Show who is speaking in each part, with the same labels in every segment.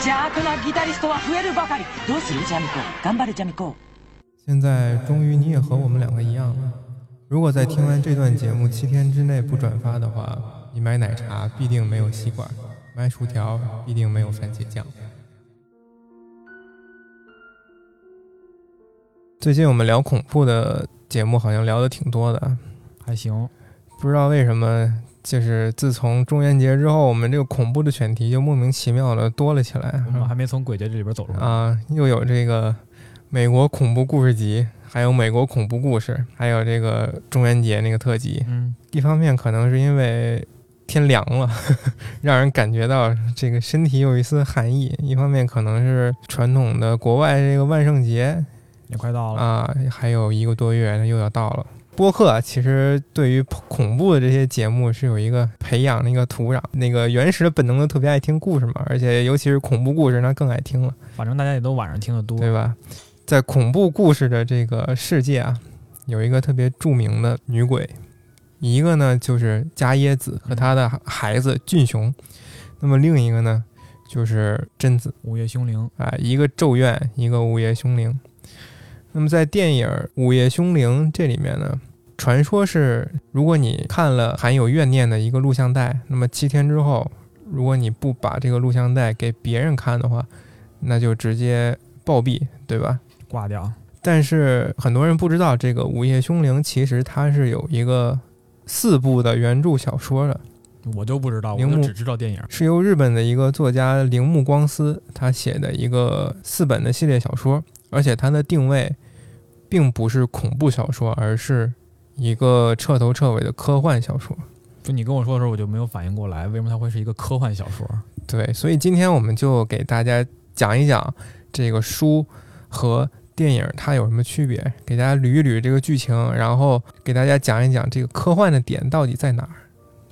Speaker 1: 邪悪なギタリストは増えるばかりどうするジャミコ頑張れジャミコ
Speaker 2: 现在终于你也和我们两个一样了。如果在听完这段节目七天之内不转发的话，你买奶茶必定没有吸管，买薯条必定没有番茄酱。最近我们聊恐怖的节目好像聊的挺多的，
Speaker 3: 还行，
Speaker 2: 不知道为什么，就是自从中元节之后，我们这个恐怖的选题就莫名其妙的多了起来。
Speaker 3: 我们还没从鬼节这里边走出来。
Speaker 2: 啊，又有这个美国恐怖故事集，还有美国恐怖故事，还有这个中元节那个特辑。
Speaker 3: 嗯，
Speaker 2: 一方面可能是因为天凉了， 让人感觉到这个身体有一丝寒意；一方面可能是传统的国外这个万圣节
Speaker 3: 也快到了，
Speaker 2: 啊，还有一个多月它又要到了。播客啊其实对于恐怖的这些节目是有一个培养的一个土壤，那个原始的本能都特别爱听故事嘛，而且尤其是恐怖故事，那更爱听了。
Speaker 3: 反正大家也都晚上听得多。
Speaker 2: 对吧？在恐怖故事的这个世界啊，有一个特别著名的女鬼，一个呢就是伽椰子和她的孩子俊雄，那么另一个呢就是贞子
Speaker 3: 午夜凶铃，
Speaker 2: 啊，一个咒怨，一个午夜凶铃。那么在电影《午夜凶铃》这里面呢，传说是如果你看了含有怨念的一个录像带，那么七天之后，如果你不把这个录像带给别人看的话，那就直接暴毙，对吧？
Speaker 3: 挂掉。
Speaker 2: 但是很多人不知道，这个《午夜凶铃》其实它是有一个四部的原著小说的，
Speaker 3: 我就不知道，我
Speaker 2: 铃
Speaker 3: 就
Speaker 2: 木
Speaker 3: 只知道电影。
Speaker 2: 是由日本的一个作家铃木光司他写的一个四本的系列小说，而且它的定位并不是恐怖小说，而是一个彻头彻尾的科幻小说。
Speaker 3: 就你跟我说的时候，我就没有反应过来，为什么它会是一个科幻小说？
Speaker 2: 对，所以今天我们就给大家讲一讲这个书和电影它有什么区别，给大家捋一捋这个剧情，然后给大家讲一讲这个科幻的点到底在哪儿。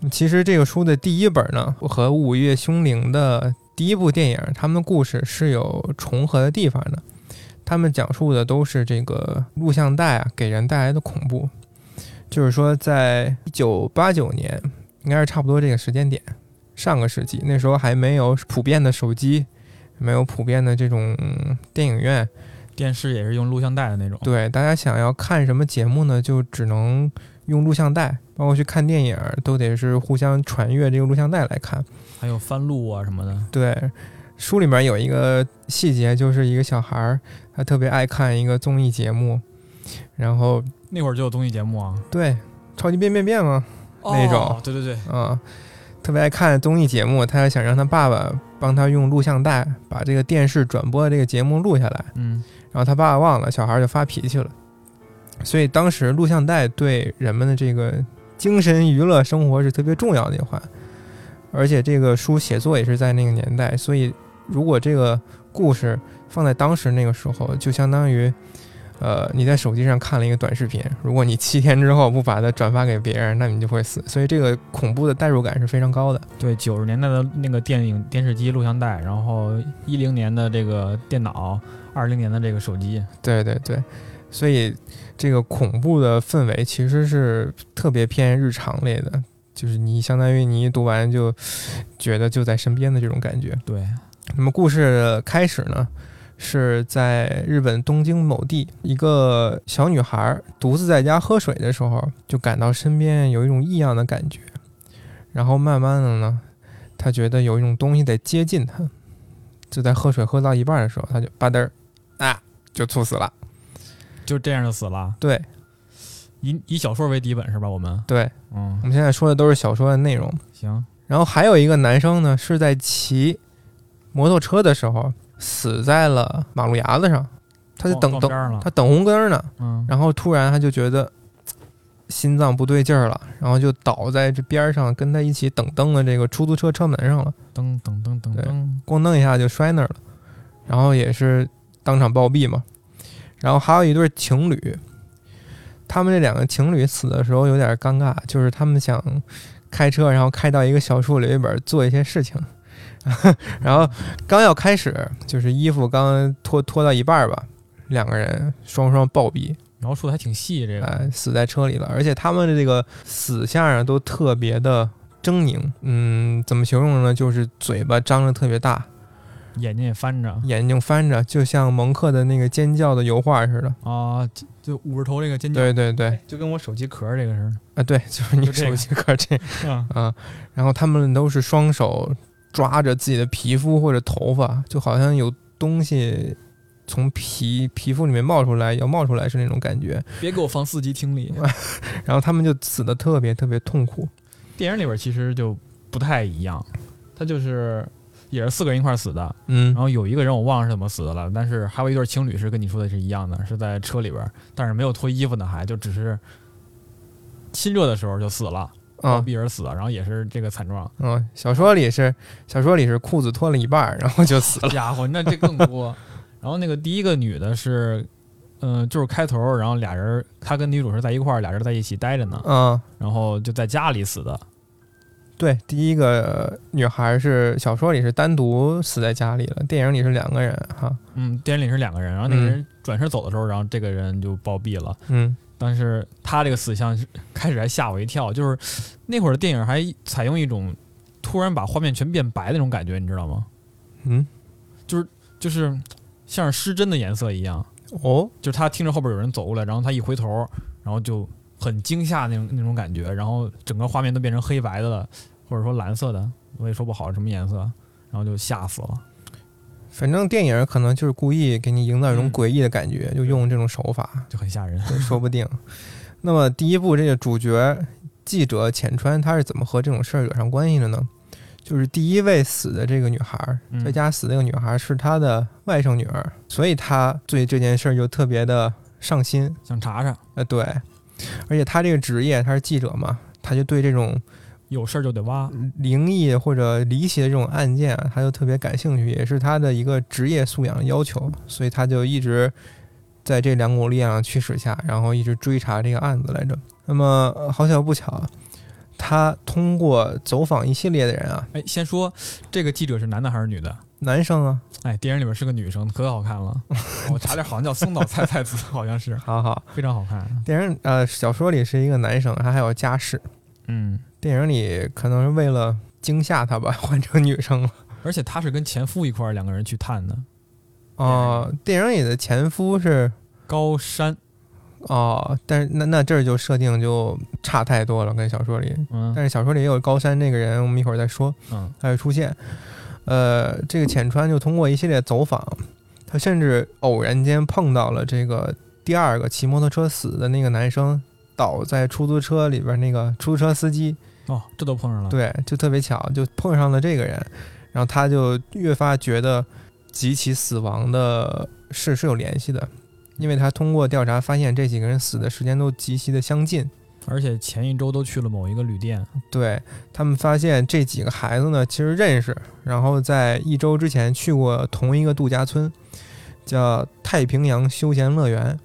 Speaker 2: 那其实这个书的第一本呢，和《午夜凶铃》的第一部电影，他们的故事是有重合的地方的。他们讲述的都是这个录像带啊给人带来的恐怖，就是说，在一九八九年，应该是差不多这个时间点，上个世纪，那时候还没有普遍的手机，没有普遍的这种嗯电影院。
Speaker 3: 电视也是用录像带的那种。
Speaker 2: 对，大家想要看什么节目呢，就只能用录像带，包括去看电影儿都得是互相传阅这个录像带来看。
Speaker 3: 还有翻录啊什么的，
Speaker 2: 对，书里面有一个细节，就是一个小孩儿，他特别爱看一个综艺节目，然后
Speaker 3: 那会儿就有综艺节目啊，
Speaker 2: 对，超级变变变嘛，那种
Speaker 3: 哦对对对，
Speaker 2: 啊，特别爱看综艺节目，他想让他爸爸帮他用录像带把这个电视转播的这个节目录下来，
Speaker 3: 嗯，
Speaker 2: 然后他爸爸忘了，小孩就发脾气了。所以当时录像带对人们的这个精神娱乐生活是特别重要的一环，而且这个书写作也是在那个年代，所以如果这个故事放在当时那个时候，就相当于。呃，你在手机上看了一个短视频，如果你七天之后不把它转发给别人，那你就会死。所以这个恐怖的代入感是非常高的。
Speaker 3: 对，九十年代的那个电影、电视机、录像带，然后一零年的这个电脑，二零年的这个手机，
Speaker 2: 对对对，所以这个恐怖的氛围其实是特别偏日常类的，就是你相当于你一读完就觉得就在身边的这种感觉。
Speaker 3: 对，
Speaker 2: 那么故事的开始呢，是在日本东京某地，一个小女孩独自在家喝水的时候，就感到身边有一种异样的感觉，然后慢慢的呢，她觉得有一种东西在接近她，就在喝水喝到一半的时候，她就吧嘚儿啊就猝死了。
Speaker 3: 就这样就死了。
Speaker 2: 对
Speaker 3: 以以小说为底本是吧？我们，
Speaker 2: 对，
Speaker 3: 嗯
Speaker 2: 我，们现在说的都是小说的内容。
Speaker 3: 行，
Speaker 2: 然后还有一个男生呢，是在骑摩托车的时候死在了马路牙子上，他就
Speaker 3: 撞
Speaker 2: 等
Speaker 3: 哦撞
Speaker 2: 等
Speaker 3: 边儿了，
Speaker 2: 他等红灯呢，
Speaker 3: 嗯，
Speaker 2: 然后突然他就觉得心脏不对劲儿了，然后就倒在这边儿上，跟他一起等灯的这个出租车车门上了，
Speaker 3: 噔噔噔噔
Speaker 2: 对
Speaker 3: 噔，
Speaker 2: 咣当一下就摔那儿了，然后也是当场暴毙嘛。然后还有一对情侣，他们这两个情侣死的时候有点尴尬，就是他们想开车，然后开到一个小树林里边做一些事情， 然后刚要开始，就是衣服刚脱脱到一半儿吧，两个人双双暴毙，
Speaker 3: 描述的还挺细，这个
Speaker 2: 哎，死在车里了，而且他们的这个死相啊都特别的狰狞，嗯，怎么形容呢？就是嘴巴张得特别大，
Speaker 3: 眼睛也翻着
Speaker 2: 眼睛翻着，就像蒙克的那个尖叫的油画似的。
Speaker 3: 啊，就就捂着头这个尖叫，
Speaker 2: 对对对，
Speaker 3: 就跟我手机壳这个似
Speaker 2: 啊对，就是你
Speaker 3: 就这
Speaker 2: 手
Speaker 3: 个
Speaker 2: 机壳这
Speaker 3: 的啊。
Speaker 2: 啊，然后他们都是双手抓着自己的皮肤或者头发，就好像有东西从皮皮肤里面冒出来，要冒出来是那种感觉。
Speaker 3: 别给我放四级听力。
Speaker 2: 然后他们就死的特别特别痛苦。
Speaker 3: 电影里边其实就不太一样，他就是也是四个人一块儿死的，
Speaker 2: 嗯
Speaker 3: 然，后有一个人我忘了是怎么死的了，但是还有一对情侣是跟你说的是一样的，是在车里边，但是没有脱衣服呢，还就只是亲热的时候就死了，暴
Speaker 2: 啊
Speaker 3: 毙而死，然后也是这个惨状。
Speaker 2: 嗯，小说里是小说里是裤子脱了一半儿，然后就死了。
Speaker 3: 好家伙，那这更多。 然后那个第一个女的是，嗯、就是开头，然后俩人，她跟女主是在一块儿，俩人在一起待着呢，
Speaker 2: 嗯，
Speaker 3: 然后就在家里死的。
Speaker 2: 对，第一个女孩是小说里是单独死在家里了，电影里是两个人哈。
Speaker 3: 嗯，电影里是两个人，然后那个人转身走的时候，然后这个人就暴毙了。
Speaker 2: 嗯
Speaker 3: 但是他这个死相是开始还吓我一跳，就是那会儿的电影还采用一种突然把画面全变白的那种感觉，你知道吗？
Speaker 2: 嗯，
Speaker 3: 就是像是失真的颜色一样，
Speaker 2: 哦，
Speaker 3: 就是他听着后边有人走过来，然后他一回头，然后就很惊吓那种那种感觉，然后整个画面都变成黑白的了，或者说蓝色的，我也说不好是什么颜色，然后就吓死了。
Speaker 2: 反正电影可能就是故意给你营造一种
Speaker 3: 嗯
Speaker 2: 诡异的感觉，就用这种手 法，
Speaker 3: 就很吓人。
Speaker 2: 对，说不定。那么第一部这个主角记者浅川，他是怎么和这种事儿惹上关系的呢？就是第一位死的这个女孩儿，
Speaker 3: 嗯
Speaker 2: 在家死的那个女孩儿是他的外甥女儿，所以他对这件事儿就特别的上心。
Speaker 3: 想查查，
Speaker 2: 呃，对，而且他这个职业他是记者嘛，他就对这种
Speaker 3: 有事儿就得挖。
Speaker 2: 灵异或者离奇的这种案件啊，他就特别感兴趣，也是他的一个职业素养的要求，所以他就一直在这两股力量的驱使下，然后一直追查这个案子来着。那么呃好巧不巧，他通过走访一系列的人啊，
Speaker 3: 哎，先说这个记者是男的还是女的？
Speaker 2: 男生啊，
Speaker 3: 哎，电影里边是个女生，可好看了。我查点好像叫松岛菜菜子，好像是
Speaker 2: 好好，
Speaker 3: 非常好看。
Speaker 2: 电影呃小说里是一个男生，他还有家室，
Speaker 3: 嗯，
Speaker 2: 电影里可能是为了惊吓他吧， 换成女生了。
Speaker 3: 而且她是跟前夫一块儿两个人去探的
Speaker 2: 哦、电影里的前夫是
Speaker 3: 高山。
Speaker 2: 哦，但是那那这儿就设定就差太多了，跟小说里。
Speaker 3: 嗯
Speaker 2: 但是小说里也有高山那个人，我们一会儿再说，
Speaker 3: 嗯
Speaker 2: 他会出现。呃，这个浅川就通过一系列走访，他甚至偶然间碰到了这个第二个骑摩托车死的那个男生，倒在出租车里边那个出租车司机，
Speaker 3: 哦，这都碰上了。
Speaker 2: 对，就特别巧，就碰上了这个人，然后他就越发觉得几起死亡的事是有联系的，因为他通过调查发现这几个人死的时间都极其的相近。
Speaker 3: 而且前一周都去了某一个旅店，
Speaker 2: 对他们发现这几个孩子呢，其实认识，然后在一周之前去过同一个度假村，叫太平洋休闲乐园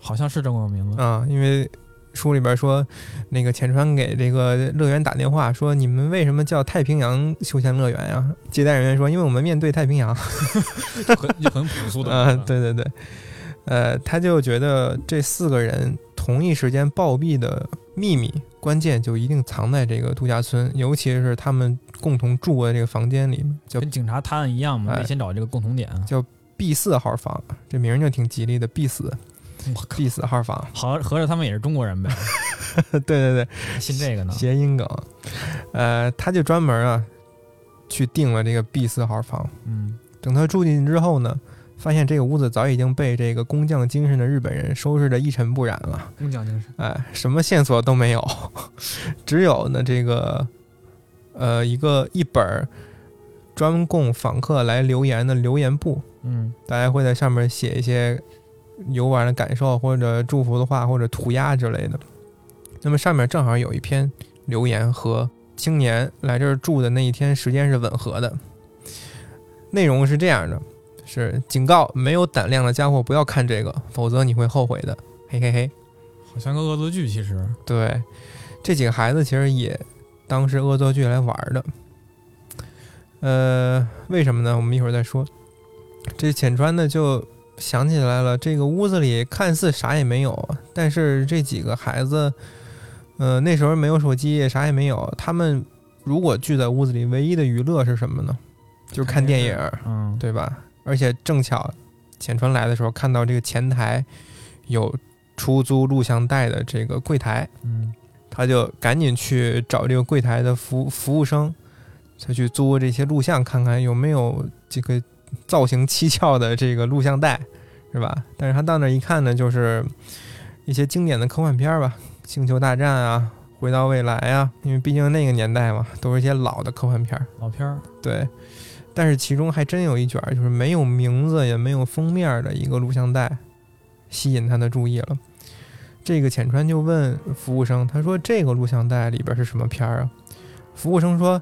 Speaker 3: 好像是这么个名字。
Speaker 2: 啊、因为书里边说，那个浅川给这个乐园打电话说，你们为什么叫太平洋休闲乐园呀？接待人员说，因为我们面对太平洋。
Speaker 3: 就很就很朴素的。
Speaker 2: 啊，，对对对，呃，他就觉得这四个人同一时间暴毙的秘密，关键就一定藏在这个度假村，尤其是他们共同住过的这个房间里，叫
Speaker 3: 跟警察探案一样嘛，
Speaker 2: 哎
Speaker 3: 得先找这个共同点。
Speaker 2: B 四号房，这名儿就挺吉利的，B 四
Speaker 3: 我靠，
Speaker 2: B 四号房，
Speaker 3: 合合着他们也是中国人呗，
Speaker 2: 对对
Speaker 3: 信这个
Speaker 2: 对，
Speaker 3: 呢？
Speaker 2: 谐音梗，呃，他就专门啊去订了这个 B 四号房，
Speaker 3: 嗯，
Speaker 2: 等他住进去之后呢。发现这个屋子早已经被这个工匠精神的日本人收拾得一尘不染了，
Speaker 3: 工匠精神。
Speaker 2: 哎，什么线索都没有， 只有呢这个，呃，一个一本儿专供访客来留言的留言簿，
Speaker 3: 嗯，
Speaker 2: 大家会在上面写一些游玩的感受或者祝福的话或者涂鸦之类的。那么上面正好有一篇留言和青年来这儿住的那一天时间是吻合的，内容是这样的：是警告没有胆量的家伙不要看这个，否则你会后悔的。嘿嘿嘿。
Speaker 3: 好像个恶作剧，其实
Speaker 2: 对，这几个孩子其实也当是恶作剧来玩儿的。呃，为什么呢？我们一会儿再说。这浅川呢就想起来了，这个屋子里看似啥也没有，但是这几个孩子，呃，那时候没有手机，啥也没有。他们如果聚在屋子里，唯一的娱乐是什么呢？就是看电影儿，
Speaker 3: 嗯，
Speaker 2: 对吧？而且正巧浅川来的时候看到这个前台有出租录像带的这个柜台，
Speaker 3: 嗯，
Speaker 2: 他就赶紧去找这个柜台的服服务生，他去租这些录像，看看有没有这个造型蹊跷的这个录像带，是吧？但是他到那儿一看呢，就是一些经典的科幻片儿吧，《星球大战》啊，《回到未来》啊，因为毕竟那个年代嘛，都是一些老的科幻片儿。
Speaker 3: 老片儿，
Speaker 2: 对，但是其中还真有一卷儿就是没有名字也没有封面儿的一个录像带，吸引他的注意了。这个浅川就问服务生，他说：“这个录像带里边是什么片儿啊？”服务生说：“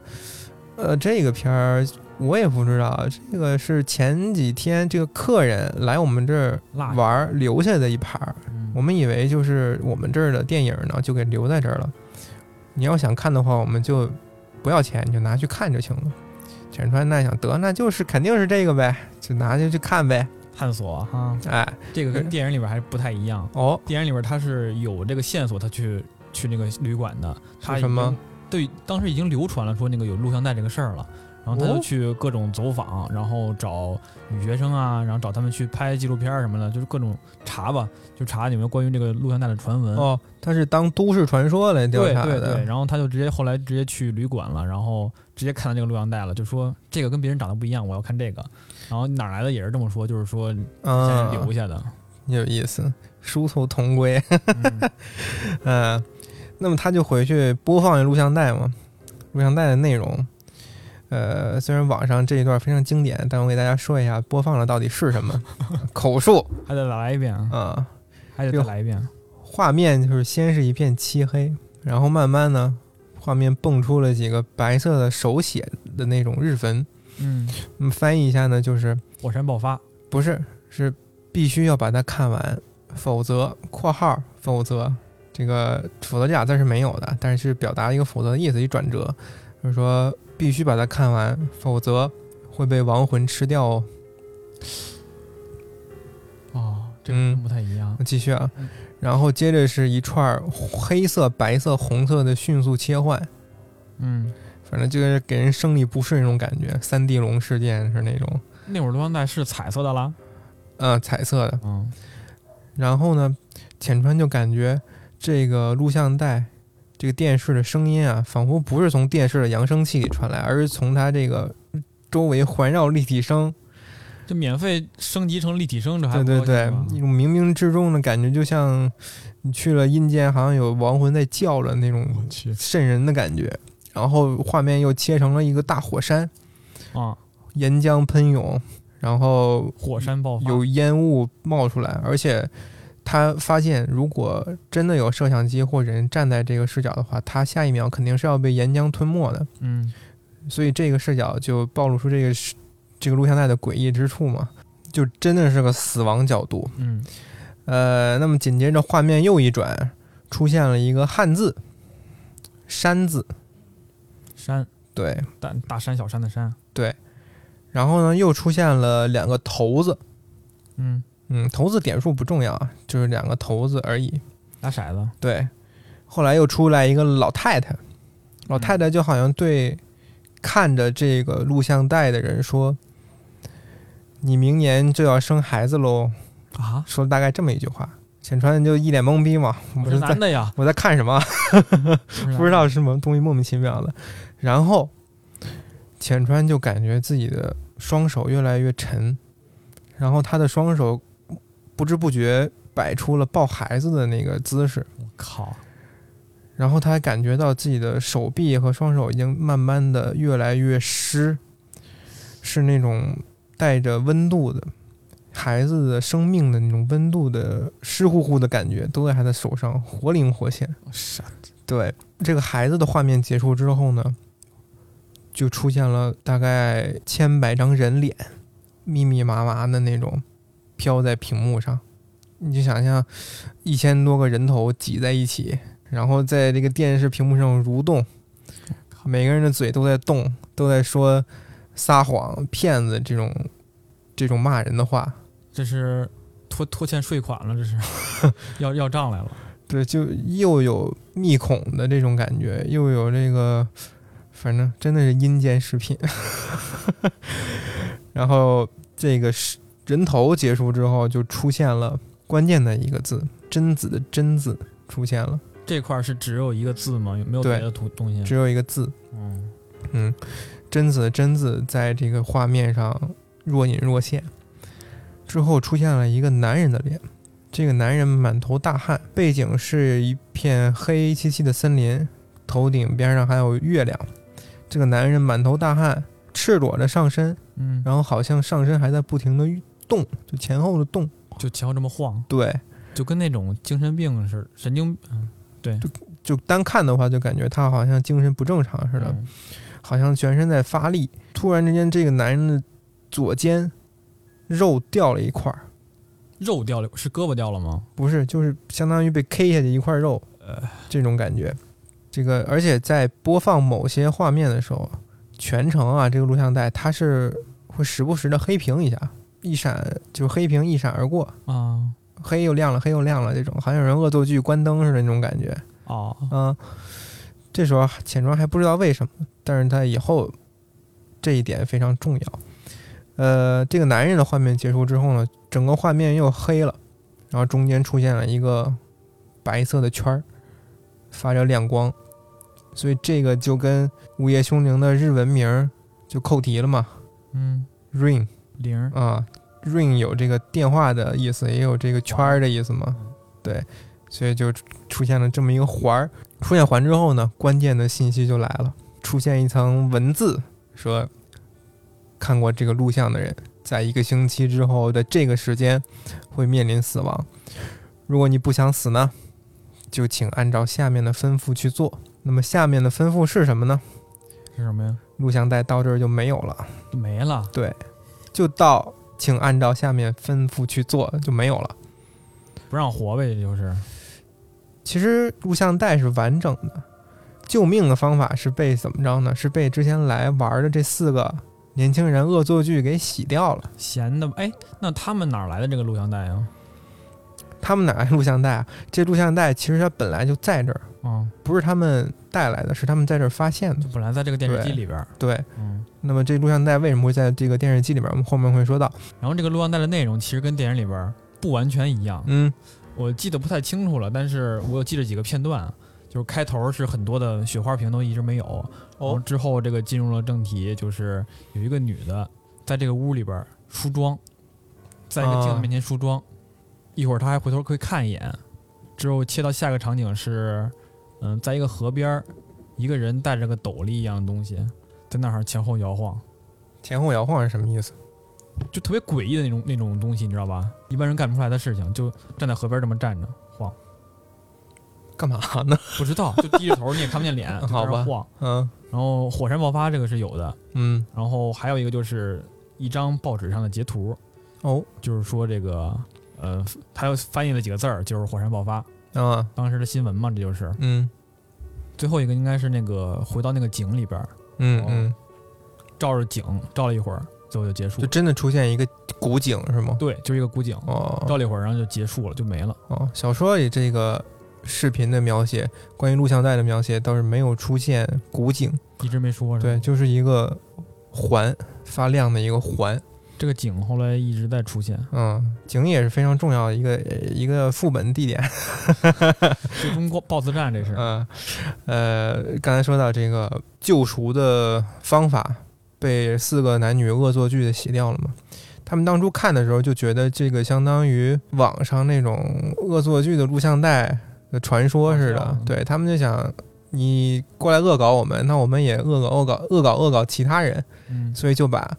Speaker 2: 呃，这个片儿我也不知道，这个是前几天这个客人来我们这儿
Speaker 3: 辣
Speaker 2: 玩儿留下的一盘儿，
Speaker 3: 嗯
Speaker 2: 我们以为就是我们这儿的电影呢，就给留在这儿了。你要想看的话，我们就不要钱，你就拿去看就行了。浅川奈想得，那就是肯定是这个呗，就拿去去看呗。
Speaker 3: 探索哈，
Speaker 2: 哎，
Speaker 3: 这个跟电影里边还不太一样。
Speaker 2: 哦，
Speaker 3: 电影里边他是有这个线索，他去去那个旅馆的，他
Speaker 2: 是什么
Speaker 3: 已经？对，当时已经流传了说那个有录像带这个事儿了，然后他
Speaker 2: 哦
Speaker 3: 就去各种走访，然后找女学生啊，然后找他们去拍纪录片儿什么的，就是各种查吧，就查有没有关于这个录像带的传闻。
Speaker 2: 哦，他是当都市传说来调
Speaker 3: 嗯对
Speaker 2: 查
Speaker 3: 对对，
Speaker 2: 的。
Speaker 3: 然后他就直接后来直接去旅馆了，然后直接看到这个录像带了，就说这个跟别人长得不一样，我要看这个。然后哪儿来的也是这么说，就是说哎现在
Speaker 2: 嗯
Speaker 3: 留，下的。
Speaker 2: 有意思，殊途同归。
Speaker 3: 嗯
Speaker 2: 嗯，那么他就回去播放录像带嘛，录像带的内容。呃，虽然网上这一段非常经典，但我给大家说一下播放了到底是什么。口述
Speaker 3: 还得再来一遍啊，
Speaker 2: 啊、
Speaker 3: 还得
Speaker 2: 这
Speaker 3: 再
Speaker 2: 个
Speaker 3: 来一遍。
Speaker 2: 画面就是先是一片漆黑，然后慢慢呢，画面蹦出了几个白色的手写的那种日文。
Speaker 3: 嗯，
Speaker 2: 那么翻译一下呢，就是
Speaker 3: 火山爆发，
Speaker 2: 不是是必须要把它看完，否则（括号否则）这个“否则”这俩字是没有的，但是表达一个否则的意思，一转折，就是说必须把它看完，否则会被亡魂吃掉哦。
Speaker 3: 哦，这个
Speaker 2: 嗯
Speaker 3: 真不太一样。
Speaker 2: 我继续啊
Speaker 3: 嗯，
Speaker 2: 然后接着是一串儿黑色、白色、红色的迅速切换，
Speaker 3: 嗯，
Speaker 2: 反正就是给人生理不适那种感觉，三地龙事件是那种，
Speaker 3: 那会儿录像带是彩色的啦。
Speaker 2: 呃，彩色的。
Speaker 3: 嗯，
Speaker 2: 然后呢，浅川就感觉这个录像带、这个电视的声音啊，仿佛不是从电视的扬声器里传来，而是从他这个周围环绕立体声，
Speaker 3: 这免费升级成立体声，这还
Speaker 2: 对对对，一种冥冥之中的感觉，就像你去了阴间，好像有亡魂在叫了那种
Speaker 3: 去
Speaker 2: 瘆人的感觉。然后画面又切成了一个大火山，
Speaker 3: 啊！
Speaker 2: 岩浆喷涌，然后
Speaker 3: 火山爆发
Speaker 2: 有烟雾冒出来，而且他发现，如果真的有摄像机或人站在这个视角的话，他下一秒肯定是要被岩浆吞没的，
Speaker 3: 嗯，
Speaker 2: 所以这个视角就暴露出这个这个录像带的诡异之处嘛，就真的是个死亡角度。
Speaker 3: 嗯
Speaker 2: 呃，那么紧接着画面又一转，出现了一个汉字“山”字，
Speaker 3: 山
Speaker 2: 对，
Speaker 3: 大大山小山的山，
Speaker 2: 然后呢又出现了两个头子，
Speaker 3: 嗯，
Speaker 2: 嗯，头字点数不重要啊，就是两个头字而已。
Speaker 3: 打骰子，
Speaker 2: 对，后来又出来一个老太太，老太太就好像对看着这个录像带的人说：“你明年就要生孩子喽。
Speaker 3: 啊”，
Speaker 2: 说了大概这么一句话，浅川就一脸懵逼嘛，
Speaker 3: 我
Speaker 2: 我
Speaker 3: 是
Speaker 2: 说在
Speaker 3: 男的嗯呀，
Speaker 2: 我在看什么， 不
Speaker 3: 不
Speaker 2: 知道是什么东西，莫名其妙的。然后浅川就感觉自己的双手越来越沉，然后他的双手不知不觉摆出了抱孩子的那个姿势。
Speaker 3: 靠，
Speaker 2: 然后他还感觉到自己的手臂和双手已经慢慢的越来越湿，是那种带着温度的孩子的生命的那种温度的湿乎乎的感觉，都在他的手上活灵活现。
Speaker 3: 傻，
Speaker 2: 对，这个孩子的画面结束之后呢，就出现了大概千百张人脸，密密麻麻的那种飘在屏幕上。你就想象一千多个人头挤在一起，然后在这个电视屏幕上蠕动，每个人的嘴都在动，都在说撒谎、骗子这种这种骂人的话。
Speaker 3: 这是拖拖欠税款了，这是 要要账来了，
Speaker 2: 对，就又有密恐的这种感觉，又有这个反正真的是阴间食品。 然后这个是人头结束之后，就出现了关键的一个字“贞子”的“贞”字出现了，
Speaker 3: 这块儿是只有一个字吗？有没有
Speaker 2: 对
Speaker 3: 别的图东西？啊
Speaker 2: 只有一个字。
Speaker 3: 嗯，
Speaker 2: 嗯，贞子的“贞”字在这个画面上若隐若现。之后出现了一个男人的脸，这个男人满头大汗，背景是一片黑漆漆的森林，头顶边上还有月亮。这个男人满头大汗，赤裸着上身，
Speaker 3: 嗯，
Speaker 2: 然后好像上身还在不停的动，就前后的动。
Speaker 3: 就前后这么晃，
Speaker 2: 对，
Speaker 3: 就跟那种精神病似的，神经嗯
Speaker 2: 就单看的话，就感觉他好像精神不正常似的，
Speaker 3: 嗯
Speaker 2: 好像全身在发力。突然之间，这个男人的左肩肉掉了一块儿，
Speaker 3: 肉掉了，是胳膊掉了吗？
Speaker 2: 不是，就是相当于被 K 下去一块肉，
Speaker 3: 呃，
Speaker 2: 这种感觉。这个，而且在播放某些画面的时候，全程啊，这个录像带它是会时不时的黑屏一下，一闪就黑屏一闪而过，
Speaker 3: 啊，
Speaker 2: 黑又亮了，黑又亮了，这种好像有人恶作剧关灯似的那种感觉。
Speaker 3: 哦，
Speaker 2: 啊，这时候浅川还不知道为什么，但是他以后这一点非常重要。呃，这个男人的画面结束之后呢，整个画面又黑了，然后中间出现了一个白色的圈儿，发着亮光，所以这个就跟《午夜凶铃》的日文名儿就扣题了嘛
Speaker 3: 嗯，
Speaker 2: ，Ring
Speaker 3: 铃儿，
Speaker 2: 啊，Ring 有这个电话的意思，也有这个圈儿的意思嘛。对，所以就出出现了这么一个环儿。出现环之后呢，关键的信息就来了，出现一层文字说，看过这个录像的人，在一个星期之后的这个时间会面临死亡。如果你不想死呢，就请按照下面的吩咐去做。那么下面的吩咐是什么呢？
Speaker 3: 是什么呀？
Speaker 2: 录像带到这儿就没有了，
Speaker 3: 没了，
Speaker 2: 就到请按照下面吩咐去做就没有了。
Speaker 3: 不让活呗，这就是，
Speaker 2: 其实录像带是完整的，救命的方法是被怎么着呢？是被之前来玩的这四个年轻人恶作剧给洗掉了。
Speaker 3: 闲的，哎，那他们哪儿来的这个录像带啊？
Speaker 2: 他们哪来录像带啊？这录像带其实它本来就在这儿，
Speaker 3: 啊，
Speaker 2: 不是他们带来的，是他们在这儿发现的
Speaker 3: 就。本来在这个电视机
Speaker 2: 对
Speaker 3: 里边儿，
Speaker 2: 对，
Speaker 3: 嗯，
Speaker 2: 那么这录像带为什么会在这个电视机里边？我们后面会说到。
Speaker 3: 然后这个录像带的内容其实跟电影里边儿不完全一样，
Speaker 2: 嗯，
Speaker 3: 我记得不太清楚了，但是我有记着几个片段，啊就是开头是很多的雪花屏都一直没有，然后之后这个进入了正题，就是有一个女的在这个屋里边儿梳妆，在一个镜子面前梳妆，一会儿她还回头会看一眼，之后切到下一个场景是，嗯，在一个河边儿，一个人带着个斗笠一样的东西，在那儿前后摇晃，
Speaker 2: 前后摇晃是什么意思？
Speaker 3: 就特别诡异的那种那种东西，你知道吧？一般人干不出来的事情，就站在河边儿这么站着晃。
Speaker 2: 干嘛呢？
Speaker 3: 不 知道，就低着头，你也看不见脸，就在那
Speaker 2: 好
Speaker 3: 儿
Speaker 2: 吧
Speaker 3: 晃。
Speaker 2: 嗯
Speaker 3: 然后火山爆发这个是有的，
Speaker 2: 嗯
Speaker 3: 然后还有一个就是一张报纸上的截图，
Speaker 2: 哦
Speaker 3: 就是说这个呃，他又翻译了几个字儿，就是火山爆发
Speaker 2: 啊
Speaker 3: 当时的新闻嘛，这就是。
Speaker 2: 嗯
Speaker 3: 最后一个应该是那个回到那个井里边儿，
Speaker 2: 嗯嗯，
Speaker 3: 照着井照了一会儿，最后就结束
Speaker 2: 就。真的出现一个古井是吗？
Speaker 3: 对，就是一个古井，
Speaker 2: 哦，
Speaker 3: 照了一会儿，然后就结束了，就没了。
Speaker 2: 哦，小说里这个视频的描写，关于录像带的描写倒是没有出现古井，
Speaker 3: 一直没说。是吧
Speaker 2: 对，，就是一个环发亮的一个环，
Speaker 3: 这个井后来一直在出现，
Speaker 2: 嗯，井也是非常重要的一个呃一个副本地点，
Speaker 3: 最终 BOSS 战这是。
Speaker 2: 嗯，呃，刚才说到这个救赎的方法被四个男女恶作剧的洗掉了嘛。他们当初看的时候就觉得这个相当于网上那种恶作剧的录像带的传说似的
Speaker 3: 好像，
Speaker 2: 对他们就想你过来恶搞我们，那我们也恶搞恶搞恶搞恶搞其他人，
Speaker 3: 嗯，
Speaker 2: 所以就把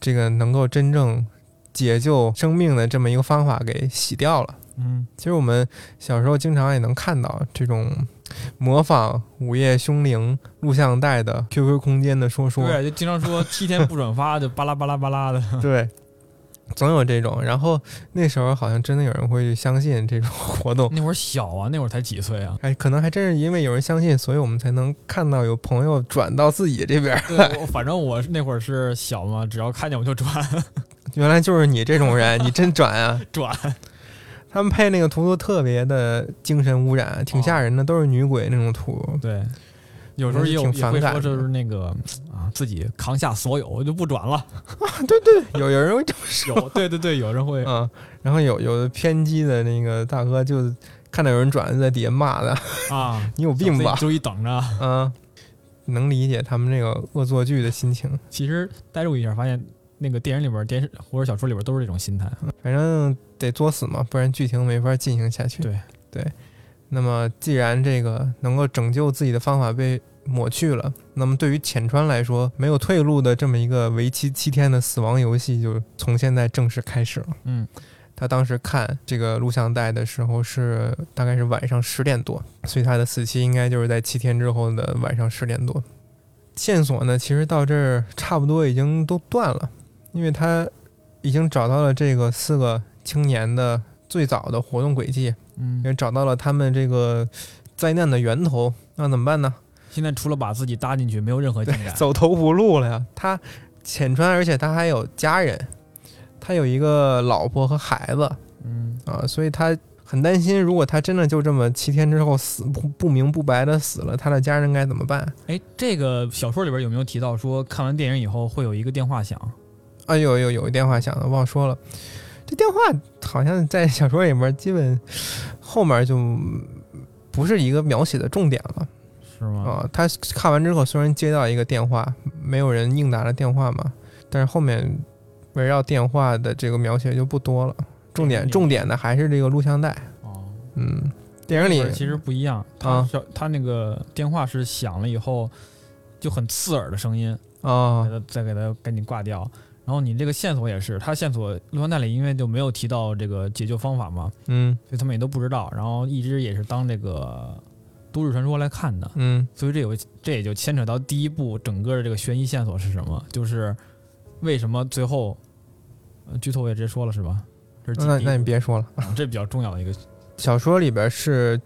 Speaker 2: 这个能够真正解救生命的这么一个方法给洗掉了。
Speaker 3: 嗯，
Speaker 2: 其实我们小时候经常也能看到这种模仿《午夜凶铃》录像带的 QQ 空间的说说，
Speaker 3: 对，就经常说七天不转发，就巴拉巴拉巴拉的。
Speaker 2: 对总有这种。然后那时候好像真的有人会相信这种活动，？
Speaker 3: 那会儿小啊，那会儿才几岁啊
Speaker 2: 哎，可能还真是因为有人相信，所以我们才能看到有朋友转到自己这边 儿。
Speaker 3: 对，我反正我那会儿是小嘛，只要看见我就转
Speaker 2: 原来就是你这种人，你真转啊！
Speaker 3: 转。
Speaker 2: 他们配那个图都特别的精神污染，挺吓人的，都是女鬼那种图。
Speaker 3: 对，有时候也有
Speaker 2: 挺
Speaker 3: 也会
Speaker 2: 反感
Speaker 3: 说
Speaker 2: 的
Speaker 3: 就是那个啊，自己扛下所有，我就不 转了。
Speaker 2: 有有人会这么
Speaker 3: 有，对对对，有人会，
Speaker 2: 啊，然后有有的偏激的那个大哥就看到有人转，就在底下骂他，
Speaker 3: 啊，
Speaker 2: 你有病吧？
Speaker 3: 就一等着。
Speaker 2: 啊，能理解他们这个恶作剧的心情。
Speaker 3: 其实代入一下，发现那个电影里边、电视或者小说里边都是这种心态。
Speaker 2: 反正得作死嘛，不然剧情没法进行下去。
Speaker 3: 对
Speaker 2: 对，那么既然这个能够拯救自己的方法被抹去了，那么对于浅川来说，没有退路的这么一个为期七天的死亡游戏，就从现在正式开始了。
Speaker 3: 嗯，
Speaker 2: 他当时看这个录像带的时候是大概是晚上十点多，所以他的死期应该就是在七天之后的晚上十点多。线索呢，其实到这儿差不多已经都断了，因为他已经找到了这个四个青年的最早的活动轨迹，
Speaker 3: 嗯，
Speaker 2: 也找到了他们这个灾难的源头。那怎么办呢？
Speaker 3: 现在除了把自己搭进去，没有任何进展。
Speaker 2: 走投无路了呀。他浅川，而且他还有家人，他有一个老婆和孩子
Speaker 3: 嗯，
Speaker 2: 啊，所以他很担心，如果他真的就这么七天之后死不不明不白的死了，他的家人该怎么办？
Speaker 3: 哎，这个小说里边有没有提到说看完电影以后会有一个电话响？
Speaker 2: 啊，有有有一电话响了，忘说了。这电话好像在小说里面基本后面就不是一个描写的重点了。
Speaker 3: 是吗？
Speaker 2: 啊、他看完之后虽然接到一个电话，没有人应答的电话嘛，但是后面围绕电话的这个描写就不多了，重点重点的还是这个录像带。
Speaker 3: 哦，
Speaker 2: 嗯，电影
Speaker 3: 那会
Speaker 2: 里
Speaker 3: 儿其实不一样，他
Speaker 2: 啊
Speaker 3: 小他那个电话是响了以后就很刺耳的声音，
Speaker 2: 啊
Speaker 3: 给他再给他赶紧挂掉。然后你这个线索也是，他线索录像带里因为就没有提到这个解救方法嘛，
Speaker 2: 嗯
Speaker 3: 所以他们也都不知道。然后一直也是当这个都市传说来看的，
Speaker 2: 嗯
Speaker 3: 所以这有这也就牵扯到第一步整个的这个悬疑线索是什么，就是为什么最后呃剧透我也直接说了是吧？这是
Speaker 2: 那
Speaker 3: 第一
Speaker 2: 那你
Speaker 3: 步
Speaker 2: 别说了，
Speaker 3: 啊这比较重要的一个，
Speaker 2: 小说里边是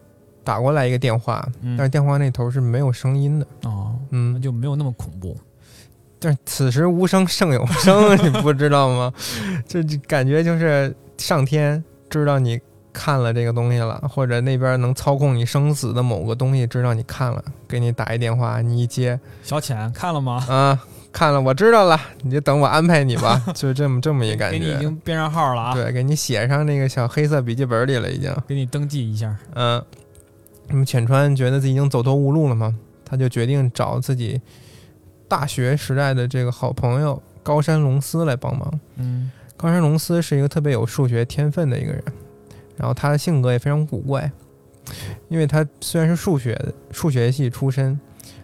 Speaker 2: 打过来一个电话，
Speaker 3: 嗯
Speaker 2: 但是电话那头是没有声音的。
Speaker 3: 哦，那
Speaker 2: 嗯，
Speaker 3: 就没有那么恐怖。
Speaker 2: 但是此时无声胜有 声，你不知道吗？这这感觉就是上天知道你看了这个东西了，或者那边能操控你生死的某个东西知道你看了，给你打一电话，你一接
Speaker 3: 小浅看了吗？
Speaker 2: 啊，看了，我知道了，你就等我安排你 吧，就这么这么一感
Speaker 3: 给你已
Speaker 2: 觉。
Speaker 3: 经编上号了啊，
Speaker 2: 对，给你写上那个小黑色笔记本里了，已经。
Speaker 3: 给你登记一下。
Speaker 2: 嗯，那么浅川觉得自己已经走投无路了嘛，他就决定找自己大学时代的这个好朋友高山龙司来帮忙。
Speaker 3: 嗯
Speaker 2: 高山龙司是一个特别有数学天分的一个人，然后他的性格也非常古怪，因为他虽然是数学数学系出身，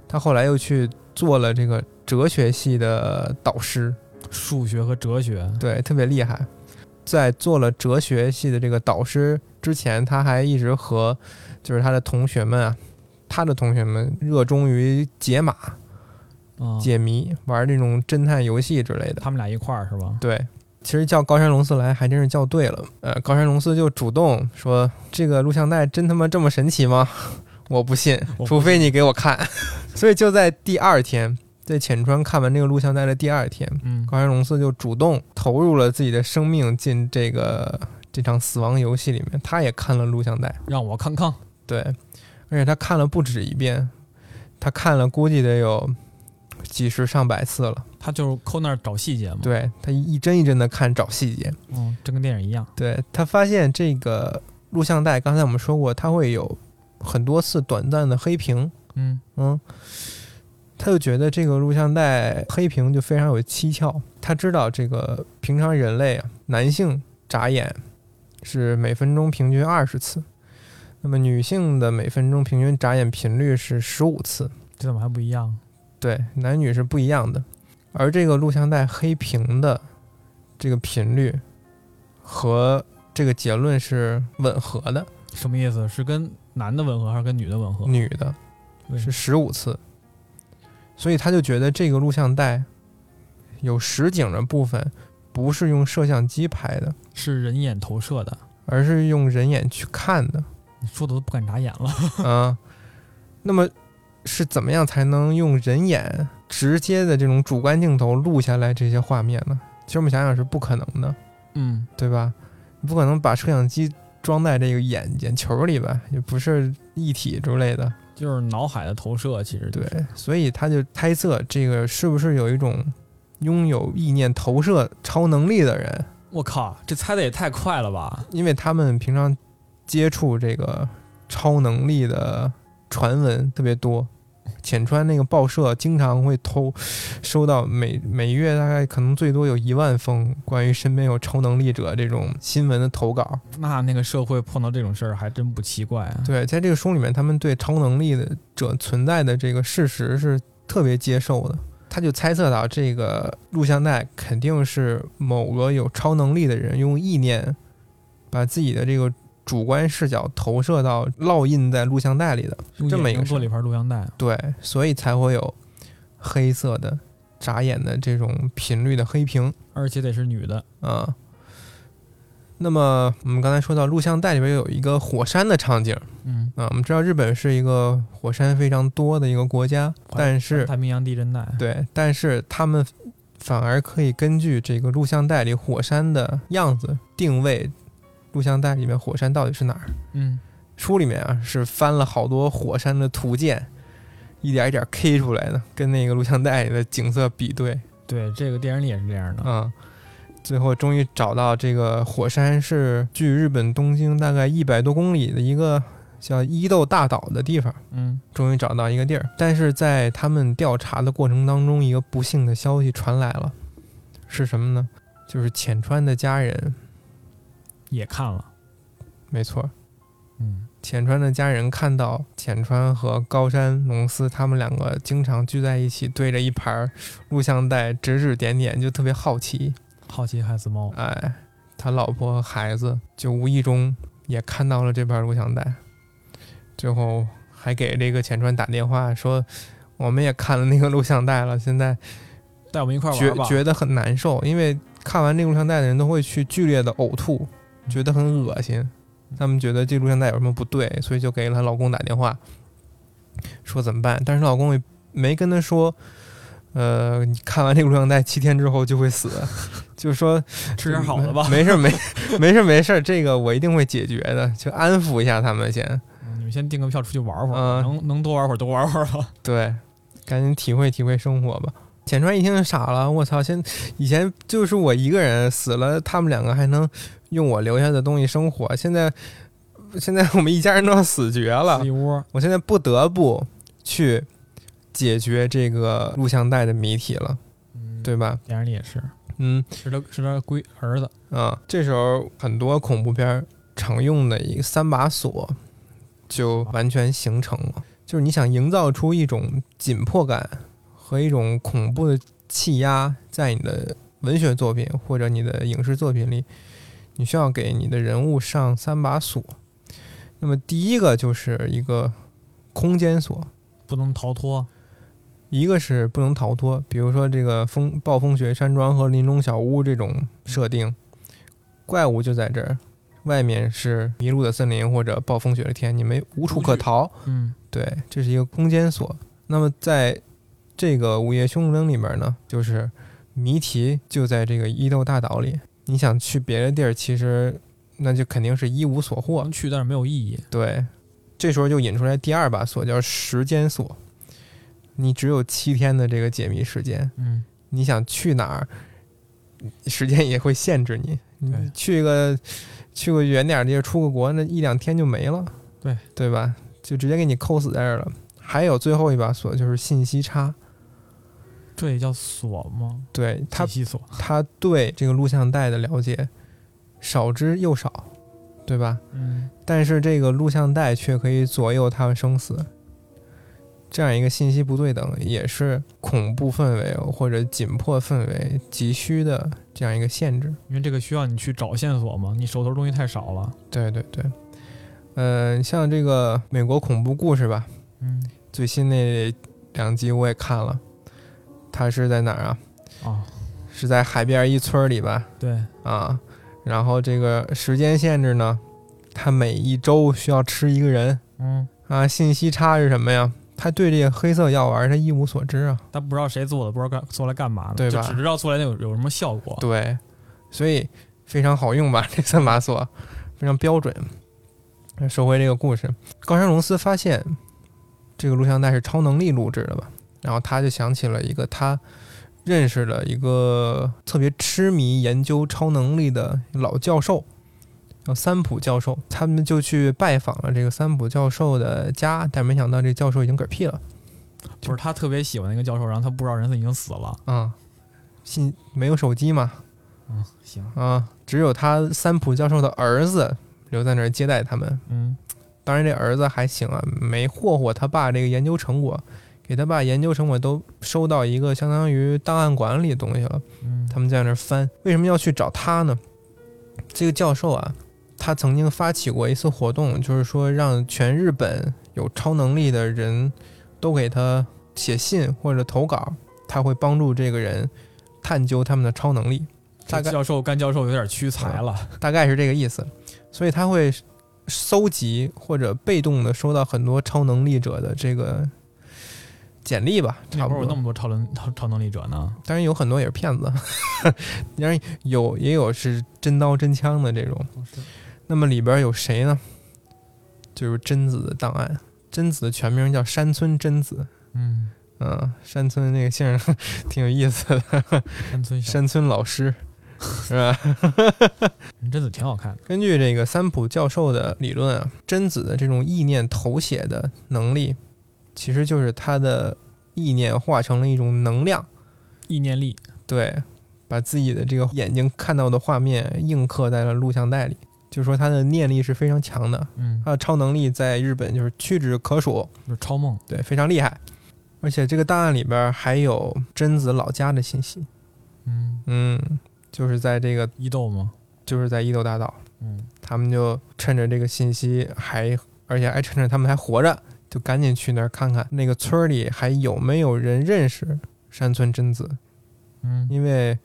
Speaker 2: 他后来又去做了这个哲学系的导师，
Speaker 3: 数学和哲学，
Speaker 2: 对，特别厉害。在做了哲学系的这个导师之前，他还一直和就是他的同学们啊，他的同学们热衷于解码、
Speaker 3: 哦啊，
Speaker 2: 解谜，玩这种侦探游戏之类的。
Speaker 3: 他们俩一块儿是吧？
Speaker 2: 对，其实叫高山龙司来还真是叫对了。呃，高山龙司就主动说：“这个录像带真他妈这么神奇吗？ 我不信，
Speaker 3: 我不信
Speaker 2: 除非你给我看。” 所以就在第二天，在浅川看完这个录像带的第二天，
Speaker 3: 嗯，
Speaker 2: 高山龙司就主动投入了自己的生命进这个这场死亡游戏里面。他也看了录像带，
Speaker 3: 让我看看。
Speaker 2: 对，而且他看了不止一遍，他看了估计得有几十上百次了。
Speaker 3: 他就是抠那儿找细节嘛。，
Speaker 2: 对他一帧一帧的看，找细节。
Speaker 3: 嗯，这跟电影一样。
Speaker 2: 对他发现这个录像带，刚才我们说过，它会有很多次短暂的黑屏，
Speaker 3: 嗯，
Speaker 2: 嗯，他就觉得这个录像带黑屏就非常有蹊跷。他知道这个平常人类啊，男性眨眼是每分钟平均二十次，那么女性的每分钟平均眨眼频率是十五次，
Speaker 3: 这怎么还不一样？
Speaker 2: 对，男女是不一样的。而这个录像带黑屏的这个频率和这个结论是吻合的，
Speaker 3: 什么意思？是跟男的吻合还是跟女的吻合？
Speaker 2: 女的嗯
Speaker 3: 为什
Speaker 2: 是
Speaker 3: 么
Speaker 2: 十五次，所以他就觉得这个录像带有实景的部分不是用摄像机拍的，
Speaker 3: 是人眼投射的。
Speaker 2: 而是用人眼去看的
Speaker 3: 你说的都不敢眨眼 了。
Speaker 2: 啊。那么是怎么样才能用人眼直接的这种主观镜头录下来这些画面呢？其实我们想想是不可能的，
Speaker 3: 嗯，
Speaker 2: 对吧？你不可能把摄像机装在这个眼眼球里吧，也不是一体之类的。
Speaker 3: 就是脑海的投射，其实
Speaker 2: 对，所以他就猜测这个是不是有一种拥有意念投射超能力的人，
Speaker 3: 我靠，这猜的也太快了吧！
Speaker 2: 因为他们平常接触这个超能力的传闻特别多。浅川那个报社经常会偷收到每每月大概可能最多有一万封关于身边有超能力者这种新闻的投稿。
Speaker 3: 那那个社会碰到这种事儿还真不奇怪啊。
Speaker 2: 对，在这个书里面，他们对超能力的者存在的这个事实是特别接受的。他就猜测到这个录像带肯定是某个有超能力的人用意念把自己的这个主观视角投射到烙印在录像带里的。
Speaker 3: 用
Speaker 2: 这么
Speaker 3: 眼
Speaker 2: 一个
Speaker 3: 睛
Speaker 2: 事
Speaker 3: 做了一盘录像带，
Speaker 2: 对，所以才会有黑色的眨眼的这种频率的黑屏
Speaker 3: 而且得是女的，
Speaker 2: 啊。那么我们刚才说到录像带里边有一个火山的场景
Speaker 3: 嗯，
Speaker 2: 啊，我们知道日本是一个火山非常多的一个国家，但是
Speaker 3: 太平洋地震带，
Speaker 2: 对，但是他们反而可以根据这个录像带里火山的样子定位，录像带里面火山到底是哪儿。
Speaker 3: 嗯，
Speaker 2: 书里面啊是翻了好多火山的图鉴，一点一点 K 出来的，跟那个录像带里的景色比对
Speaker 3: 对，这个电影里也是这样的，
Speaker 2: 啊、最后终于找到这个火山是距日本东京大概一百多公里的一个叫伊豆大岛的地方，
Speaker 3: 嗯，
Speaker 2: 终于找到一个地儿。但是在他们调查的过程当中，一个不幸的消息传来了，是什么呢？就是浅川的家人，
Speaker 3: 也看了，
Speaker 2: 没错，
Speaker 3: 嗯，
Speaker 2: 浅川的家人看到浅川和高山龙司他们两个经常聚在一起，对着一盘录像带指指点点，就特别好奇。
Speaker 3: 好奇害死猫，
Speaker 2: 哎，他老婆和孩子就无意中也看到了这盘录像带，最后还给这个浅川打电话说，我们也看了那个录像带了，现在
Speaker 3: 带我们一块儿
Speaker 2: 觉
Speaker 3: 玩吧，
Speaker 2: 觉得很难受，因为看完这个录像带的人都会去剧烈的呕吐，
Speaker 3: 嗯
Speaker 2: 觉得很恶心。他们觉得这录像带有什么不对，所以就给她老公打电话，说怎么办。但是她老公也没跟她说，呃，你看完这个录像带七天之后就会死， 就是说
Speaker 3: 吃点好的吧，
Speaker 2: 没事儿没没事儿没事儿，这个我一定会解决的，就安抚一下他们先。
Speaker 3: 嗯你们先订个票出去玩会儿，
Speaker 2: 嗯
Speaker 3: 能能多玩会儿多玩会儿 吧，
Speaker 2: 对，赶紧体会体会生活吧。浅川一听就傻了，我操！现以前就是我一个人死了，他们两个还能用我留下的东西生活，现在现在我们一家人都要死绝了
Speaker 3: 自己，窝，
Speaker 2: 我现在不得不去解决这个录像带的谜题了，
Speaker 3: 嗯，
Speaker 2: 对，吧？
Speaker 3: 电影里也是，
Speaker 2: 嗯
Speaker 3: 是他是他闺儿子，
Speaker 2: 啊，这时候很多恐怖片儿常用的一个三把锁就完全形成了，就是你想营造出一种紧迫感和一种恐怖的气压，在你的文学作品或者你的影视作品里，你需要给你的人物上三把锁。那么第一个就是一个空间锁，
Speaker 3: 不能逃脱，
Speaker 2: 一个是不能逃脱，比如说这个风暴风雪山庄和林中小屋这种设定，怪物就在这儿，外面是迷路的森林或者暴风雪的天，你没无处可逃。
Speaker 3: 嗯，
Speaker 2: 对，这是一个空间锁。那么在这个《午夜凶铃》里面呢，就是谜题就在这个伊豆大岛里，你想去别的地儿，其实那就肯定是一无所获
Speaker 3: 能。去但是没有意义，
Speaker 2: 对，这时候就引出来第二把锁，叫时间锁。你只有七天的这个解密时间，
Speaker 3: 嗯，
Speaker 2: 你想去哪儿，时间也会限制你。你
Speaker 3: 对
Speaker 2: 去个去个远点儿的地儿，出个国，那一两天就没了，
Speaker 3: 对
Speaker 2: 对吧？就直接给你扣死在这儿了。还有最后一把锁就是信息差，
Speaker 3: 这也叫锁吗？
Speaker 2: 对它
Speaker 3: 体系锁，
Speaker 2: 它对这个录像带的了解少之又少，对吧？
Speaker 3: 嗯，
Speaker 2: 但是这个录像带却可以左右他们生死，这样一个信息不对等，也是恐怖氛围或者紧迫氛围急需的这样一个限制。
Speaker 3: 因为这个需要你去找线索嘛，你手头东西太少了，
Speaker 2: 对对对，嗯、像这个美国恐怖故事吧，
Speaker 3: 嗯，
Speaker 2: 最新那两集我也看了，它是在哪儿啊？
Speaker 3: 啊，
Speaker 2: 是在海边一村儿里吧？
Speaker 3: 对，
Speaker 2: 啊，然后这个时间限制呢，它每一周需要吃一个人，
Speaker 3: 嗯，
Speaker 2: 啊，信息差是什么呀？他对这个黑色药丸他一无所知啊。
Speaker 3: 但不知道谁做的，不知道干做来干嘛的，
Speaker 2: 对吧
Speaker 3: 就只知道做来有有什么效果，
Speaker 2: 对，所以非常好用吧？ 这三把锁非常标准。说回这个故事，高山龙司发现这个录像带是超能力录制的吧？然后他就想起了一个他认识了一个特别痴迷研究超能力的老教授，叫三浦教授。他们就去拜访了这个三浦教授的家，但没想到这教授已经嗝屁了
Speaker 3: 就是他特别喜欢那个教授，然后他不知道人家已经死了。
Speaker 2: 啊、信没有手机嘛
Speaker 3: 嗯，行，
Speaker 2: 啊，只有他三浦教授的儿子留在那儿接待他们。
Speaker 3: 嗯，
Speaker 2: 当然这儿子还行啊，没霍霍他爸这个研究成果，给他爸研究成果都收到一个相当于档案馆里的东西了。
Speaker 3: 嗯
Speaker 2: 他们在那儿翻，为什么要去找他呢？这个教授啊，他曾经发起过一次活动，就是说让全日本有超能力的人都给他写信或者投稿，他会帮助这个人探究他们的超能力。大概
Speaker 3: 这教授干教授有点屈才了。
Speaker 2: 大概是这个意思。所以他会搜集或者被动的收到很多超能力者的这个简历吧，
Speaker 3: 那
Speaker 2: 差
Speaker 3: 会儿
Speaker 2: 不
Speaker 3: 有那
Speaker 2: 多。
Speaker 3: 么多超能超超能力者呢，
Speaker 2: 当然有很多也是骗子， 当然有也有是真刀真枪的这种。那么里边有谁呢？就是贞子的档案，贞子的全名叫山村贞子。
Speaker 3: 嗯，
Speaker 2: 嗯，山村那个姓儿挺有意思的，
Speaker 3: 山村小
Speaker 2: 山村老师，是吧？
Speaker 3: 贞嗯子挺好看的。
Speaker 2: 根据这个三浦教授的理论啊，贞子的这种意念投血的能力，其实就是他的意念化成了一种能量，
Speaker 3: 意念力，
Speaker 2: 啊对，把自己的这个眼睛看到的画面映刻在了录像带里。就说他的念力是非常强的，
Speaker 3: 嗯，
Speaker 2: 他的超能力在日本就是屈指可数，
Speaker 3: 就是超梦，
Speaker 2: 对，非常厉害。而且这个档案里边还有贞子老家的信息，
Speaker 3: 嗯，
Speaker 2: 嗯，就是在这个
Speaker 3: 伊豆嘛，
Speaker 2: 就是在伊豆大岛。
Speaker 3: 嗯，
Speaker 2: 他们就趁着这个信息还，而且还趁着他们还活着，就赶紧去那儿看看那个村儿里还有没有人认识山村贞子，
Speaker 3: 嗯，
Speaker 2: 因为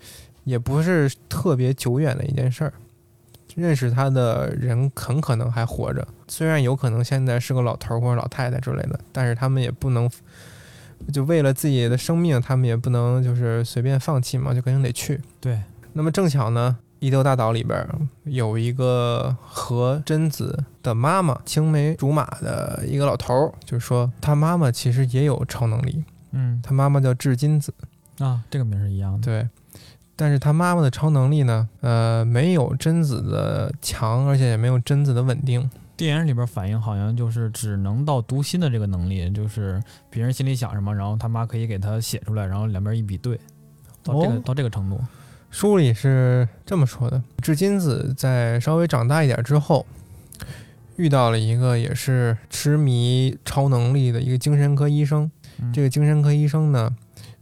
Speaker 2: 也不是特别久远的一件事儿，认识他的人很可能还活着，虽然有可能现在是个老头儿或者老太太之类的，但是他们也不能。就为了自己的生命，他们也不能就是随便放弃嘛，就肯定得去。
Speaker 3: 对，
Speaker 2: 那么正巧呢，伊豆大岛里边儿有一个和贞子的妈妈青梅竹马的一个老头儿，就是说他妈妈其实也有超能力，
Speaker 3: 嗯
Speaker 2: 他妈妈叫至金子，
Speaker 3: 啊，这个名儿是一样的，
Speaker 2: 对。但是他妈妈的超能力呢，呃，没有贞子的强，而且也没有贞子的稳定。
Speaker 3: 电影里边反映好像就是只能到读心的这个能力，就是别人心里想什么，然后他妈可以给他写出来，然后两边一比对，到这个、
Speaker 2: 哦
Speaker 3: 到这个程度。
Speaker 2: 书里是这么说的：至金子在稍微长大一点之后，遇到了一个也是痴迷超能力的一个精神科医生。
Speaker 3: 嗯
Speaker 2: 这个精神科医生呢，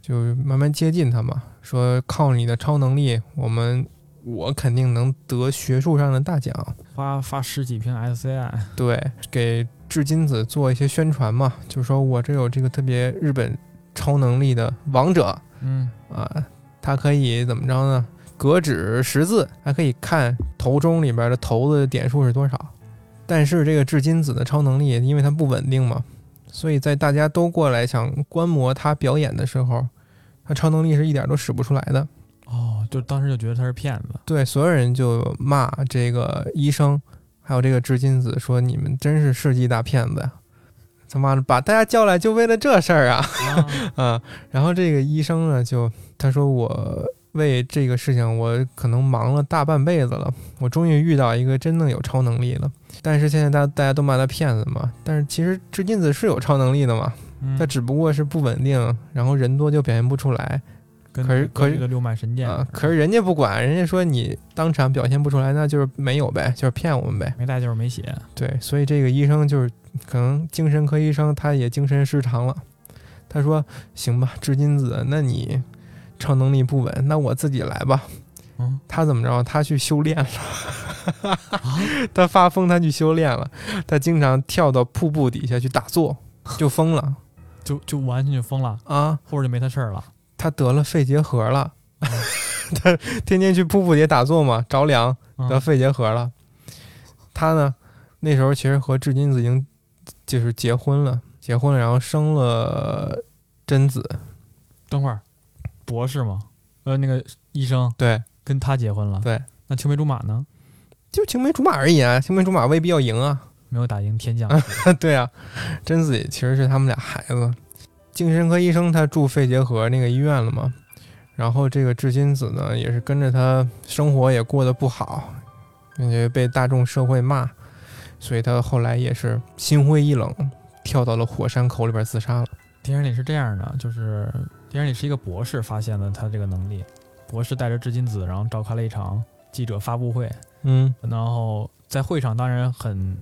Speaker 2: 就慢慢接近他嘛，说靠你的超能力，我们我肯定能得学术上的大奖。
Speaker 3: 发发十几瓶 SCI，
Speaker 2: 对，给至金子做一些宣传嘛，就说我这有这个特别日本超能力的王者，
Speaker 3: 嗯，
Speaker 2: 啊，它可以怎么着呢？格指识字，还可以看头钟里边的头的点数是多少。但是这个至金子的超能力，因为它不稳定嘛，所以在大家都过来想观摩他表演的时候，他超能力是一点都使不出来的。
Speaker 3: 哦，就当时就觉得他是骗子，
Speaker 2: 对，所有人就骂这个医生，还有这个至金子说：“你们真是世纪大骗子呀！他妈的，把大家叫来就为了这事儿啊！”
Speaker 3: 啊、
Speaker 2: 啊，然后这个医生呢，就他说我为这个事情，我可能忙了大半辈子了，我终于遇到一个真正有超能力了。但是现在大大家都骂他骗子嘛，但是其实至金子是有超能力的嘛，
Speaker 3: 嗯
Speaker 2: 他只不过是不稳定，然后人多就表现不出来
Speaker 3: 跟
Speaker 2: 可是可是
Speaker 3: 跟这个六脉神剑似的、
Speaker 2: 啊。可是人家不管，人家说你当场表现不出来，那就是没有呗，就是骗我们呗。
Speaker 3: 没带就是没写，
Speaker 2: 对，所以这个医生就是可能精神科医生，他也精神失常了。他说：“行吧，至金子，那你超能力不稳，那我自己来吧。
Speaker 3: 嗯”
Speaker 2: 他怎么着？他去修炼了， 他发疯，他去修炼了。他经常跳到瀑布底下去打坐，就疯了
Speaker 3: 就就完全就疯了，
Speaker 2: 啊！
Speaker 3: 后边就没他事儿了。
Speaker 2: 他得了肺结核了， 他天天去瀑布底下打坐嘛，着凉。
Speaker 3: 嗯
Speaker 2: 得肺结核了。他呢，那时候其实和至金子已经就是结婚了，结婚了，然后生了贞子。
Speaker 3: 等会儿，博士吗？呃，那个医生
Speaker 2: 对，
Speaker 3: 跟他结婚了，
Speaker 2: 对，
Speaker 3: 那青梅竹马呢？
Speaker 2: 就青梅竹马而已啊，青梅竹马未必要赢啊。
Speaker 3: 没有打赢天降。
Speaker 2: 对啊，贞子其实是他们俩孩子。精神科医生他住肺结核那个医院了嘛，然后这个志金子呢也是跟着他生活也过得不好，并且被大众社会骂，所以他后来也是心灰意冷，跳到了火山口里边自杀了。
Speaker 3: 电影里是这样的，就是电影里是一个博士发现了他这个能力，博士带着至今子，然后召开了一场记者发布会，
Speaker 2: 嗯
Speaker 3: 然后在会上当然很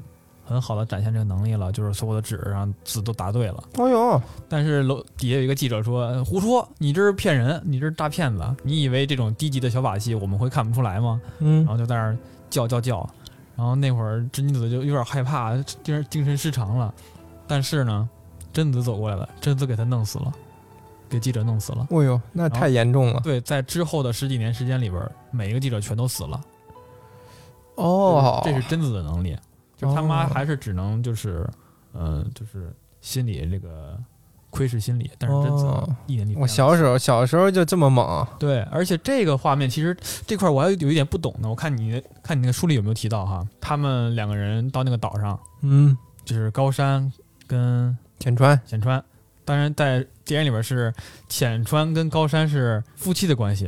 Speaker 3: 很好的展现这个能力了，就是所有的纸上字都答对了。
Speaker 2: 哎呦，
Speaker 3: 但是楼底下有一个记者说：“胡说，你这是骗人，你这是诈骗子，你以为这种低级的小把戏我们会看不出来吗？”
Speaker 2: 嗯
Speaker 3: 然，后就在那儿叫叫叫，然后那会儿贞子就有点害怕，精神精神失常了。但是呢，贞子走过来了，贞子给他弄死了，给记者弄死了。
Speaker 2: 哎呦，那太严重了。
Speaker 3: 哦对，在之后的十几年时间里边，每一个记者全都死了。
Speaker 2: 哦，
Speaker 3: 这是贞子的能力，就是他妈
Speaker 2: 哦
Speaker 3: 还是只能就是，呃，就是心理这个窥视心理，但是贞子
Speaker 2: 哦
Speaker 3: 一点力不
Speaker 2: 我
Speaker 3: 大
Speaker 2: 小时候小时候就这么猛，
Speaker 3: 对，而且这个画面其实这块儿我还有有一点不懂呢。我看你看你那个书里有没有提到哈，他们两个人到那个岛上，
Speaker 2: 嗯，
Speaker 3: 就是高山跟
Speaker 2: 浅川，。
Speaker 3: 浅川。当然，在电影里边是浅川跟高山是夫妻的关系，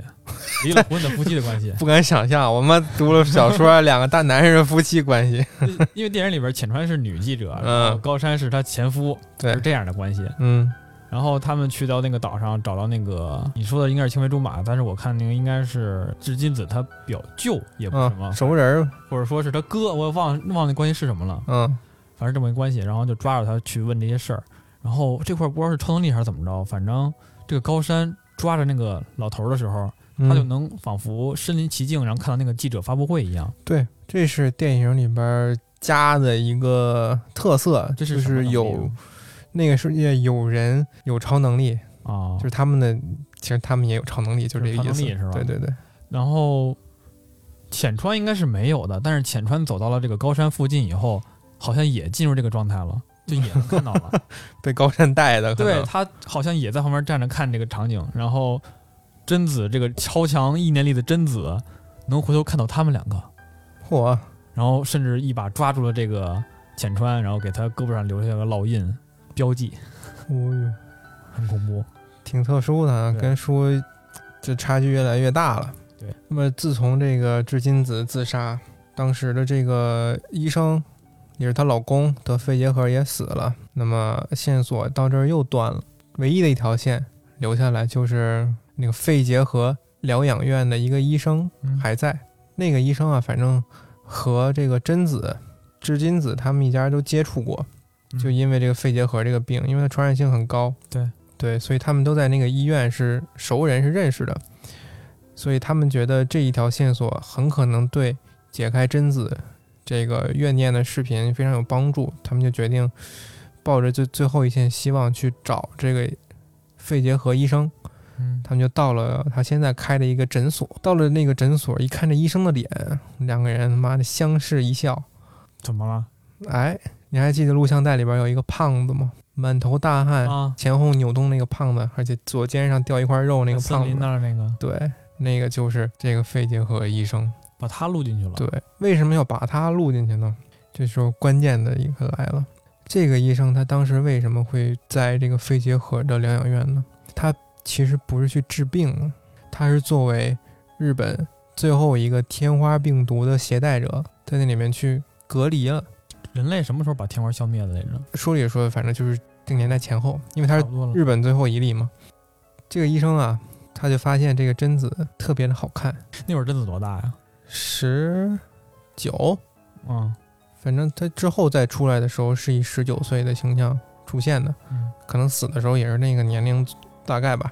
Speaker 3: 离了婚的夫妻的关系
Speaker 2: 不敢想象，我妈读了小说，两个大男人夫妻关系，
Speaker 3: 因为电影里边浅川是女记者，
Speaker 2: 嗯
Speaker 3: 然后高山是她前夫，
Speaker 2: 对
Speaker 3: 是这样的关系。
Speaker 2: 嗯
Speaker 3: 然后他们去到那个岛上，找到那个你说的应该是青梅竹马，但是我看那个应该是志金子他表舅，也不是什么、
Speaker 2: 嗯，熟人儿，
Speaker 3: 或者说是他哥，我忘忘那关系是什么了，
Speaker 2: 嗯
Speaker 3: 反正这么一关系，然后就抓着他去问这些事儿。然后这块儿不知道是超能力还是怎么着，反正这个高山抓着那个老头儿的时候，
Speaker 2: 嗯，
Speaker 3: 他就能仿佛身临其境，然后看到那个记者发布会一样。
Speaker 2: 对，这是电影里边儿加的一个特色，
Speaker 3: 这是
Speaker 2: 就
Speaker 3: 什么
Speaker 2: 是
Speaker 3: 啊能力
Speaker 2: 有那个世界有人有超能力，
Speaker 3: 啊，
Speaker 2: 就是他们的，其实他们也有超能力，就这个
Speaker 3: 有超
Speaker 2: 意
Speaker 3: 能
Speaker 2: 思，
Speaker 3: 力是吧
Speaker 2: 对对对，
Speaker 3: 然后浅川应该是没有的，但是浅川走到了这个高山附近以后，好像也进入这个状态了。就也能看 到了，
Speaker 2: 被高山带的，可
Speaker 3: 对
Speaker 2: 能，
Speaker 3: 他好像也在旁边站着看这个场景。然后贞子这个超强意念力的贞子，能回头看到他们两个，
Speaker 2: 嚯，
Speaker 3: 然后甚至一把抓住了这个浅川，然后给他胳膊上留下个烙印标记，
Speaker 2: 哦呦，
Speaker 3: 很恐怖。
Speaker 2: 挺特殊的，啊，
Speaker 3: 对
Speaker 2: 跟书这差距越来越大了。
Speaker 3: 对，
Speaker 2: 那么自从这个志金子自杀，当时的这个医生也是她老公得肺结核也死了，那么线索到这儿又断了，唯一的一条线留下来就是那个肺结核疗养院的一个医生
Speaker 3: 嗯
Speaker 2: 还在，那个医生啊，反正和这个贞子、志金子他们一家都接触过，
Speaker 3: 嗯
Speaker 2: 就因为这个肺结核这个病，因为它传染性很高，
Speaker 3: 对
Speaker 2: 对，所以他们都在那个医院是熟人是认识的，所以他们觉得这一条线索很可能对解开贞子这个怨念的视频非常有帮助，他们就决定抱着最最后一线希望去找这个肺结核医生。
Speaker 3: 嗯，
Speaker 2: 他们就到了他现在开的一个诊所。到了那个诊所，一看这医生的脸，两个人他妈的相视一笑。
Speaker 3: 怎么了？
Speaker 2: 哎，你还记得录像带里边有一个胖子吗？满头大汗，
Speaker 3: 啊，
Speaker 2: 前后扭动那个胖子，而且左肩上掉一块肉哎那个
Speaker 3: 森
Speaker 2: 胖
Speaker 3: 林
Speaker 2: 子
Speaker 3: 那，儿那个，
Speaker 2: 对，那个就是这个肺结核医生。
Speaker 3: 把他录进去了。
Speaker 2: 对，为什么要把他录进去呢？这时候关键的一个来了，这个医生他当时为什么会在这个肺结核的疗养院呢？他其实不是去治病的，他是作为日本最后一个天花病毒的携带者，在那里面去隔离了。
Speaker 3: 人类什么时候把天花消灭的来着？
Speaker 2: 书里说，反正就是这个年代前后，因为他
Speaker 3: 差
Speaker 2: 是
Speaker 3: 不多了。
Speaker 2: 日本最后一例嘛。这个医生啊，他就发现这个贞子特别的好看，
Speaker 3: 那会儿贞子多大呀？
Speaker 2: 十九
Speaker 3: 嗯
Speaker 2: 反正他之后再出来的时候是以十九岁的形象出现的，
Speaker 3: 嗯
Speaker 2: 可能死的时候也是那个年龄大概吧。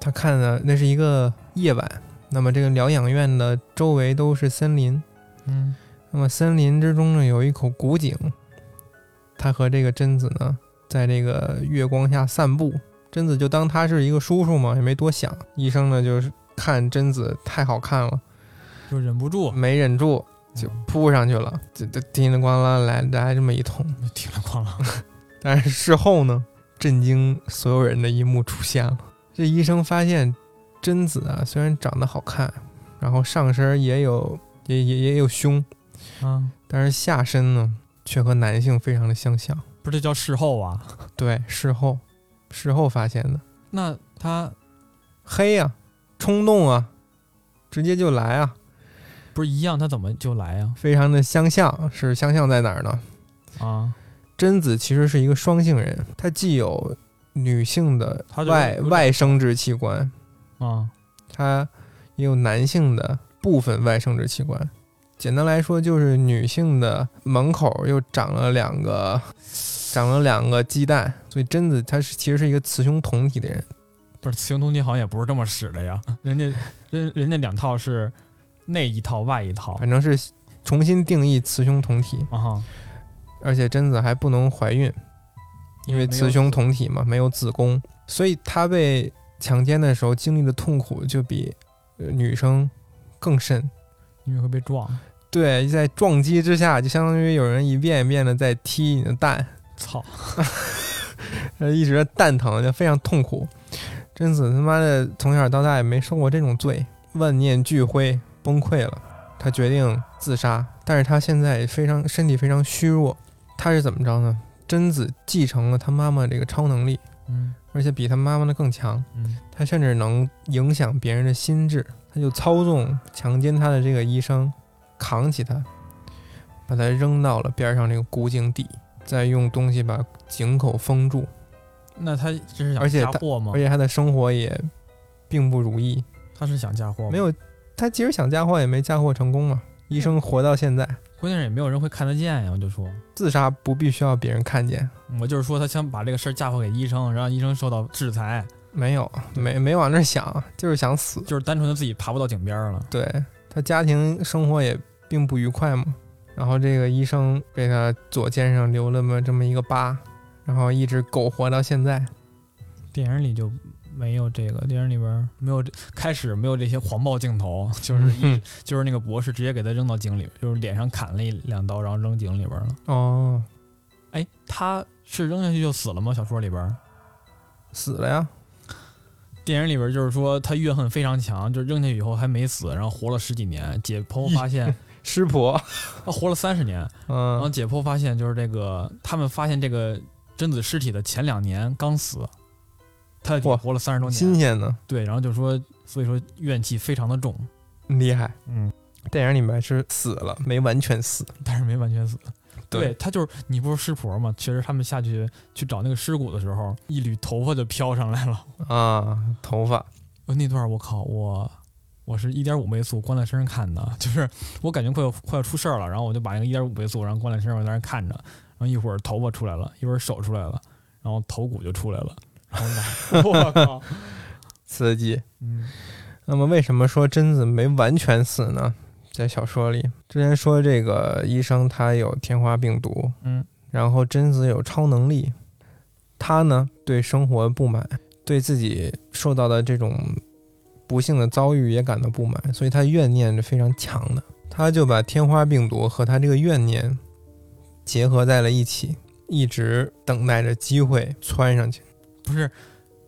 Speaker 2: 他看的那是一个夜晚，那么这个疗养院的周围都是森林，
Speaker 3: 嗯，
Speaker 2: 那么森林之中呢有一口古井，他和这个贞子呢在这个月光下散步，贞子就当他是一个叔叔嘛，也没多想。医生呢就是看贞子太好看了，
Speaker 3: 就忍不住嗯
Speaker 2: 没忍住嗯就扑上去了，这这叮铃咣啷来来这么一通。
Speaker 3: 嗯听了 哐啷。
Speaker 2: 但是事后呢，震惊所有人的一幕出现了。这医生发现，贞子啊，虽然长得好看，然后上身也有也也也有胸，
Speaker 3: 嗯
Speaker 2: 但是下身呢，却和男性非常的相像。
Speaker 3: 不是这叫事后啊？
Speaker 2: 对，事后，事后发现的，
Speaker 3: 那他
Speaker 2: 黑呀、冲动啊，直接就来啊，
Speaker 3: 不是一样，他怎么就来啊？
Speaker 2: 非常的相像。是相像在哪儿呢？
Speaker 3: 啊，
Speaker 2: 贞子其实是一个双性人，她既有女性的
Speaker 3: 她就是
Speaker 2: 外
Speaker 3: 有点
Speaker 2: 外生殖器官，
Speaker 3: 啊，
Speaker 2: 它也有男性的部分外生殖器官。简单来说，就是女性的门口又长了两个，长了两个鸡蛋，所以贞子她是其实是一个雌雄同体的人。
Speaker 3: 不是雌雄同体好像也不是这么使的呀，
Speaker 2: 嗯
Speaker 3: 人家人人家两套是内一套外一套
Speaker 2: 反正是重新定义雌雄同体，
Speaker 3: 啊哈，
Speaker 2: 而且贞子还不能怀孕，因为雌雄同体嘛，没有子宫，所以她被强奸的时候经历的痛苦就比呃女生更甚。
Speaker 3: 因为会被撞，
Speaker 2: 对，在撞击之下，就相当于有人一遍一遍的在踢你的蛋，
Speaker 3: 操，
Speaker 2: 呃，一直蛋疼，就非常痛苦。贞子他妈的从小到大也没受过这种罪，万念俱灰，崩溃了。她决定自杀，但是她现在非常身体非常虚弱。她是怎么着呢？贞子继承了她妈妈这个超能力，
Speaker 3: 嗯
Speaker 2: 而且比她妈妈的更强。
Speaker 3: 嗯，
Speaker 2: 她甚至能影响别人的心智，她就操纵强奸她的这个医生，扛起她，把她扔到了边上这个古井底，再用东西把井口封住。
Speaker 3: 那他这是
Speaker 2: 而
Speaker 3: 想
Speaker 2: 且
Speaker 3: 嫁祸吗
Speaker 2: 而？且他的生活也并不如意，
Speaker 3: 他是想嫁祸吗？
Speaker 2: 没有他即使想嫁祸也没嫁祸成功嘛。医
Speaker 3: 嗯
Speaker 2: 生活到现在，
Speaker 3: 关键是也没有人会看得见呀。我就说，
Speaker 2: 自杀不必须要别人看见，
Speaker 3: 我就是说，他想把这个事儿嫁祸给医生，让医生受到制裁，
Speaker 2: 没有没没往那儿想，就是想死。
Speaker 3: 就是单纯的自己爬不到井边儿了。
Speaker 2: 对他家庭生活也并不愉快嘛，然后这个医生给他左肩上留了么这么一个疤，然后一直苟活到现在。
Speaker 3: 电影里就没有这个，电影里边儿没有这开始没有这些黄暴镜头，就是一、
Speaker 2: 嗯
Speaker 3: 就是那个博士直接给他扔到井里，就是脸上砍了一两刀，然后扔井里边儿了。
Speaker 2: 哦，
Speaker 3: 哎，他是扔下去就死了吗？小说里边儿，
Speaker 2: 死了呀，
Speaker 3: 电影里边儿就是说他怨恨非常强，就是扔下去以后还没死，然后活了十几年。解剖 发现
Speaker 2: 湿婆。
Speaker 3: 他活了三十年，然后
Speaker 2: 嗯，
Speaker 3: 解剖发现，就是这个他们发现这个贞子尸体的前两年刚死，他的体
Speaker 2: 哇
Speaker 3: 活了三十多
Speaker 2: 新
Speaker 3: 年，
Speaker 2: 鲜呢，
Speaker 3: 对，然后就说，所以说怨气非常的重，
Speaker 2: 厉害。
Speaker 3: 嗯，
Speaker 2: 电影里面是死了，没完全死。
Speaker 3: 但是没完全死。对，他就是你不是湿婆吗？其实他们下去去找那个尸骨的时候，一缕头发就飘上来了。
Speaker 2: 啊，头发
Speaker 3: 我呃那段儿我靠，我我是一点五倍速关在身上看的，就是我感觉快要快要出事儿了，然后我就把那个一点五倍速，然后关在身上，我在那儿看着，然后一会儿头发出来了，一会儿手出来了，然后头骨就出来了，然 后我我靠，
Speaker 2: 刺激。
Speaker 3: 嗯，
Speaker 2: 那么为什么说贞子没完全死呢？在小说里，之前说这个医生他有天花病毒，
Speaker 3: 嗯，
Speaker 2: 然后贞子有超能力，她呢对生活不满，对自己受到的这种不幸的遭遇也感到不满，所以她怨念是非常强的。她就把天花病毒和她这个怨念结合在了一起，一直等待着机会窜上去。
Speaker 3: 不是，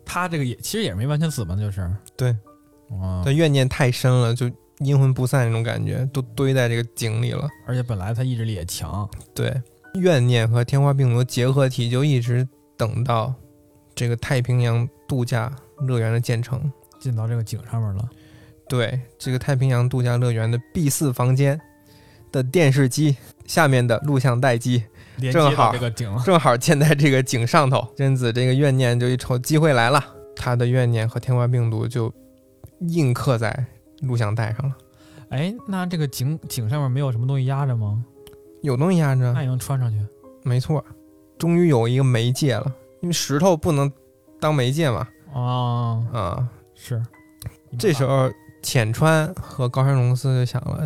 Speaker 3: 他这个也其实也没完全死嘛，就是
Speaker 2: 对，
Speaker 3: 啊
Speaker 2: 他，怨念太深了，就阴魂不散那种感觉，都堆在这个井里了。
Speaker 3: 而且本来他意志力也强，
Speaker 2: 对，怨念和天花病毒结合体就一直等到这个太平洋度假乐园的建成。
Speaker 3: 进到这个井上面了，
Speaker 2: 对，这个太平洋度假乐园的 B 四房间的电视机下面的录像带机，
Speaker 3: 连
Speaker 2: 正
Speaker 3: 接到
Speaker 2: 好
Speaker 3: 这个井，
Speaker 2: 正好建在这个井上头。贞子这个怨念就一瞅机会来了，她的怨念和天花病毒就印刻在录像带上了。
Speaker 3: 哎，那这个井井上面没有什么东西压着吗？
Speaker 2: 嗯有东西压着，
Speaker 3: 那也能穿上去？
Speaker 2: 没错，终于有一个媒介了，因为石头不能当媒介嘛，
Speaker 3: 啊，
Speaker 2: 啊，
Speaker 3: 是。
Speaker 2: 这时候浅川和高山龙司就想了，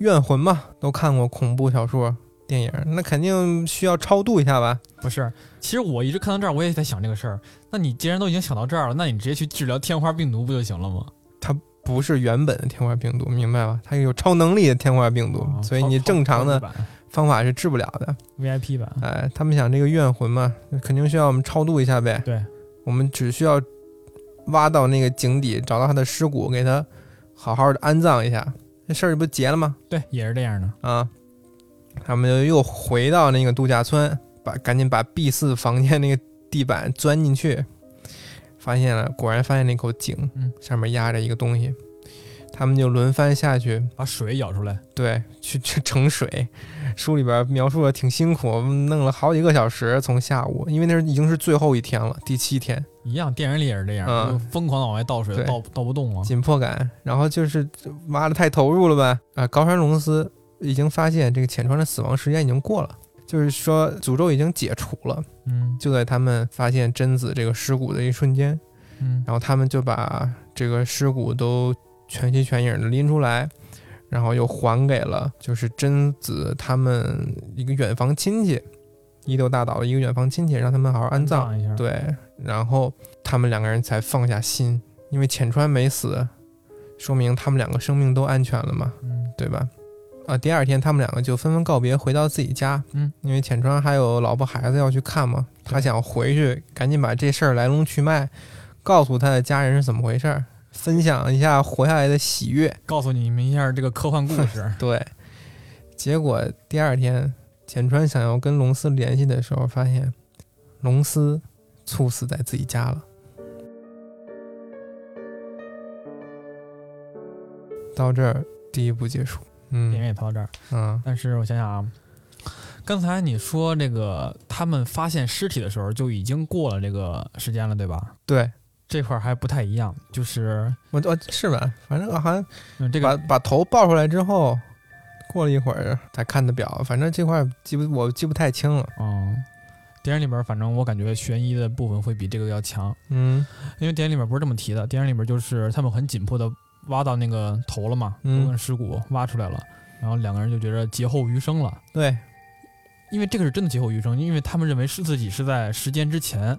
Speaker 2: 怨魂嘛，都看过恐怖小说、电影，那肯定需要超度一下吧？
Speaker 3: 不是，其实我一直看到这儿，我也在想这个事儿。那你既然都已经想到这儿了，那你直接去治疗天花病毒不就行了吗？
Speaker 2: 不是原本的天花病毒，明白吧？它有超能力的天花病毒，
Speaker 3: 啊
Speaker 2: 所以你
Speaker 3: 超
Speaker 2: 正常的
Speaker 3: 超级版
Speaker 2: 方法是治不了的。
Speaker 3: VIP 版，
Speaker 2: 哎，他们想这个怨魂嘛，那肯定需要我们超度一下呗。
Speaker 3: 对，
Speaker 2: 我们只需要挖到那个井底，找到他的尸骨，给他好好的安葬一下，这事儿不结了吗？
Speaker 3: 对，也是这样的。
Speaker 2: 啊，他们就又回到那个度假村，把赶紧把 B 四房间那个地板钻进去，发现了，果然发现那口井，
Speaker 3: 嗯
Speaker 2: 上面压着一个东西，他们就轮番下去，
Speaker 3: 把水舀出来，
Speaker 2: 对，去 去盛水。书里边描述的挺辛苦，弄了好几个小时，从下午，因为那是已经是最后一天了，第七天，
Speaker 3: 一样，电影里也是这样，
Speaker 2: 嗯
Speaker 3: 就疯狂的往外倒水，
Speaker 2: 对
Speaker 3: 倒倒不动啊。
Speaker 2: 紧迫感。然后就是挖的太投入了吧？啊，高山龙司已经发现这个浅川的死亡时间已经过了，就是说诅咒已经解除了。
Speaker 3: 嗯
Speaker 2: 就在他们发现贞子这个尸骨的一瞬间，
Speaker 3: 嗯，
Speaker 2: 然后他们就把这个尸骨都全心全影的拎出来，然后又还给了就是贞子他们一个远房亲戚，伊豆大岛的一个远房亲戚，让他们好好安葬。
Speaker 3: 一下，
Speaker 2: 对，然后他们两个人才放下心，因为浅川没死，说明他们两个生命都安全了嘛，
Speaker 3: 嗯
Speaker 2: 对吧？啊，第二天他们两个就纷纷告别，回到自己家。
Speaker 3: 嗯，
Speaker 2: 因为浅川还有老婆孩子要去看嘛，他想回去赶紧把这事儿来龙去脉告诉他的家人是怎么回事儿，分享一下活下来的喜悦。。
Speaker 3: 告诉你们一下这个科幻故事
Speaker 2: 对，结果第二天浅川想要跟龙司联系的时候，发现龙司猝死在自己家了。到这儿，第一部结束。
Speaker 3: 电影
Speaker 2: 嗯
Speaker 3: 也到这儿，
Speaker 2: 嗯
Speaker 3: 但是我想想啊，刚才你说这个他们发现尸体的时候就已经过了这个时间了，对吧？
Speaker 2: 对，
Speaker 3: 这块儿还不太一样，就是
Speaker 2: 我我是吧？反正好像
Speaker 3: 嗯这
Speaker 2: 把
Speaker 3: 个
Speaker 2: 把头抱出来之后，过了一会儿才看的表，反正这块儿记不我记不太清了。
Speaker 3: 嗯，电影里边儿反正我感觉悬疑的部分会比这个要强，
Speaker 2: 嗯
Speaker 3: 因为电影里面不是这么提的，电影里面就是他们很紧迫的挖到那个头了嘛，
Speaker 2: 嗯
Speaker 3: 头跟尸骨挖出来了，然后两个人就觉得劫后余生了，，
Speaker 2: 对
Speaker 3: 因为这个是真的劫后余生，因为他们认为是自己是在时间之前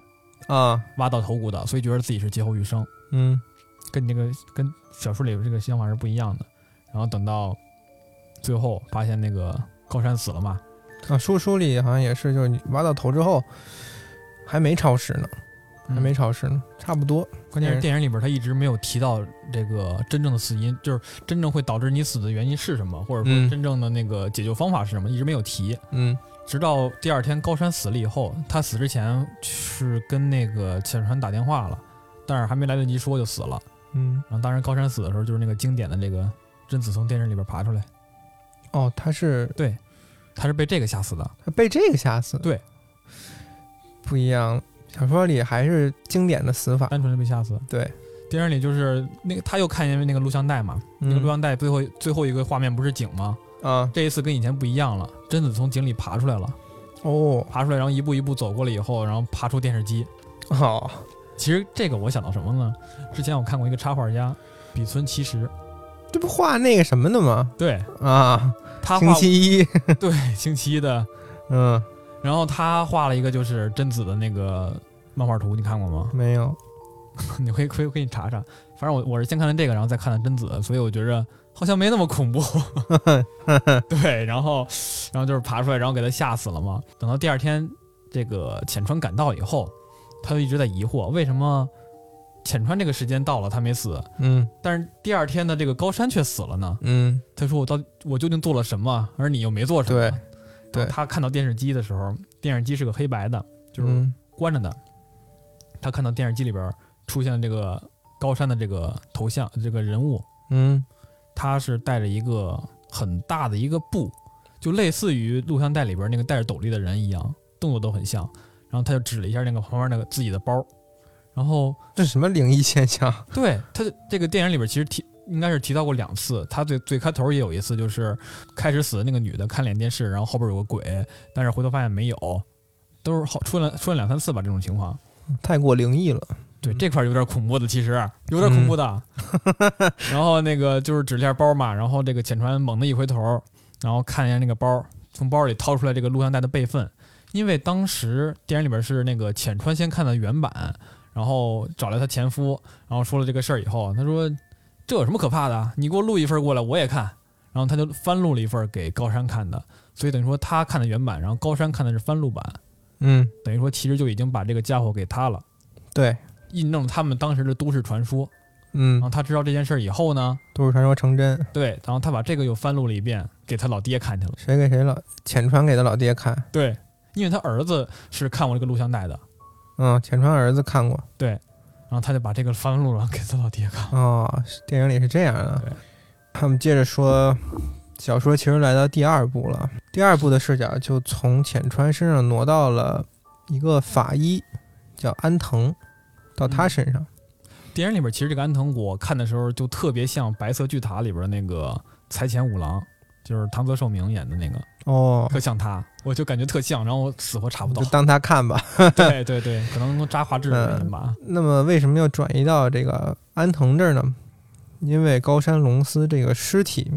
Speaker 2: 啊，
Speaker 3: 挖到头骨的，所以觉得自己是劫后余生，
Speaker 2: 嗯
Speaker 3: 跟你这个跟小说里这个想法是不一样的。然后等到最后发现那个高山死了嘛，
Speaker 2: 啊，书书里好像也是，就是你挖到头之后，还没超时呢，还没
Speaker 3: 嗯
Speaker 2: 超时呢，差不多。
Speaker 3: 关键是电影里边他一直没有提到这个真正的死因，就是真正会导致你死的原因是什么，或者
Speaker 2: 嗯
Speaker 3: 说真正的那个解救方法是什么，一直没有提。
Speaker 2: 嗯
Speaker 3: 直到第二天高山死了以后，他死之前是跟那个浅川打电话了，但是还没来得及说就死了。
Speaker 2: 嗯，
Speaker 3: 然后当时高山死的时候，就是那个经典的这个贞子从电视里边爬出来，
Speaker 2: 哦，他是
Speaker 3: 对，他是被这个吓死的。
Speaker 2: 他被这个吓死，
Speaker 3: 对，
Speaker 2: 不一样。小说里还是经典的死法，
Speaker 3: 单纯的被吓死。
Speaker 2: 对，
Speaker 3: 电影里就是那个他又看见那个录像带嘛，那个录像带最后最后一个画面不是井吗？
Speaker 2: 嗯啊
Speaker 3: 这一次跟以前不一样了，贞子从井里爬出来了，
Speaker 2: 哦
Speaker 3: 爬出来然后一步一步走过了以后，然后爬出电视机。
Speaker 2: 哦，
Speaker 3: 其实这个我想到什么呢？之前我看过一个插画家比村其实，
Speaker 2: 这不画那个什么的吗？
Speaker 3: 对
Speaker 2: 啊，
Speaker 3: 他
Speaker 2: 星
Speaker 3: 画
Speaker 2: 期一，
Speaker 3: 对星期一的，
Speaker 2: 嗯，
Speaker 3: 然后他画了一个就是贞子的那个漫画图，你看过吗？
Speaker 2: 没有，
Speaker 3: 你可以可以可以查查，反正我我是先看的这个，然后再看的贞子，所以我觉着好像没那 么恐怖。对，然后然后就是爬出来，然后给他吓死了嘛。等到第二天这个浅川赶到以后，他就一直在疑惑为什么浅川这个时间到了他没死，
Speaker 2: 嗯
Speaker 3: 但是第二天的这个高山却死了呢？
Speaker 2: 嗯
Speaker 3: 他说我到我究竟做了什么，而你又没做什么。
Speaker 2: 对
Speaker 3: 然后
Speaker 2: 对
Speaker 3: 他看到电视机的时候，电视机是个黑白的，就是
Speaker 2: 嗯
Speaker 3: 关着的。他看到电视机里边出现了这个高山的这个头像，这个人物，
Speaker 2: 嗯
Speaker 3: 他是带着一个很大的一个布，就类似于录像带里边那个戴着斗笠的人一样，动作都很像。然后他就指了一下那个旁边那个自己的包，然后
Speaker 2: 这什么灵异现象？
Speaker 3: 对他就这个电影里边其实提应该是提到过两次，他最最开头也有一次，就是开始死的那个女的看脸电视，然后后边有个鬼，但是回头发现没有，都是后出现了出现两三次吧这种情况。
Speaker 2: 太过灵异了。
Speaker 3: 对，
Speaker 2: 嗯
Speaker 3: 这块儿有点恐怖的，其实有点恐怖的。然后那个就是指了一下包嘛，然后这个浅川猛地一回头，然后看一下那个包，从包里掏出来这个录像带的备份，因为当时电影里边是那个浅川先看的原版，然后找来他前夫，然后说了这个事儿以后，他说这有什么可怕的？你给我录一份过来，我也看。然后他就翻录了一份给高山看的，所以等于说他看的原版，然后高山看的是翻录版，
Speaker 2: 嗯，
Speaker 3: 等于说其实就已经把这个家伙给他了。
Speaker 2: 对，
Speaker 3: 印证了他们当时的都市传说。然
Speaker 2: 嗯
Speaker 3: 哦后，他知道这件事儿以后呢，
Speaker 2: 都市传说成真。
Speaker 3: 对，然后他把这个又翻录了一遍，给他老爹看去了。
Speaker 2: 谁给谁老浅川给他老爹看，
Speaker 3: 对，因为他儿子是看过这个录像带的，
Speaker 2: 嗯，浅川儿子看过，
Speaker 3: 然后他就把这个翻录了给他老爹看。
Speaker 2: 哦，是电影里是这样的
Speaker 3: 对。
Speaker 2: 他们接着说，小说其实来到第二部了。第二部的视角就从浅川身上挪到了一个法医，叫安藤，到他身上。
Speaker 3: 电影里边其实这个安藤，我看的时候就特别像《白色巨塔》里边的那个财前五郎，就是唐泽寿明演的那个，
Speaker 2: 哦，
Speaker 3: 特像他，我就感觉特像，然后我死活查不 到
Speaker 2: 就。当他看吧。
Speaker 3: 对对对，可能扎画质的原因吧。
Speaker 2: 那么为什么要转移到这个安藤这儿呢？因为高山龙司这个尸体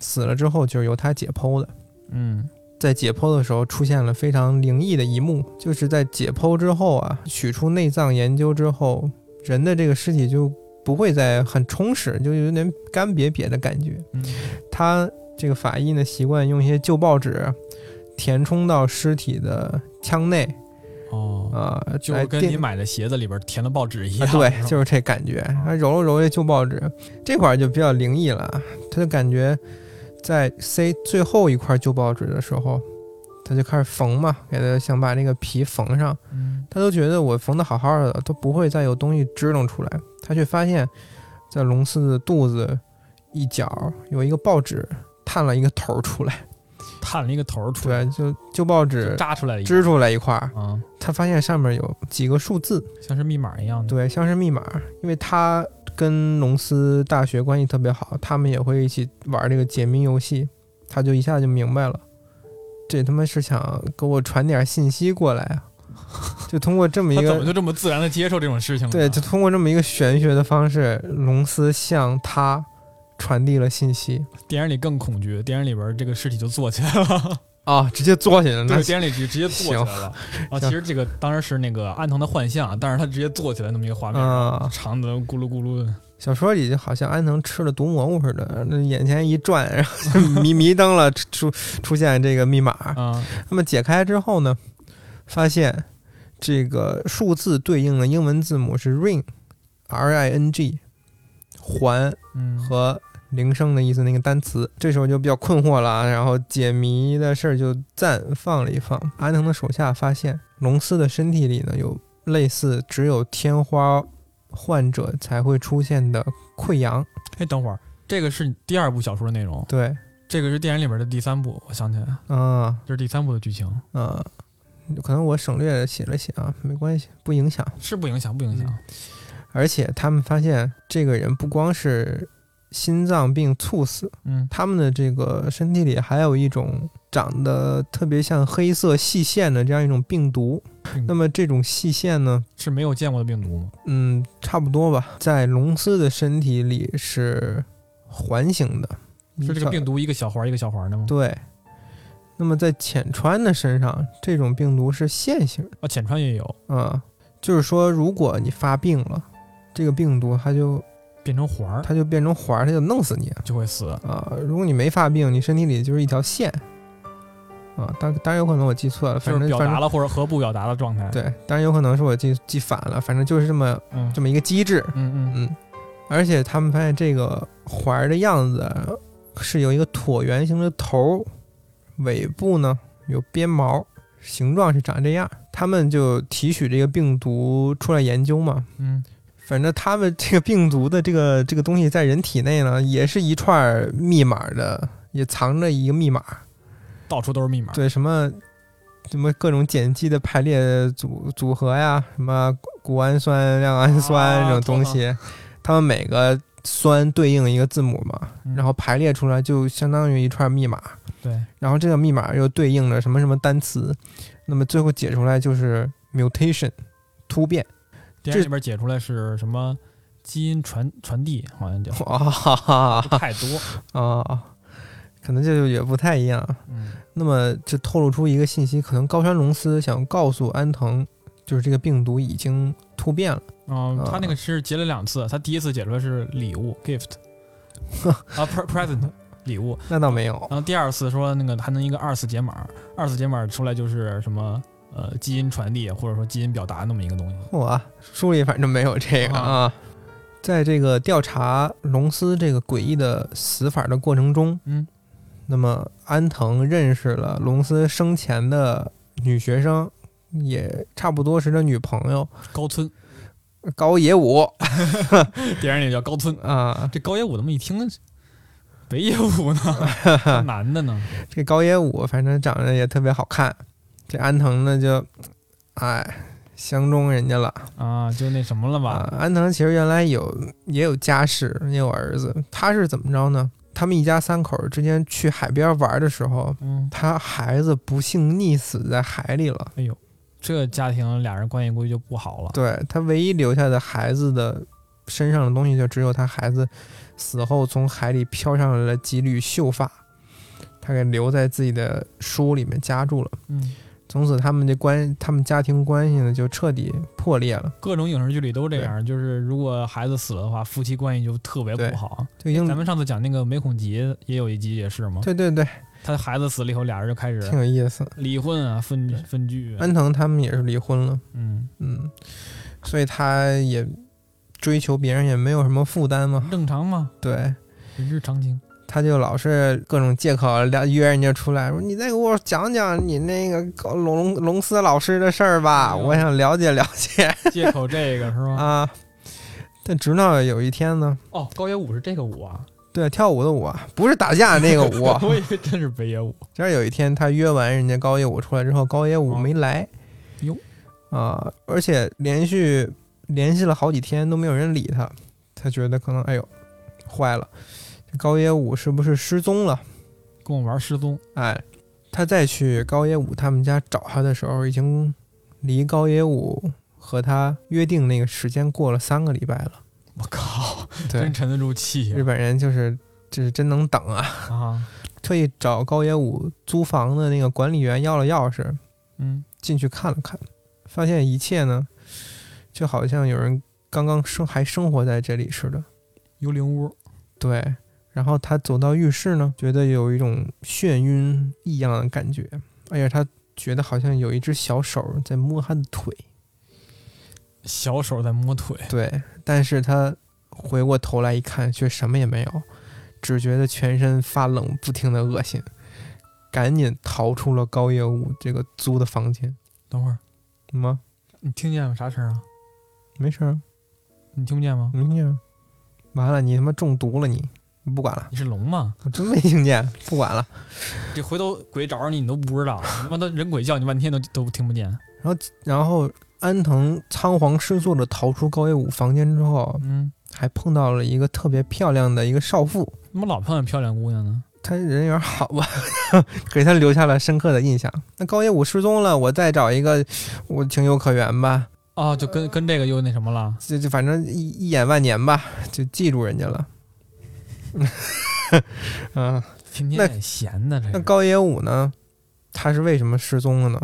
Speaker 2: 死了之后，就是由他解剖的。
Speaker 3: 嗯
Speaker 2: 在解剖的时候出现了非常灵异的一幕，就是在解剖之后啊，取出内脏研究之后，人的这个尸体就不会再很充实，就有点干瘪瘪的感觉。
Speaker 3: 嗯
Speaker 2: 他这个法医呢，习惯用一些旧报纸填充到尸体的腔内
Speaker 3: 哦，
Speaker 2: 啊，
Speaker 3: 就
Speaker 2: 来
Speaker 3: 跟
Speaker 2: 定
Speaker 3: 你买的鞋子里边填的报纸一
Speaker 2: 啊
Speaker 3: 样。，
Speaker 2: 对
Speaker 3: 是，吧
Speaker 2: 就是这感觉。他揉了揉这旧报纸，这块儿就比较灵异了啊。他就感觉在塞最后一块旧报纸的时候，他就开始缝嘛，给他想把那个皮缝上。
Speaker 3: 嗯
Speaker 2: 他都觉得我缝的好好的，都不会再有东西支棱出来。他却发现，在龙四的肚子一角有一个报纸探了一个头儿出来，
Speaker 3: 探了一个头儿出来，
Speaker 2: 对，就旧报
Speaker 3: 就
Speaker 2: 纸
Speaker 3: 扎出来了一
Speaker 2: 支出来一块儿，
Speaker 3: 个啊，
Speaker 2: 他发现上面有几个数字。
Speaker 3: 像是密码一样的。
Speaker 2: 对，像是密码，因为他跟龙斯大学关系特别好，他们也会一起玩这个解谜游戏，他就一下就明白了，这他妈是想给我传点信息过来啊！就通过这么一
Speaker 3: 他怎么
Speaker 2: 个
Speaker 3: 就这么自然的接受这种事情了呢？
Speaker 2: 对，就通过这么一个玄学的方式，龙斯向他传递了信息
Speaker 3: 电影里更恐惧，电影里边这个尸体就坐起来了，
Speaker 2: 啊，直接坐下了，
Speaker 3: 对，
Speaker 2: 那
Speaker 3: 电影里直直接坐起来了。啊，其实这个当然是那个安藤的幻象，但是他直接坐起来那么一个画面，
Speaker 2: 啊，
Speaker 3: 长的咕噜咕噜的。
Speaker 2: 小说里就好像安藤吃了毒蘑菇似的，那眼前一转，然后就迷迷瞪了，出出现这个密码，
Speaker 3: 啊，
Speaker 2: 那么解开之后呢，发现这个数字对应的英文字母是 ring，r i n g，环
Speaker 3: 嗯，
Speaker 2: 和铃声的意思那个单词。这时候就比较困惑了啊，然后解谜的事儿就暂放了一放。安藤的手下发现龙司的身体里呢有类似只有天花患者才会出现的溃疡，
Speaker 3: 哎，等会儿，这个是第二部小说的内容，
Speaker 2: 对，
Speaker 3: 这个是电影里边的第三部，我想起来了，
Speaker 2: 啊、
Speaker 3: 这是第三部的剧情，
Speaker 2: 啊、可能我省略了写了写啊，没关系，不影响。
Speaker 3: 是不影响，不影响。
Speaker 2: 而且他们发现这个人不光是心脏病猝死，
Speaker 3: 嗯
Speaker 2: 他们的这个身体里还有一种长得特别像黑色细线的这样一种病毒
Speaker 3: 嗯。
Speaker 2: 那么这种细线呢，
Speaker 3: 是没有见过的病毒吗？
Speaker 2: 嗯，差不多吧，在龙斯的身体里是环形的，
Speaker 3: 是这个病毒一个小环儿一个小环儿的吗？
Speaker 2: 对。那么在浅川的身上，这种病毒是线性
Speaker 3: 啊，浅川也有，
Speaker 2: 的啊，就是说，如果你发病了，这个病毒它就
Speaker 3: 变成环儿
Speaker 2: 它就变成环儿，它就弄死你
Speaker 3: 就会死。
Speaker 2: 啊！如果你没发病，你身体里就是一条线啊。当当然有可能我记错了，
Speaker 3: 就
Speaker 2: 反
Speaker 3: 是
Speaker 2: 正
Speaker 3: 表
Speaker 2: 反
Speaker 3: 达
Speaker 2: 正
Speaker 3: 了或者和不表达的状态。，
Speaker 2: 对，当然有可能是我记记反了，反正就是这么
Speaker 3: 嗯
Speaker 2: 这么一个机制。
Speaker 3: 嗯嗯，
Speaker 2: 嗯，而且他们发现这个环儿的样子是有一个椭圆形的头儿，尾部呢有鞭毛，形状是长这样。他们就提取这个病毒出来研究嘛。
Speaker 3: 嗯，
Speaker 2: 反正他们这个病毒的这个这个东西在人体内呢，也是一串儿密码的，也藏着一个密码。
Speaker 3: 到处都是密码。
Speaker 2: 对，什么什么各种碱基的排列组组合呀，什么谷氨酸、亮氨酸
Speaker 3: 啊
Speaker 2: 这种东西，它们每个酸对应一个字母嘛，
Speaker 3: 嗯
Speaker 2: 然后排列出来就相当于一串密码，
Speaker 3: 对，
Speaker 2: 然后这个密码又对应了什么什么单词，那么最后解出来就是 mutation 突 变。
Speaker 3: 电影里边解出来是什么基因传传递，好像叫
Speaker 2: 啊哈哈哈
Speaker 3: 太多。
Speaker 2: 啊，可能就也不太一样。
Speaker 3: 嗯
Speaker 2: 那么就透露出一个信息，可能高山龙司想告诉安藤，就是这个病毒已经突变了。
Speaker 3: 嗯，
Speaker 2: 啊
Speaker 3: 他那个是解了两次，他第一次解出来是礼物 gift 啊 pre- present 礼物，
Speaker 2: 那倒没有，
Speaker 3: 然后第二次说那个还能一个二次解码，二次解码出来就是什么呃基因传递或者说基因表达那么一个东西。
Speaker 2: 我书里反正没有这个啊。在这个调查龙司这个诡异的死法的过程中，
Speaker 3: 嗯，
Speaker 2: 那么安藤认识了龙司生前的女学生，也差不多是他女朋友
Speaker 3: 高村，
Speaker 2: 高野武
Speaker 3: 电影里叫高村。
Speaker 2: 啊。
Speaker 3: 这高野武那么一听， 北野武呢？男的呢？
Speaker 2: 这高野武反正长得也特别好看，这安藤呢就，哎，相中人家了。
Speaker 3: 啊，就那什么了吧？
Speaker 2: 啊，安藤其实原来有也有家室，也有儿子。他是怎么着呢？他们一家三口之间去海边玩的时候，
Speaker 3: 嗯，
Speaker 2: 他孩子不幸溺死在海里了。
Speaker 3: 哎呦，这家庭俩人关系估计就不好了。
Speaker 2: 对他唯一留下的孩子的身上的东西，就只有他孩子死后从海里飘上来的几缕秀发，他给留在自己的书里面夹住了。
Speaker 3: 嗯，
Speaker 2: 从此，他们这关他们家庭关系呢就彻底破裂了，
Speaker 3: 各种影视剧里都这样，就是如果孩子死了的话，夫妻关系就特别
Speaker 2: 对
Speaker 3: 不好。
Speaker 2: 就已经
Speaker 3: 咱们上次讲那个梅孔吉也有一集也是嘛，
Speaker 2: 对对对，
Speaker 3: 他孩子死了以后，俩人就开
Speaker 2: 挺
Speaker 3: 始
Speaker 2: 有意思。
Speaker 3: 离婚啊，分分居啊。
Speaker 2: 安藤他们也是离婚了。
Speaker 3: 嗯，
Speaker 2: 嗯，所以他也追求别人也没有什么负担嘛。
Speaker 3: 正常嘛，
Speaker 2: 对，
Speaker 3: 人之 常情。
Speaker 2: 他就老是各种借口聊约人家出来，说你再给我讲讲你那个高龙龙司老师的事儿吧，
Speaker 3: 嗯
Speaker 2: 我想了解了解
Speaker 3: 借口这个是吗？
Speaker 2: 啊。但直到有一天呢，
Speaker 3: 哦，高野武是这个武啊，
Speaker 2: 对跳舞的舞啊，不是打架那个 舞。
Speaker 3: 我以为真是北野武。
Speaker 2: 这儿有一天，他约完人家高野武出来之后，高野武
Speaker 3: 哦
Speaker 2: 没来，
Speaker 3: 哟
Speaker 2: 啊，而且连续联系了好几天都没有人理他，他觉得可能哎呦坏了，这高野武是不是失踪了？
Speaker 3: 跟我玩失踪，
Speaker 2: 哎，他再去高野武他们家找他的时候，已经离高野武和他约定那个时间过了三个礼拜了。
Speaker 3: 我靠，
Speaker 2: 对
Speaker 3: 真，沉得住气
Speaker 2: 日本人就是这是真能等啊！
Speaker 3: 啊！啊
Speaker 2: 特意找高野武租房的那个管理员要了钥匙，
Speaker 3: 嗯，
Speaker 2: 进去看了看，发现一切呢，就好像有人刚刚生还生活在这里似的。
Speaker 3: 幽灵屋，
Speaker 2: 对，然后他走到浴室呢，觉得有一种眩晕异样的感觉，而且他觉得好像有一只小手在摸他的腿。
Speaker 3: 小手在摸腿，
Speaker 2: 对，但是他回过头来一看，却什么也没有，只觉得全身发冷，不停的恶心，赶紧逃出了高野武这个租的房间。
Speaker 3: 等会儿
Speaker 2: 嗯吗？
Speaker 3: 你听见吗？啥声啊？
Speaker 2: 没事儿，
Speaker 3: 你听不见吗？
Speaker 2: 没事儿。完了，你他妈中毒了你！不管了，
Speaker 3: 你是聋吗？
Speaker 2: 我真没听见， 不管了。
Speaker 3: 这回头鬼找着你，你都不知道，他妈的人鬼叫你半天都都听不见。
Speaker 2: 然后安藤仓皇失措的逃出高野武房间之后，
Speaker 3: 嗯，
Speaker 2: 还碰到了一个特别漂亮的一个少妇，
Speaker 3: 怎么老碰见漂亮姑娘呢？
Speaker 2: 她人缘好吧， 给他留下了深刻的印象。那高野武失踪了，我再找一个，我情有可原吧，
Speaker 3: 啊，就跟跟这个又那什么了？
Speaker 2: 就就反正一一眼万年吧，就记住人家了。 嗯，
Speaker 3: 天
Speaker 2: 那
Speaker 3: 天也闲的这
Speaker 2: 那
Speaker 3: 个。
Speaker 2: 高野武呢，他是为什么失踪了呢？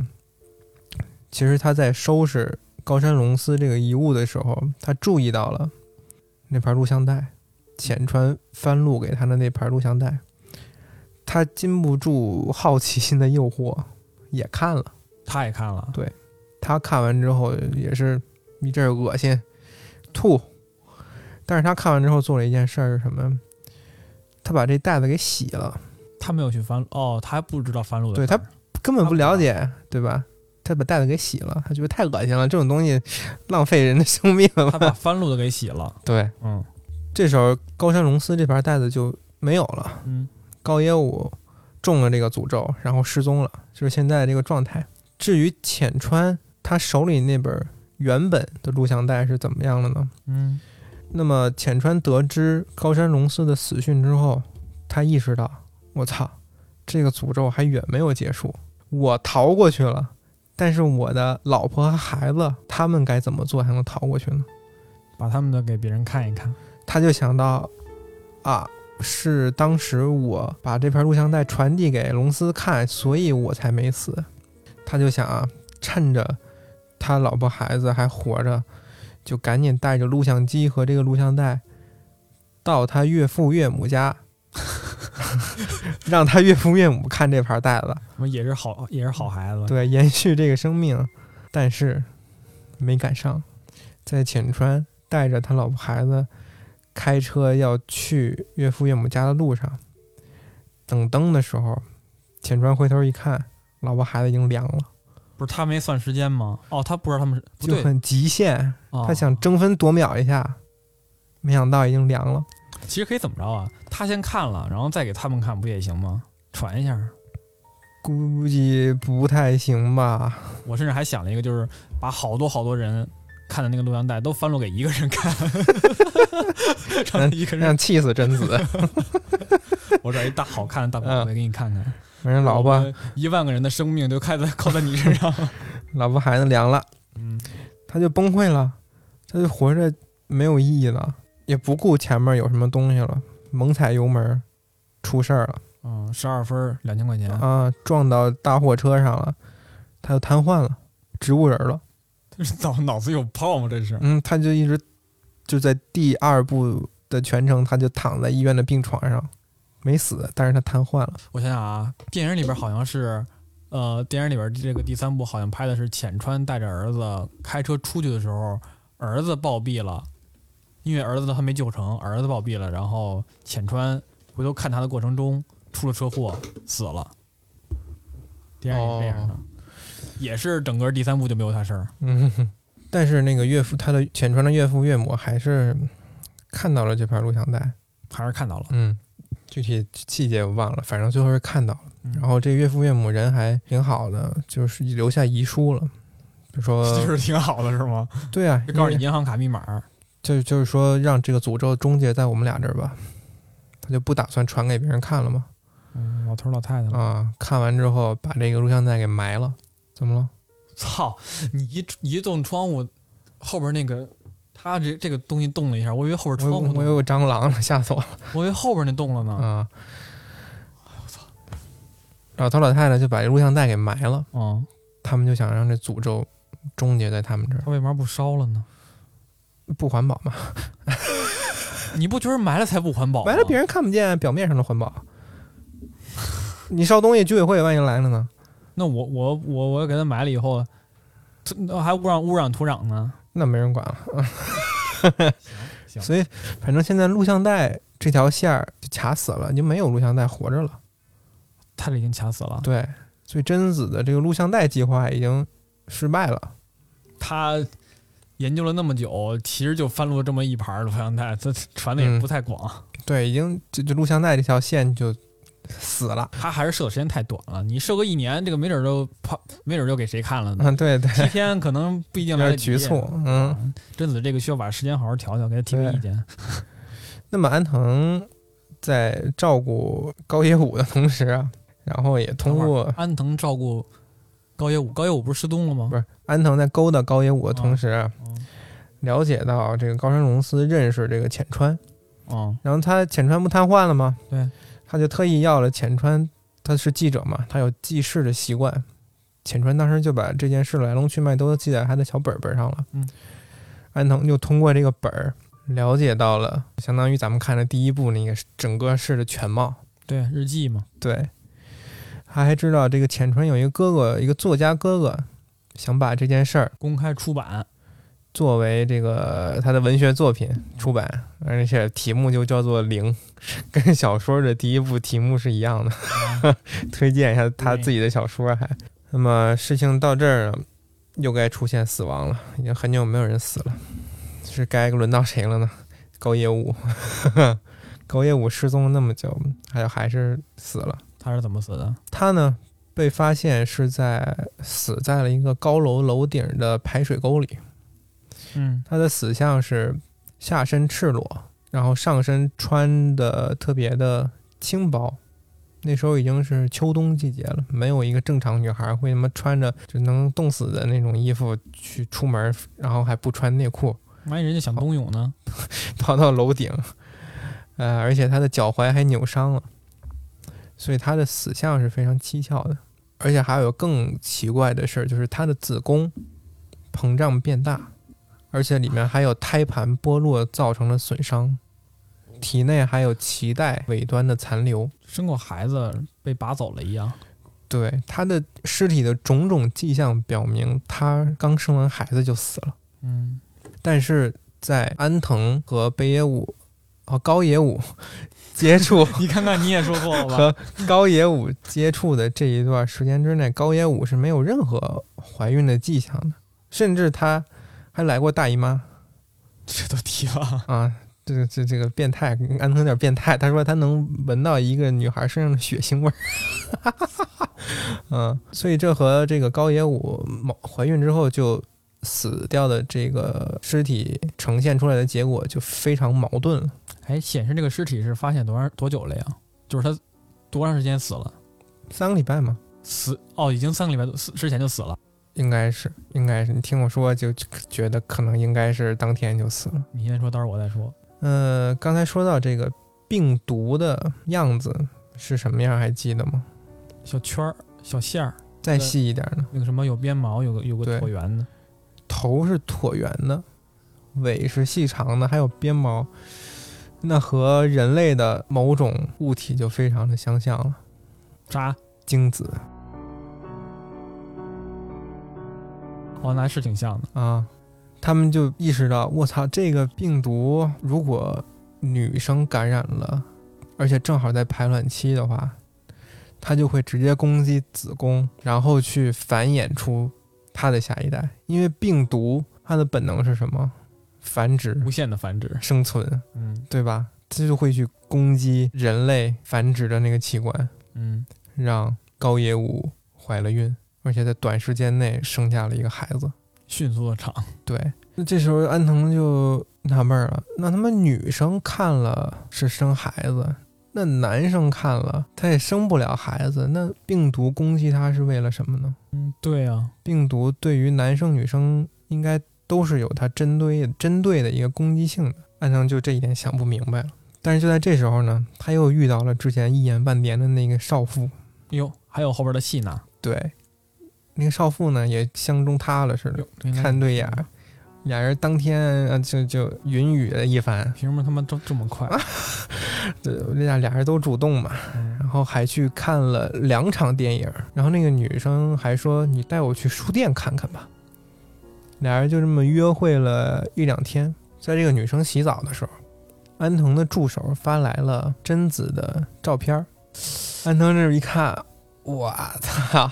Speaker 2: 其实他在收拾高山龙司这个遗物的时候，他注意到了那盘录像带，浅川翻录给他的那盘录像带，他禁不住好奇心的诱惑，也看了。
Speaker 3: 他也看了，
Speaker 2: 他看完之后也是一阵儿恶心，吐。但是他看完之后做了一件事儿是什么？他把这袋子给洗了。
Speaker 3: 他没有去翻哦，他还不知道翻录的
Speaker 2: 对
Speaker 3: 事儿。
Speaker 2: 根本不了解，对吧？他把袋子给洗了，他觉得太恶心了，这种东西浪费人的生命了。
Speaker 3: 他把翻录的给洗了。
Speaker 2: 对，
Speaker 3: 嗯
Speaker 2: 这时候高山龙司这盘袋子就没有了，
Speaker 3: 嗯，
Speaker 2: 高野武中了这个诅咒，然后失踪了，就是现在这个状态。至于浅川，他手里那本原本的录像带是怎么样了呢？
Speaker 3: 嗯，
Speaker 2: 那么浅川得知高山龙司的死讯之后，他意识到，我操，这个诅咒还远没有结束，我逃过去了，但是我的老婆和孩子，他们该怎么做才能逃过去呢？
Speaker 3: 把他们的给别人看一看。
Speaker 2: 他就想到，啊，是当时我把这盘录像带传递给龙司看，所以我才没死。他就想啊，趁着他老婆孩子还活着，就赶紧带着录像机和这个录像带到他岳父岳母家， 让他岳父岳母看这盘带子，
Speaker 3: 他妈也是好，也是好孩子。
Speaker 2: 对，延续这个生命。但是没赶上，在浅川带着他老婆孩子开车要去岳父岳母家的路上，等灯的时候，浅川回头一看，老婆孩子已经凉了，
Speaker 3: 不是他没算时间吗？哦，他不知道他们是不
Speaker 2: 就
Speaker 3: 对，
Speaker 2: 很极限。
Speaker 3: 哦
Speaker 2: 他想争分夺秒一下，没想到已经凉了。
Speaker 3: 其实可以怎么着啊？他先看了，然后再给他们看，不也行吗？传一下。
Speaker 2: 估计不太行吧？
Speaker 3: 我甚至还想了一个，就是把好多好多人看的那个录像带都翻录给一个 人看，让他一个
Speaker 2: 那
Speaker 3: 人
Speaker 2: 样，气死贞子。
Speaker 3: 我找一大好看的大宝贝给你看看。
Speaker 2: 反正嗯老婆，
Speaker 3: 一万个人的生命都靠在靠在你 身上。
Speaker 2: 老婆孩子凉了，
Speaker 3: 嗯，
Speaker 2: 他就崩溃了，他就活着没有意义了，也不顾前面有什么东西了，猛踩油门，出事儿了。
Speaker 3: 嗯，十二分两千块钱，
Speaker 2: 啊，撞到大货车上了，他就瘫痪了，植物人了。
Speaker 3: 这是 脑脑子有泡吗？这是
Speaker 2: 嗯，他就一直就在第二部的全程，他就躺在医院的病床上，没死，但是他瘫痪了。
Speaker 3: 我想想啊，电影里边好像是，呃，电影里边这个第三部好像拍的是浅川带着儿子开车出去的时候，儿子暴毙了，因为儿子他没救成，儿子暴毙了，然后浅川回头看他的过程中出了车祸死了。电影里是这样的，也是整个第三部就没有他事儿。
Speaker 2: 嗯，但是那个岳父，他的浅川的岳父岳母还是看到了这盘录像带。
Speaker 3: 还是看到了，
Speaker 2: 嗯，具体细节我忘了，反正最后是看到了。然
Speaker 3: 嗯然
Speaker 2: 后这个岳父岳母人还挺好的，就是留下遗书了，就说
Speaker 3: 就是挺好的，是吗？
Speaker 2: 对啊，
Speaker 3: 就告
Speaker 2: 因
Speaker 3: 诉
Speaker 2: 为
Speaker 3: 你银行卡密码，
Speaker 2: 就就是说让这个诅咒终结在我们俩这儿吧，他就不打算传给别人看了嘛。
Speaker 3: 嗯，老头儿老太太了。
Speaker 2: 啊，看完之后把这个录像带给埋了，怎么了？
Speaker 3: 操，你一一动窗户后边那个，他这这个东西动了一下，我以为后边
Speaker 2: 我
Speaker 3: 窗
Speaker 2: 有我
Speaker 3: 户动了，
Speaker 2: 有蟑螂了，吓死我了
Speaker 3: 我以为后边那动了呢。
Speaker 2: 啊！
Speaker 3: 哎
Speaker 2: 老头老太太就把这录像带给埋了，
Speaker 3: 嗯，
Speaker 2: 他们就想让这诅咒终结在他们这儿，
Speaker 3: 他为嘛不烧了呢？
Speaker 2: 不环保嘛？
Speaker 3: 你不觉得埋了才不环保吗？
Speaker 2: 埋了别人看不见，表面上的环保。你烧东西，居委会万一来了呢？
Speaker 3: 那我我我我给他埋了以后，这那还污染污染土壤呢？
Speaker 2: 那没人管了。
Speaker 3: 行
Speaker 2: 所以，反正现在录像带这条线儿就卡死了，就没有录像带活着了。
Speaker 3: 他这已经卡死了。
Speaker 2: 对，所以贞子的这个录像带计划已经失败了。
Speaker 3: 他研究了那么久，其实就翻录了这么一盘录像带，他传
Speaker 2: 嗯
Speaker 3: 的也不太广。
Speaker 2: 对，已经这这录像带这条线就死了。
Speaker 3: 他还是设的时间太短了，你设个一年，这个没准儿就啪，没准儿就给谁看了呢？
Speaker 2: 嗯， 对对，
Speaker 3: 七天可能不一
Speaker 2: 有
Speaker 3: 定来
Speaker 2: 点
Speaker 3: 得及
Speaker 2: 局促。嗯，
Speaker 3: 贞子这个需要把时间好好调调，给他提个
Speaker 2: 对
Speaker 3: 意见。
Speaker 2: 那么安藤在照顾高野武的同时啊，然后也通过
Speaker 3: 安藤照顾高野武，高野武不是失踪了吗
Speaker 2: 不？是安藤在勾搭高野武的同时啊，
Speaker 3: 嗯
Speaker 2: 了解到这个高山龙司认识这个浅川，
Speaker 3: 嗯，
Speaker 2: 然后他浅川不瘫痪了吗？
Speaker 3: 对，
Speaker 2: 他就特意要了浅川，他是记者嘛，他有记事的习惯。浅川当时就把这件事来龙去脉都记在他的小本本上了。
Speaker 3: 嗯，
Speaker 2: 安藤就通过这个本儿了解到了，相当于咱们看的第一部那个整个事的全貌。
Speaker 3: 对，日记嘛，
Speaker 2: 对，他还知道这个浅川有一个哥哥，一个作家哥哥，想把这件事儿
Speaker 3: 公开出版。
Speaker 2: 作为这个他的文学作品出版，而且题目就叫做《零》， 跟小说的第一部题目是一样的。 推荐一下他自己的小说还。那么事情到这儿呢，又该出现死亡了，已经很久没有人死了，是该轮到谁了呢？高野武， 高野武失踪了那么久，还还是死了。
Speaker 3: 他是怎么死的？
Speaker 2: 他呢被发现是在死在了一个高楼楼顶的排水沟里。
Speaker 3: 嗯，
Speaker 2: 他的死相是下身赤裸，然后上身穿的特别的轻薄。那时候已经是秋冬季节了，没有一个正常女孩会他妈穿着就能冻死的那种衣服去出门，然后还不穿内裤
Speaker 3: 万一人家想冬泳呢？
Speaker 2: 跑到楼顶。呃，而且他的脚踝还扭伤了，所以他的死相是非常蹊跷的。而且还有更奇怪的事儿，就是他的子宫膨胀变大，而且里面还有胎盘剥落造成的损伤，体内还有脐带尾端的残留。
Speaker 3: 生过孩子被拔走了一样。
Speaker 2: 对他的尸体的种种迹象表明，他刚生完孩子就死了。
Speaker 3: 嗯，
Speaker 2: 但是在安藤和北野武哦高野武 接触
Speaker 3: 你看看你也说错了吧？
Speaker 2: 和高野武接触的这一段时间之内，高野武是没有任何怀孕的迹象的，甚至她还来过大姨妈
Speaker 3: 这都提了，
Speaker 2: 啊。这个这这个变态，安藤有点变态。他说他能闻到一个女孩身上的血腥味儿， 嗯，所以这和这个高野武某怀孕之后就死掉的这个尸体呈现出来的结果就非常矛盾了。
Speaker 3: 哎，显示这个尸体是发现多长多久了呀？就是他多长时间死了？
Speaker 2: 三个礼拜嘛，
Speaker 3: 死哦，已经三个礼拜多死之前就死了。
Speaker 2: 应该是，应该是。你听我说，就觉得可能应该是当天就死了。
Speaker 3: 你先说，到时候我再说。
Speaker 2: 呃，刚才说到这个病毒的样子是什么样，还记得吗？
Speaker 3: 小圈儿、小线儿，
Speaker 2: 再细一点呢，
Speaker 3: 那个什么有鞭毛，有个有个
Speaker 2: 对
Speaker 3: 椭圆的，
Speaker 2: 头是椭圆的，尾是细长的，还有鞭毛，那和人类的某种物体就非常的相像了，
Speaker 3: 渣，
Speaker 2: 精子
Speaker 3: 哦，那是挺像的。
Speaker 2: 啊。他们就意识到，我操，这个病毒如果女生感染了，而且正好在排卵期的话，它就会直接攻击子宫，然后去繁衍出它的下一代。因为病毒它的本能是什么？繁殖、
Speaker 3: 无限的繁殖，
Speaker 2: 生存，
Speaker 3: 嗯
Speaker 2: 对吧？它就会去攻击人类繁殖的那个器官，
Speaker 3: 嗯，
Speaker 2: 让高野武怀了孕，而且在短时间内生下了一个孩子。
Speaker 3: 迅速的长，
Speaker 2: 对，那这时候安藤就纳闷儿了，那他妈女生看了是生孩子，那男生看了他也生不了孩子，那病毒攻击他是为了什么呢？
Speaker 3: 嗯，对啊，
Speaker 2: 病毒对于男生女生应该都是有它针对针对的一个攻击性的，安藤就这一点想不明白了。但是就在这时候呢，他又遇到了之前一眼万年的那个少妇，
Speaker 3: 哟，还有后边的戏呢，
Speaker 2: 对，那个少妇呢也相中他了似的，
Speaker 3: 哟，原来
Speaker 2: 看对眼儿，俩人当天呃就就云雨了一番，
Speaker 3: 凭什么他妈都这么快？
Speaker 2: 啊对，呃俩俩人都主动嘛，
Speaker 3: 嗯
Speaker 2: 然后还去看了两场电影，然后那个女生还说你带我去书店看看吧，俩人就这么约会了一两天，在这个女生洗澡的时候，安藤的助手发来了贞子的照片儿，安藤这一看，我操！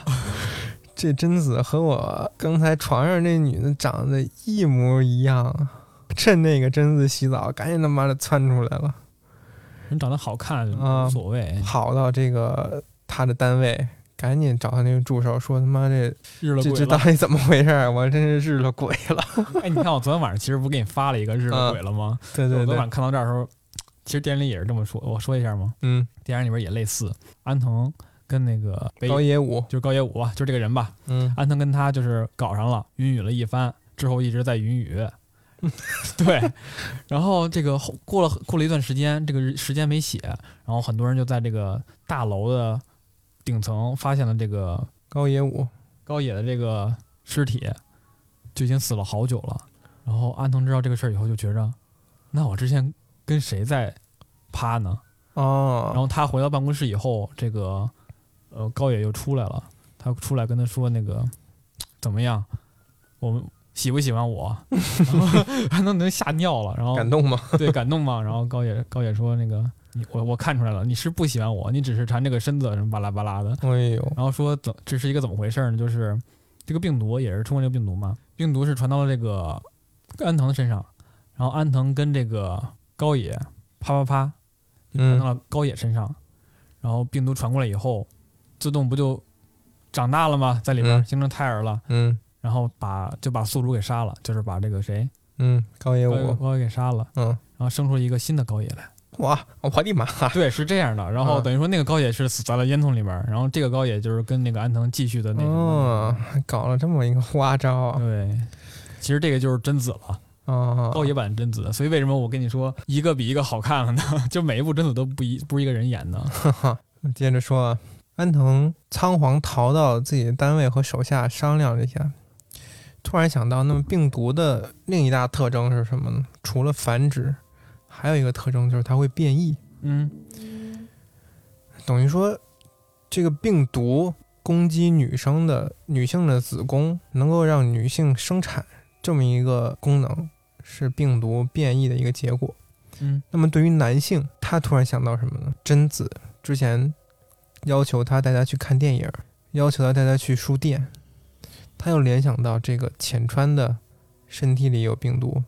Speaker 2: 这贞子和我刚才床上那女的长得一模一样啊，趁那个贞子洗澡，赶紧他妈的窜出来了。
Speaker 3: 人长得好看
Speaker 2: 啊
Speaker 3: 无所谓，
Speaker 2: 跑到这个他的单位，赶紧找他那个助手说：“他妈这
Speaker 3: 日了
Speaker 2: 这
Speaker 3: 鬼
Speaker 2: 这到
Speaker 3: 了。
Speaker 2: 底怎么回事儿？我真是日了鬼了。
Speaker 3: 哎，你看我昨天晚上其实不给你发了一个日了鬼了吗？”
Speaker 2: 对啊对
Speaker 3: 我昨
Speaker 2: 对
Speaker 3: 天晚上，看到这儿的时候，其实电影里也是这么说，我说一下吗？
Speaker 2: 嗯，
Speaker 3: 电影里边也类似，安藤跟那个北
Speaker 2: 高野武，
Speaker 3: 就是高野武啊，就是这个人吧，
Speaker 2: 嗯，
Speaker 3: 安藤跟他就是搞上了，云雨了一番之后一直在云雨， 对，然后这个后过了过了一段时间，这个时间没写，然后很多人就在这个大楼的顶层发现了这个
Speaker 2: 高野武，
Speaker 3: 高野的这个尸体，就已经死了好久了。然后安藤知道这个事儿以后，就觉着，那我之前跟谁在趴呢？然
Speaker 2: 哦，
Speaker 3: 后他回到办公室以后，这个呃高野又出来了，他出来跟他说那个怎么样，我们喜不喜欢我？ 然后安藤能吓尿了，然后
Speaker 2: 感动吗？
Speaker 3: 对感动嘛，然后高野高野说那个你我我看出来了，你是不喜欢我，你只是馋这个身子什么巴拉巴拉的，
Speaker 2: 哎呦，
Speaker 3: 然后说怎这是一个怎么回事呢？就是这个病毒也是通过这个病毒嘛，病毒是传到了这个安藤身上，然后安藤跟这个高野啪啪啪就
Speaker 2: 嗯
Speaker 3: 传到了高野身上，然后病毒传过来以后，自动不就长大了吗？在里边
Speaker 2: 嗯
Speaker 3: 形成胎儿了，
Speaker 2: 嗯
Speaker 3: 然后把就把宿主给杀了，就是把这个谁
Speaker 2: 嗯，高野
Speaker 3: 高野
Speaker 2: 武，
Speaker 3: 高野给杀了，
Speaker 2: 嗯，
Speaker 3: 然后生出了一个新的高野来。
Speaker 2: 哇，我的妈！
Speaker 3: 对，是这样的。然后
Speaker 2: 嗯
Speaker 3: 等于说那个高野是死在了烟囱里边儿，然后这个高野就是跟那个安藤继续的那个。
Speaker 2: 哦，还搞了这么一个花招啊！
Speaker 3: 对，其实这个就是贞子了，高
Speaker 2: 哦，
Speaker 3: 野版贞子。所以为什么我跟你说一个比一个好看了呢？ 就每一部贞子都不一不是一个人演的。
Speaker 2: 接着说啊，安藤仓皇逃到自己的单位和手下商量了一下，突然想到，那么病毒的另一大特征是什么呢？除了繁殖，还有一个特征就是它会变异，
Speaker 3: 嗯，
Speaker 2: 等于说这个病毒攻击女生的女性的子宫，能够让女性生产这么一个功能，是病毒变异的一个结果。
Speaker 3: 嗯
Speaker 2: 那么对于男性，他突然想到什么呢？贞子之前要求他带他去看电影，要求他带他去书店，他又联想到这个浅川的身体里有病毒，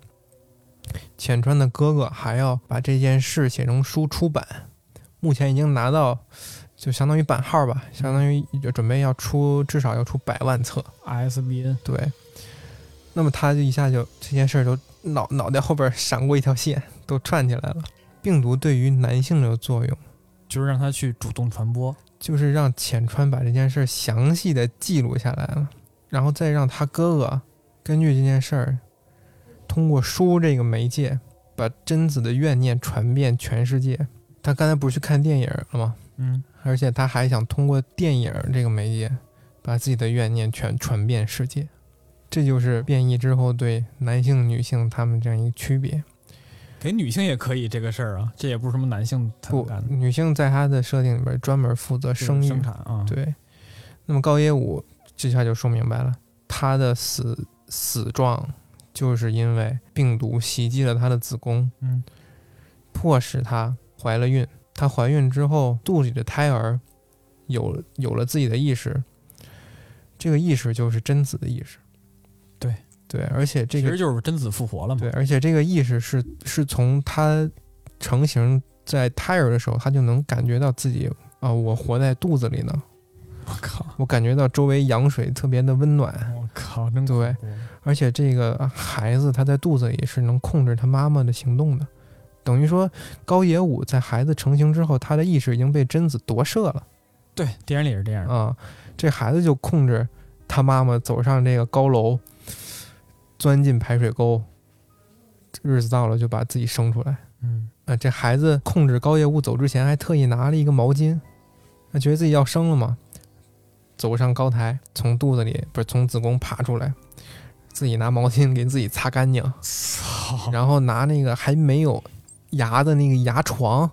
Speaker 2: 浅川的哥哥还要把这件事写成书出版，目前已经拿到。就相当于版号吧，相当于准备要出，至少要出百万册。
Speaker 3: ，ISBN，
Speaker 2: 对，那么他就一下就这件事儿都脑脑袋后边闪过一条线，都串起来了。病毒对于男性的作用，
Speaker 3: 就是让他去主动传播。
Speaker 2: 就是让浅川把这件事儿详细的记录下来了，然后再让他哥哥根据这件事儿，通过书这个媒介，把贞子的怨念传遍全世界。他刚才不是去看电影了吗？
Speaker 3: 嗯，
Speaker 2: 而且他还想通过电影这个媒介，把自己的怨念全传遍世界。这就是变异之后对男性、女性他们这样一个区别。
Speaker 3: 给女性也可以这个事儿啊，这也不是什么男性才能
Speaker 2: 不
Speaker 3: 干，的，
Speaker 2: 女性在她的设定里边专门负责
Speaker 3: 就是
Speaker 2: 生育。
Speaker 3: 生产啊，，
Speaker 2: 对，那么高野武这下就说明白了，他的死死状就是因为病毒袭击了她的子宫，
Speaker 3: 嗯，
Speaker 2: 迫使她怀了孕。她怀孕之后，肚子里的胎儿有有了自己的意识，这个意识就是贞子的意识。
Speaker 3: 对
Speaker 2: 对，而且这
Speaker 3: 其实
Speaker 2: 个
Speaker 3: 就是贞子复活了嘛
Speaker 2: 对，，而且这个意识是是从她成型在胎儿的时候，她就能感觉到自己啊、我活在肚子里呢，
Speaker 3: 我靠，
Speaker 2: 我感觉到周围羊水特别的温暖。
Speaker 3: 我靠，真恐
Speaker 2: 对，
Speaker 3: 怖
Speaker 2: 而且这个孩子他在肚子里是能控制他妈妈的行动的，等于说高野武在孩子成型之后，他的意识已经被贞子夺舍了
Speaker 3: 对，电影里是这样的，
Speaker 2: 啊、这孩子就控制他妈妈走上这个高楼，钻进排水沟，日子到了就把自己生出来。
Speaker 3: 嗯，
Speaker 2: 啊，这孩子控制高野武走之前，还特意拿了一个毛巾，他觉得自己要生了嘛，走上高台，从肚子里不是从子宫爬出来，自己拿毛巾给自己擦干净，
Speaker 3: 操，
Speaker 2: 然后拿那个还没有牙的那个牙床，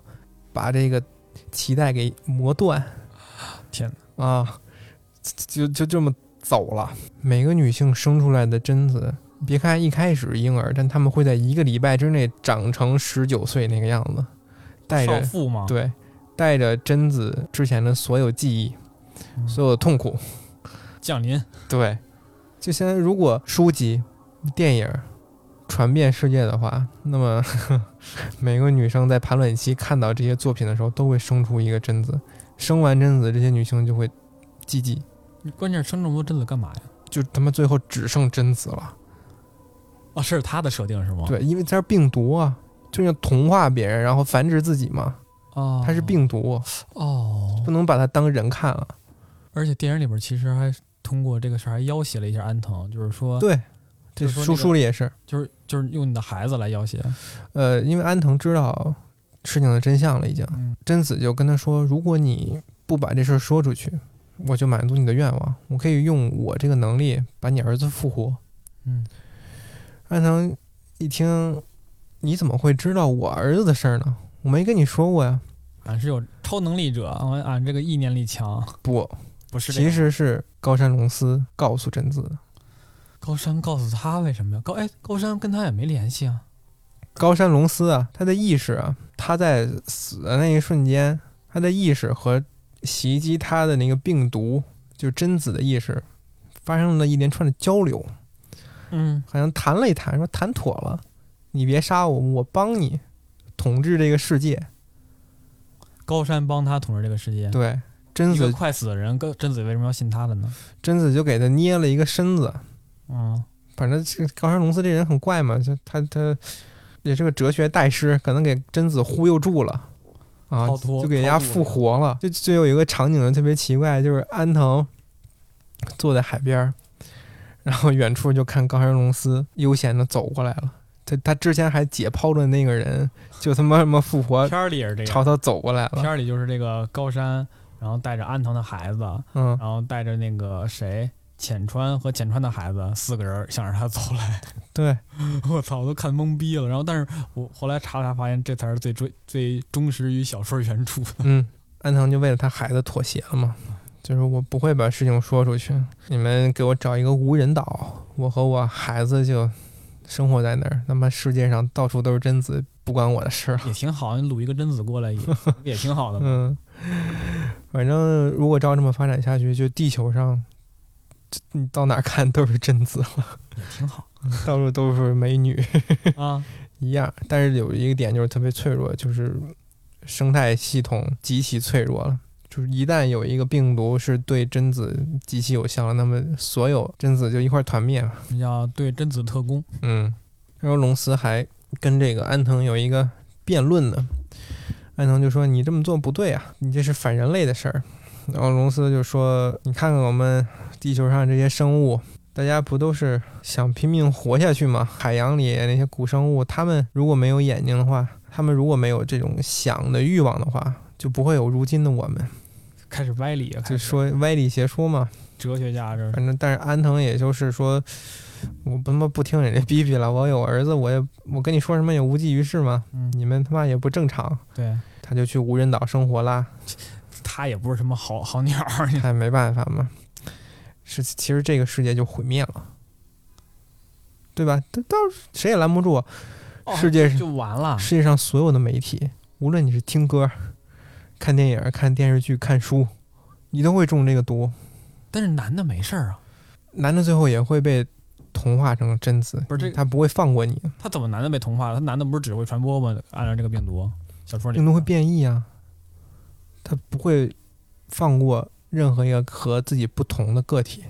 Speaker 2: 把这个脐带给磨断
Speaker 3: 天哪，
Speaker 2: 啊，就就这么走了。每个女性生出来的贞子，别看一开始婴儿，但她们会在一个礼拜之内长成十九岁那个样子，带着
Speaker 3: 少妇啊嘛，
Speaker 2: 对，带着贞子之前的所有记忆、
Speaker 3: 嗯，
Speaker 2: 所有的痛苦。
Speaker 3: 降临，
Speaker 2: 对，就现在如果书籍、电影传遍世界的话，那么 每个女生在排卵期看到这些作品的时候，都会生出一个贞子。生完贞子，这些女性就会积极，
Speaker 3: 关键是生这么多贞子干嘛呀？
Speaker 2: 就他妈最后只剩贞子了。
Speaker 3: 哦，这是他的设定是吗？，
Speaker 2: 对，因为它是病毒啊，就要同化别人，然后繁殖自己嘛。
Speaker 3: 哦，
Speaker 2: 它是病毒，
Speaker 3: 哦
Speaker 2: 不，能把它当人看了。
Speaker 3: 而且电影里边其实还通过这个事儿还要挟了一下安藤，就是说，
Speaker 2: 对，这
Speaker 3: 哦就是说
Speaker 2: 书
Speaker 3: 那个
Speaker 2: 书里也是。
Speaker 3: 就是就是用你的孩子来要挟，
Speaker 2: 呃，因为安藤知道事情的真相了，已经。
Speaker 3: 嗯
Speaker 2: 贞子就跟他说：“如果你不把这事儿说出去，我就满足你的愿望，我可以用我这个能力把你儿子复活。
Speaker 3: 嗯，”
Speaker 2: 安藤一听：“你怎么会知道我儿子的事儿呢？我没跟你说过呀。
Speaker 3: 俺是有超能力者，俺俺这个意念力强，”
Speaker 2: 不，
Speaker 3: 不是这
Speaker 2: 其
Speaker 3: 样。
Speaker 2: 实是高山龙司告诉贞子的。
Speaker 3: 高山告诉他为什么要高，哎，高山跟他也没联系啊，
Speaker 2: 高山龙司啊，他的意识啊，他在死的那一瞬间，他的意识和袭击他的那个病毒，就是贞子的意识，发生了一连串的交流，
Speaker 3: 嗯，
Speaker 2: 好像谈了一谈，说谈妥了，你别杀我，我帮你统治这个世界。
Speaker 3: 高山帮他统治这个世界。
Speaker 2: 对，贞
Speaker 3: 一个
Speaker 2: 子
Speaker 3: 快死的人，跟贞子为什么要信他的呢？
Speaker 2: 贞子就给他捏了一个身子，
Speaker 3: 嗯，
Speaker 2: 反正这个高山龙司这人很怪嘛，就他他也是个哲学大师，可能给贞子忽悠住了啊
Speaker 3: 超，脱
Speaker 2: 就给人家
Speaker 3: 超度
Speaker 2: 复活了。就就有一个场景特别奇怪，就是安藤坐在海边儿，然后远处就看高山龙司悠闲的走过来了。他他之前还解剖的那个人，就他妈他妈复活
Speaker 3: 片儿里也是这
Speaker 2: 朝
Speaker 3: 样，
Speaker 2: 他走过来
Speaker 3: 片
Speaker 2: 呃了。
Speaker 3: 儿里就是这个高山，然后带着安藤的孩子，
Speaker 2: 嗯，
Speaker 3: 然后带着那个谁浅川和浅川的孩子四个人想让他走来，
Speaker 2: 对，
Speaker 3: 我操，我都看懵逼了。然后，但是我后来查了查，发现这才是最追最忠实于小说原著的。
Speaker 2: 嗯，安藤就为了他孩子妥协了嘛，就是我不会把事情说出去，你们给我找一个无人岛，我和我孩子就生活在那儿。那么世界上到处都是贞子，不关我的事儿。
Speaker 3: 也挺好，你掳一个贞子过来也也挺好的嘛。
Speaker 2: 嗯，反正如果照这么发展下去，就地球上，这你到哪儿看都是贞子，
Speaker 3: 也挺好
Speaker 2: 到处都是美女
Speaker 3: 啊。
Speaker 2: 一样。但是有一个点就是特别脆弱，就是生态系统极其脆弱了。就是一旦有一个病毒是对贞子极其有效了，那么所有贞子就一块儿团灭了。
Speaker 3: 那叫对贞子特工，
Speaker 2: 嗯，然后龙司还跟这个安藤有一个辩论呢。安藤就说：“你这么做不对啊，你这是反人类的事儿。”然后龙司就说：“你看看我们地球上这些生物，大家不都是想拼命活下去吗？海洋里那些古生物，它们如果没有眼睛的话，它们如果没有这种想的欲望的话，就不会有如今的我们。
Speaker 3: 开始歪理，开始
Speaker 2: 就说歪理邪说嘛。
Speaker 3: 哲学家这
Speaker 2: 反正但是安藤也就是说，我他妈不听人家逼逼了，我有儿子，我也我跟你说什么也无济于事嘛，
Speaker 3: 嗯
Speaker 2: 你们他妈也不正常，
Speaker 3: 对
Speaker 2: 他就去无人岛生活 啦，
Speaker 3: 他也不是什么好 好鸟 儿，你
Speaker 2: 他也没办法嘛，是其实这个世界就毁灭了，对吧？到到谁也拦不住，啊
Speaker 3: 哦
Speaker 2: 世界
Speaker 3: 就完了。
Speaker 2: 世界上所有的媒体，无论你是听歌、看电影、看电视剧、看书，你都会中这个毒，
Speaker 3: 但是男的没事儿啊，
Speaker 2: 男的最后也会被同化成贞子，
Speaker 3: 不是这个
Speaker 2: 他不会放过你，
Speaker 3: 他怎么男的被同化了？他男的不是只会传播吗？按照这个病毒小说里，
Speaker 2: 病毒会变异啊，他不会放过任何一个和自己不同的个体，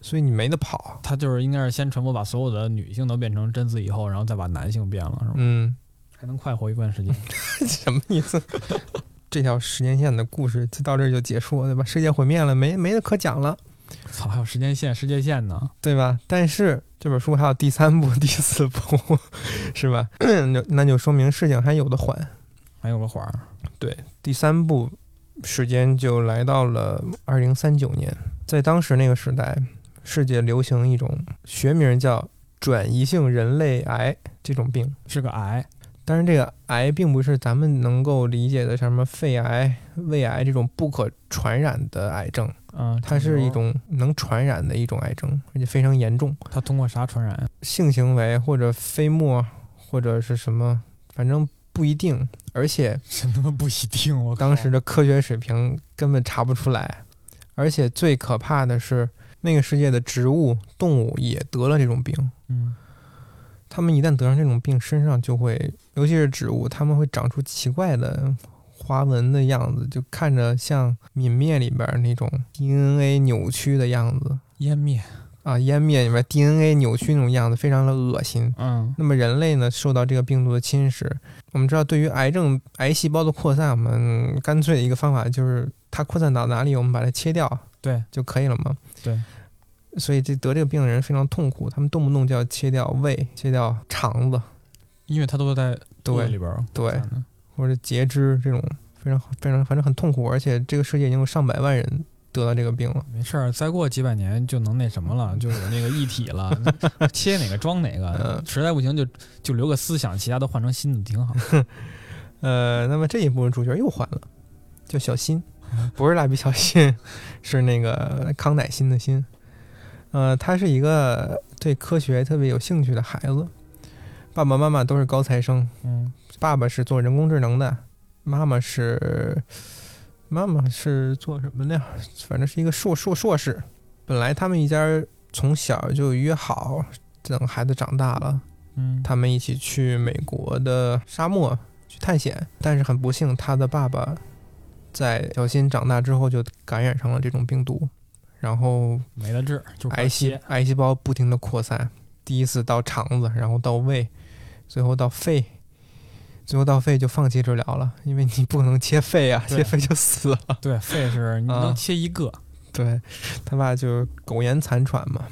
Speaker 2: 所以你没得跑。
Speaker 3: 他就是应该是先传播把所有的女性都变成贞子以后，然后再把男性变了，是吧？
Speaker 2: 嗯，
Speaker 3: 还能快活一段时间。
Speaker 2: 什么意思？ 这条时间线的故事就到这儿就结束了，对吧？世界毁灭了，没没得可讲了，
Speaker 3: 操，还有时间线、世界线呢？
Speaker 2: 对吧？但是这本书还有第三部、 第四部，是吧？ 那那就说明事情还有的缓。
Speaker 3: 还有个环儿，
Speaker 2: 第三部时间就来到了二零三九年，在当时那个时代，世界流行一种学名叫转移性人类癌这种病。
Speaker 3: 是个癌，
Speaker 2: 但是这个癌并不是咱们能够理解的像什么肺癌、胃癌这种不可传染的癌症，
Speaker 3: 嗯、
Speaker 2: 它
Speaker 3: 肿
Speaker 2: 是
Speaker 3: 瘤
Speaker 2: 一，种能传染的一种癌症，而且非常严重。
Speaker 3: 它通过啥传染？
Speaker 2: 性行为或者飞沫或者是什么，反正不一定，而且
Speaker 3: 真他妈不一定，我靠
Speaker 2: 当时的科学水平根本查不出来，而且最可怕的是，那个世界的植物、动物也得了这种病。
Speaker 3: 嗯，
Speaker 2: 它们一旦得上这种病，身上就会，尤其是植物，它们会长出奇怪的花纹的样子，就看着像泯灭里边那种 DNA 扭曲的样子
Speaker 3: 湮灭，
Speaker 2: 啊，湮灭里边 DNA 扭曲那种样子，非常的恶心。
Speaker 3: 嗯，
Speaker 2: 那么人类呢，受到这个病毒的侵蚀，我们知道，对于癌症癌细胞的扩散，我们干脆一个方法就是它扩散到哪里，我们把它切掉
Speaker 3: 对
Speaker 2: 就可以了嘛。
Speaker 3: 对。
Speaker 2: 所以这得这个病的人非常痛苦，他们动不动就要切掉胃、切掉肠子，
Speaker 3: 因为它都在肚子
Speaker 2: 对
Speaker 3: 里边儿，嗯
Speaker 2: 对
Speaker 3: 看，的
Speaker 2: 或者截肢这种非常非常反正很痛苦，而且这个世界已经有上百万人得到这个病了。
Speaker 3: 没事儿，再过几百年就能那什 么了，就有那个一体了，切哪个装哪个，
Speaker 2: 嗯
Speaker 3: 实在不行就就留个思想，其他都换成新的 挺好。
Speaker 2: 呃，那么这一部分主角又换了，叫小新，不是蜡笔小新， 是那个康乃馨的馨。呃，他是一个对科学特别有兴趣的孩子，爸爸妈妈都是高材生，
Speaker 3: 嗯，
Speaker 2: 爸爸是做人工智能的，妈妈是妈妈是做什么的呀？反正是一个硕硕硕士。本来他们一家从小就约好，等孩子长大了，
Speaker 3: 嗯，
Speaker 2: 他们一起去美国的沙漠去探险，但是很不幸，他的爸爸在小新长大之后就感染上了这种病毒，然后
Speaker 3: 没得治，就
Speaker 2: 癌细
Speaker 3: 切，
Speaker 2: 癌细胞不停的扩散，第一次到肠子，然后到胃，最后到肺，最后到肺就放弃治疗了，因为你不可能切肺啊，
Speaker 3: 对
Speaker 2: 切肺就死了。
Speaker 3: 对，肺是你
Speaker 2: 啊
Speaker 3: 能切一个，
Speaker 2: 对他爸就是苟延残喘嘛。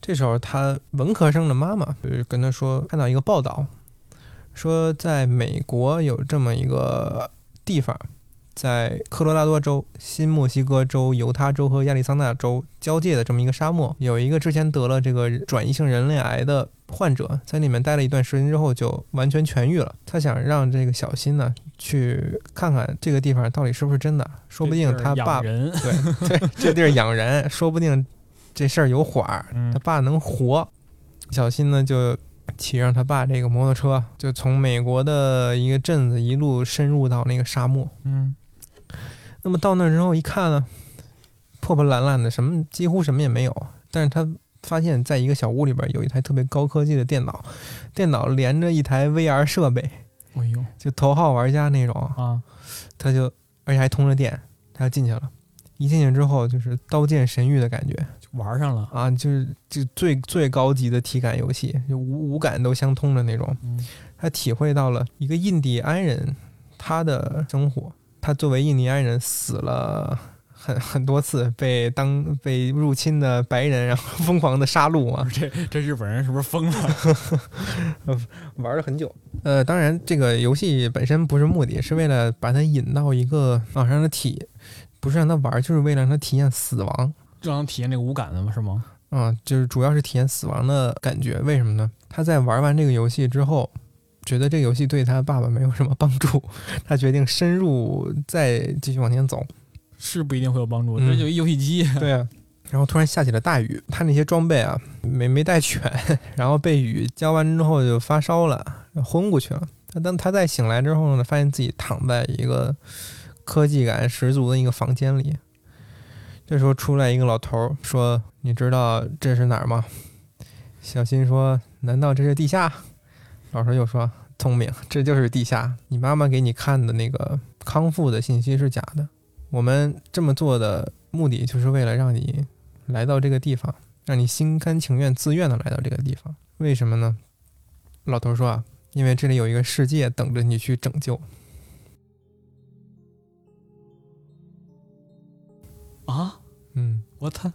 Speaker 2: 这时候，他文科生的妈妈就是跟他说，看到一个报道，说在美国有这么一个地方，在科罗拉多州、新墨西哥州、犹他州和亚利桑那州交界的这么一个沙漠，有一个之前得了这个转移性人类癌的患者，在里面待了一段时间之后就完全痊愈了。他想让这个小新呢去看看这个地方到底是不是真的，说不定
Speaker 3: 这地儿
Speaker 2: 他
Speaker 3: 养
Speaker 2: 爸
Speaker 3: 人，
Speaker 2: 对，这地儿养人，说不定这事儿有缓儿，
Speaker 3: 嗯
Speaker 2: 他爸能活。小新呢就骑上他爸这个摩托车，就从美国的一个镇子一路深入到那个沙漠。
Speaker 3: 嗯
Speaker 2: 那么到那儿之后一看呢，破破烂烂的，什么几乎什么也没有。但是他发现，在一个小屋里边有一台特别高科技的电脑，电脑连着一台 VR 设备，
Speaker 3: 哎呦
Speaker 2: 就头号玩家那种。
Speaker 3: 啊，
Speaker 2: 他就而且还通着电，他就进去了。一进去之后，就是刀剑神域的感觉
Speaker 3: 就玩上了。
Speaker 2: 啊，就是就最最高级的体感游戏，就五五感都相通的那种。
Speaker 3: 嗯
Speaker 2: 他体会到了一个印第安人他的生活。他作为印第安人死了很很多次，被当被入侵的白人然后 疯狂的杀戮啊，
Speaker 3: 这这日本人是不是疯了？
Speaker 2: 玩了很久。呃，当然这个游戏本身不是目的，是为了把他引到一个啊，让他体不是让他玩，就是为了让他体验死亡。
Speaker 3: 正常体验那个无感的吗？是吗？
Speaker 2: 啊，就是主要是体验死亡的感觉。为什么呢？他在玩完这个游戏之后，觉得这个游戏对他爸爸没有什么帮助，他决定深入再继续往前走。
Speaker 3: 是不一定会有帮助，
Speaker 2: 嗯
Speaker 3: 这就一游戏机。
Speaker 2: 对啊，然后突然下起了大雨，他那些装备啊没没带全， 然后被雨浇完之后就发烧了，昏过去了。他当他再醒来之后呢，发现自己躺在一个科技感十足的一个房间里。这时候出来一个老头儿说：“你知道这是哪儿吗？”小新说：“难道这是地下？”老头儿又说：“聪明，这就是地下。你妈妈给你看的那个康复的信息是假的。我们这么做的目的就是为了让你来到这个地方，让你心甘情愿、自愿的来到这个地方。为什么呢？老头说啊，因为这里有一个世界等着你去拯救。
Speaker 3: 啊，
Speaker 2: 嗯，
Speaker 3: 我操！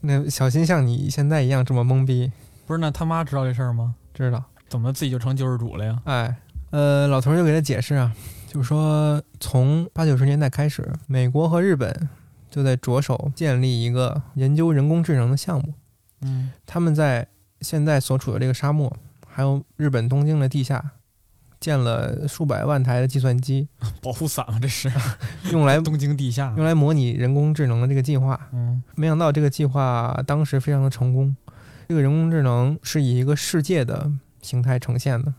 Speaker 2: 那小新像你现在一样这么懵逼，
Speaker 3: 不是，那他妈知道这事儿吗？
Speaker 2: 知道？
Speaker 3: 怎么自己就成救世主了呀？
Speaker 2: 哎，呃，老头儿就给他解释啊，就说从八九十年代开始，美国和日本就在着手建立一个研究人工智能的项目。
Speaker 3: 嗯，
Speaker 2: 他们在现在所处的这个沙漠，还有日本东京的地下，建了数百万台的计算机，
Speaker 3: 保护伞啊嘛，这是
Speaker 2: 用来
Speaker 3: 东京地下。
Speaker 2: 用来模拟人工智能的这个计划。
Speaker 3: 嗯
Speaker 2: 没想到这个计划当时非常的成功，这个人工智能是以一个世界的形态呈现的，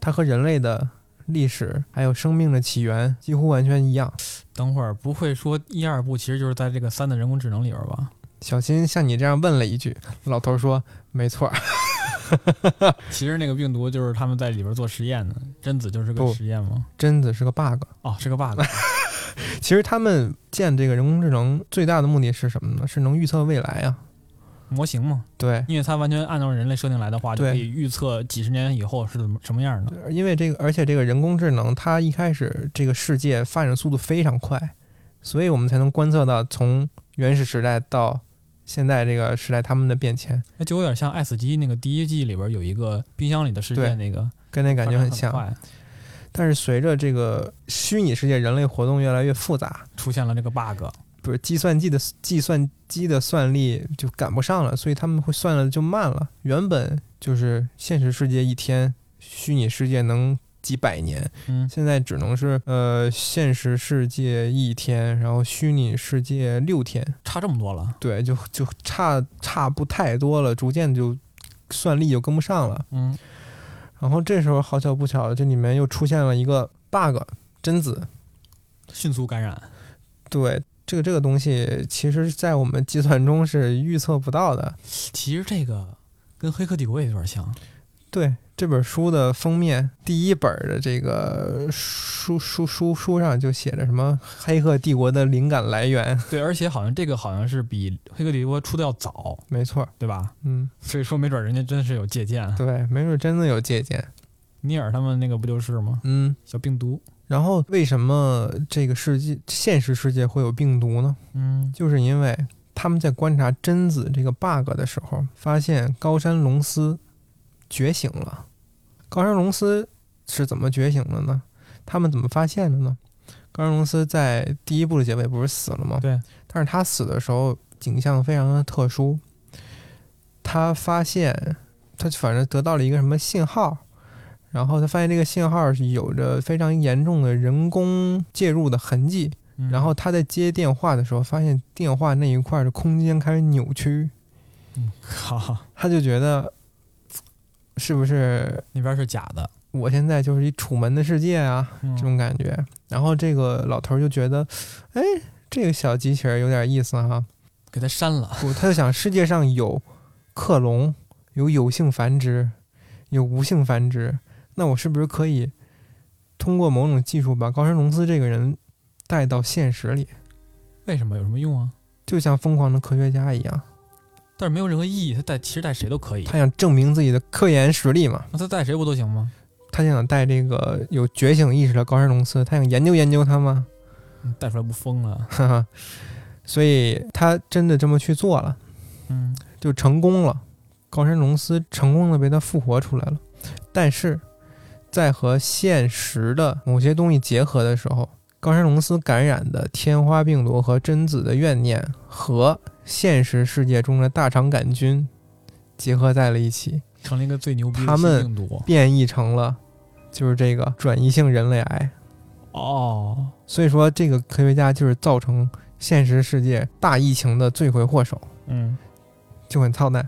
Speaker 2: 它和人类的历史还有生命的起源几乎完全一样。，
Speaker 3: 等会儿不会说一二部其实就是在这个三的人工智能里边吧？
Speaker 2: 小新像你这样问了一句，老头说：“没错儿，
Speaker 3: 其实那个病毒就是他们在里边做实验的，贞子就是个
Speaker 2: 不
Speaker 3: 实验吗？
Speaker 2: 贞子是个 bug。”
Speaker 3: 哦，是个 bug。
Speaker 2: 其实他们建这个人工智能最大的目的是什么呢？是能预测未来啊。
Speaker 3: 模型嘛，
Speaker 2: 对，
Speaker 3: 因为它完全按照人类设定来的话，就
Speaker 2: 对
Speaker 3: 可以预测几十年以后是怎么什么样的。
Speaker 2: 因为这个，而且这个人工智能它一开始这个世界发展速度非常快，所以我们才能观测到从原始时代到现在这个时代他们的变迁，
Speaker 3: 那就有点像《爱死机》那个第一季里边有一个冰箱里的世界
Speaker 2: 对
Speaker 3: 那个，
Speaker 2: 跟那感觉很
Speaker 3: 发展
Speaker 2: 像。
Speaker 3: 快，
Speaker 2: 但是随着这个虚拟世界人类活动越来越复杂，
Speaker 3: 出现了这个 bug。
Speaker 2: 不是计算机的计算机的算力就赶不上了，所以他们会算的就慢了。原本就是现实世界一天，虚拟世界能几百年，
Speaker 3: 嗯，
Speaker 2: 现在只能是呃现实世界一天，然后虚拟世界六天，
Speaker 3: 差这么多了。
Speaker 2: 对，就就差差不太多了，逐渐就算力就跟不上了。
Speaker 3: 嗯，
Speaker 2: 然后这时候好巧不巧，这里面又出现了一个 bug，贞子
Speaker 3: 迅速感染。
Speaker 2: 对这个这个东西，其实在我们计算中是预测不到的。
Speaker 3: 其实这个跟《黑客帝国》也有点像。
Speaker 2: 对这本书的封面，第一本的这个书书书书上就写着什么《黑客帝国》的灵感来源，
Speaker 3: 对，而且好像这个好像是比《黑客帝国》出的要早，
Speaker 2: 没错，
Speaker 3: 对吧？
Speaker 2: 嗯，
Speaker 3: 所以说没准人家真是有借鉴。啊
Speaker 2: 对，没准真的有借鉴，
Speaker 3: 尼尔他们那个不就是吗？
Speaker 2: 嗯。
Speaker 3: 小病毒。
Speaker 2: 然后为什么这个世界现实世界会有病毒呢？
Speaker 3: 嗯
Speaker 2: 就是因为他们在观察贞子这个 bug 的时候，发现高山龙司觉醒了。高山龙司是怎么觉醒的呢？他们怎么发现的呢？高山龙司在第一部的结尾不是死了吗？
Speaker 3: 对。
Speaker 2: 但是他死的时候景象非常的特殊，他发现他反正得到了一个什么信号，然后他发现这个信号是有着非常严重的人工介入的痕迹。
Speaker 3: 嗯
Speaker 2: 然后他在接电话的时候，发现电话
Speaker 3: 嗯
Speaker 2: 那一块儿的空间开始扭曲，
Speaker 3: 靠，
Speaker 2: 他就觉得是不是
Speaker 3: 那边是假的，
Speaker 2: 我现在就是一楚门的世界啊
Speaker 3: 嗯
Speaker 2: 这种感觉？然后这个老头儿就觉得，哎，这个小机器人有点意思哈、
Speaker 3: 给他删了。
Speaker 2: 不，他就想世界上有克隆，有有性繁殖，有无性繁殖，那我是不是可以通过某种技术把高山龙司这个人带到现实里，
Speaker 3: 为什么有什么用啊？
Speaker 2: 就像疯狂的科学家一样，
Speaker 3: 但是没有任何意义，他带其实带谁都可以，
Speaker 2: 他想证明自己的科研实力嘛？
Speaker 3: 那他带谁不都行吗？
Speaker 2: 他想带这个有觉醒意识的高山龙司，他想研究研究他吗？
Speaker 3: 嗯带出来不疯了？
Speaker 2: 哈哈， 所以他真的这么去做了。
Speaker 3: 嗯，
Speaker 2: 就成功了，高山龙司成功的被他复活出来了。但是，在和现实的某些东西结合的时候，高山龙司感染的天花病毒和贞子的怨念和现实世界中的大肠杆菌结合在了一起，
Speaker 3: 成了一个最牛逼
Speaker 2: 他
Speaker 3: 的
Speaker 2: 们
Speaker 3: 新病毒
Speaker 2: 变异成了就是这个转移性人类癌。
Speaker 3: 哦，
Speaker 2: 所以说，这个科学家就是造成现实世界大疫情的罪魁祸首。
Speaker 3: 嗯，
Speaker 2: 就很操蛋。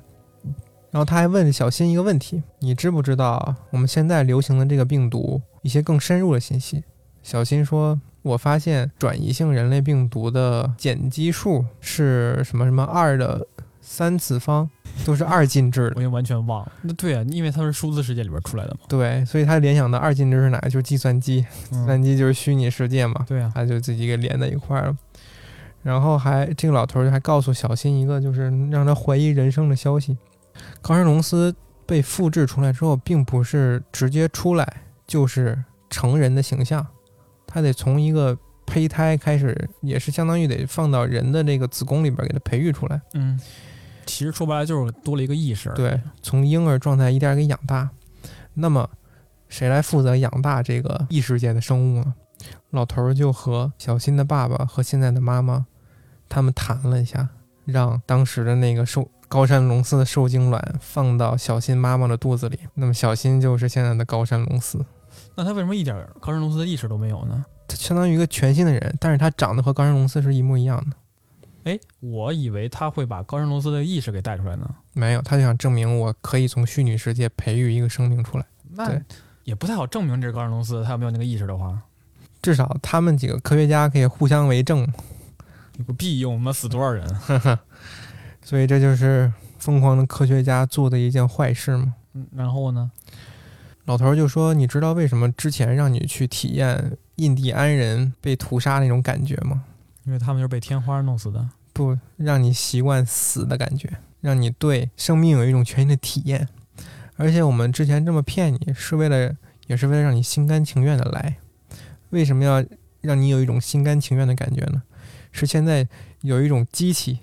Speaker 2: 然后他还问小新一个问题：你知不知道我们现在流行的这个病毒一些更深入的信息？小新说：“我发现转移性人类病毒的碱基数是什么什么二的三次方，都是二进制
Speaker 3: 我
Speaker 2: 的。
Speaker 3: 已经完全忘了。那对啊，因为它是数字世界里边出来的嘛。
Speaker 2: 对，所以他联想到二进制是哪？就是计算机，计
Speaker 3: 嗯、
Speaker 2: 算机就是虚拟世界嘛。
Speaker 3: 对啊，
Speaker 2: 他就自己给连在一块儿了。然后还这个老头儿还告诉小新一个就是让他怀疑人生的消息：高山龙司被复制出来之后，并不是直接出来就是成人的形象，他得从一个胚胎开始，也是相当于得放到人的这个子宫里边儿给他培育出来。
Speaker 3: 嗯，其实说白了就是多了一个意识。，
Speaker 2: 对，从婴儿状态一点儿给养大。那么，谁来负责养大这个异世界的生物呢？老头儿就和小新的爸爸和现在的妈妈，他们谈了一下，让当时的那个受高山龙司的受精卵放到小新妈妈的肚子里。那么，小新就是现在的高山龙司，
Speaker 3: 那他为什么一点高山龙司的意识都没有呢？
Speaker 2: 他相当于一个全新的人，但是他长得和高山龙司是一模一样的。
Speaker 3: 哎，我以为他会把高山龙司的意识给带出来呢。
Speaker 2: 没有，他就想证明我可以从虚拟世界培育一个生命出来。
Speaker 3: 那
Speaker 2: 对
Speaker 3: 也不太好证明这是高山龙司他有没有那个意识的话，
Speaker 2: 至少他们几个科学家可以互相为证，
Speaker 3: 有个屁用！我们死多少人？
Speaker 2: 嗯所以这就是疯狂的科学家做的一件坏事嘛。
Speaker 3: 嗯然后呢？
Speaker 2: 老头儿就说：“你知道为什么之前让你去体验印第安人被屠杀那种感觉吗？
Speaker 3: 因为他们就是被天花弄死的。
Speaker 2: 不让你习惯死的感觉，让你对生命有一种全新的体验。而且我们之前这么骗你，是为了也是为了让你心甘情愿的来。为什么要让你有一种心甘情愿的感觉呢？是现在有一种机器，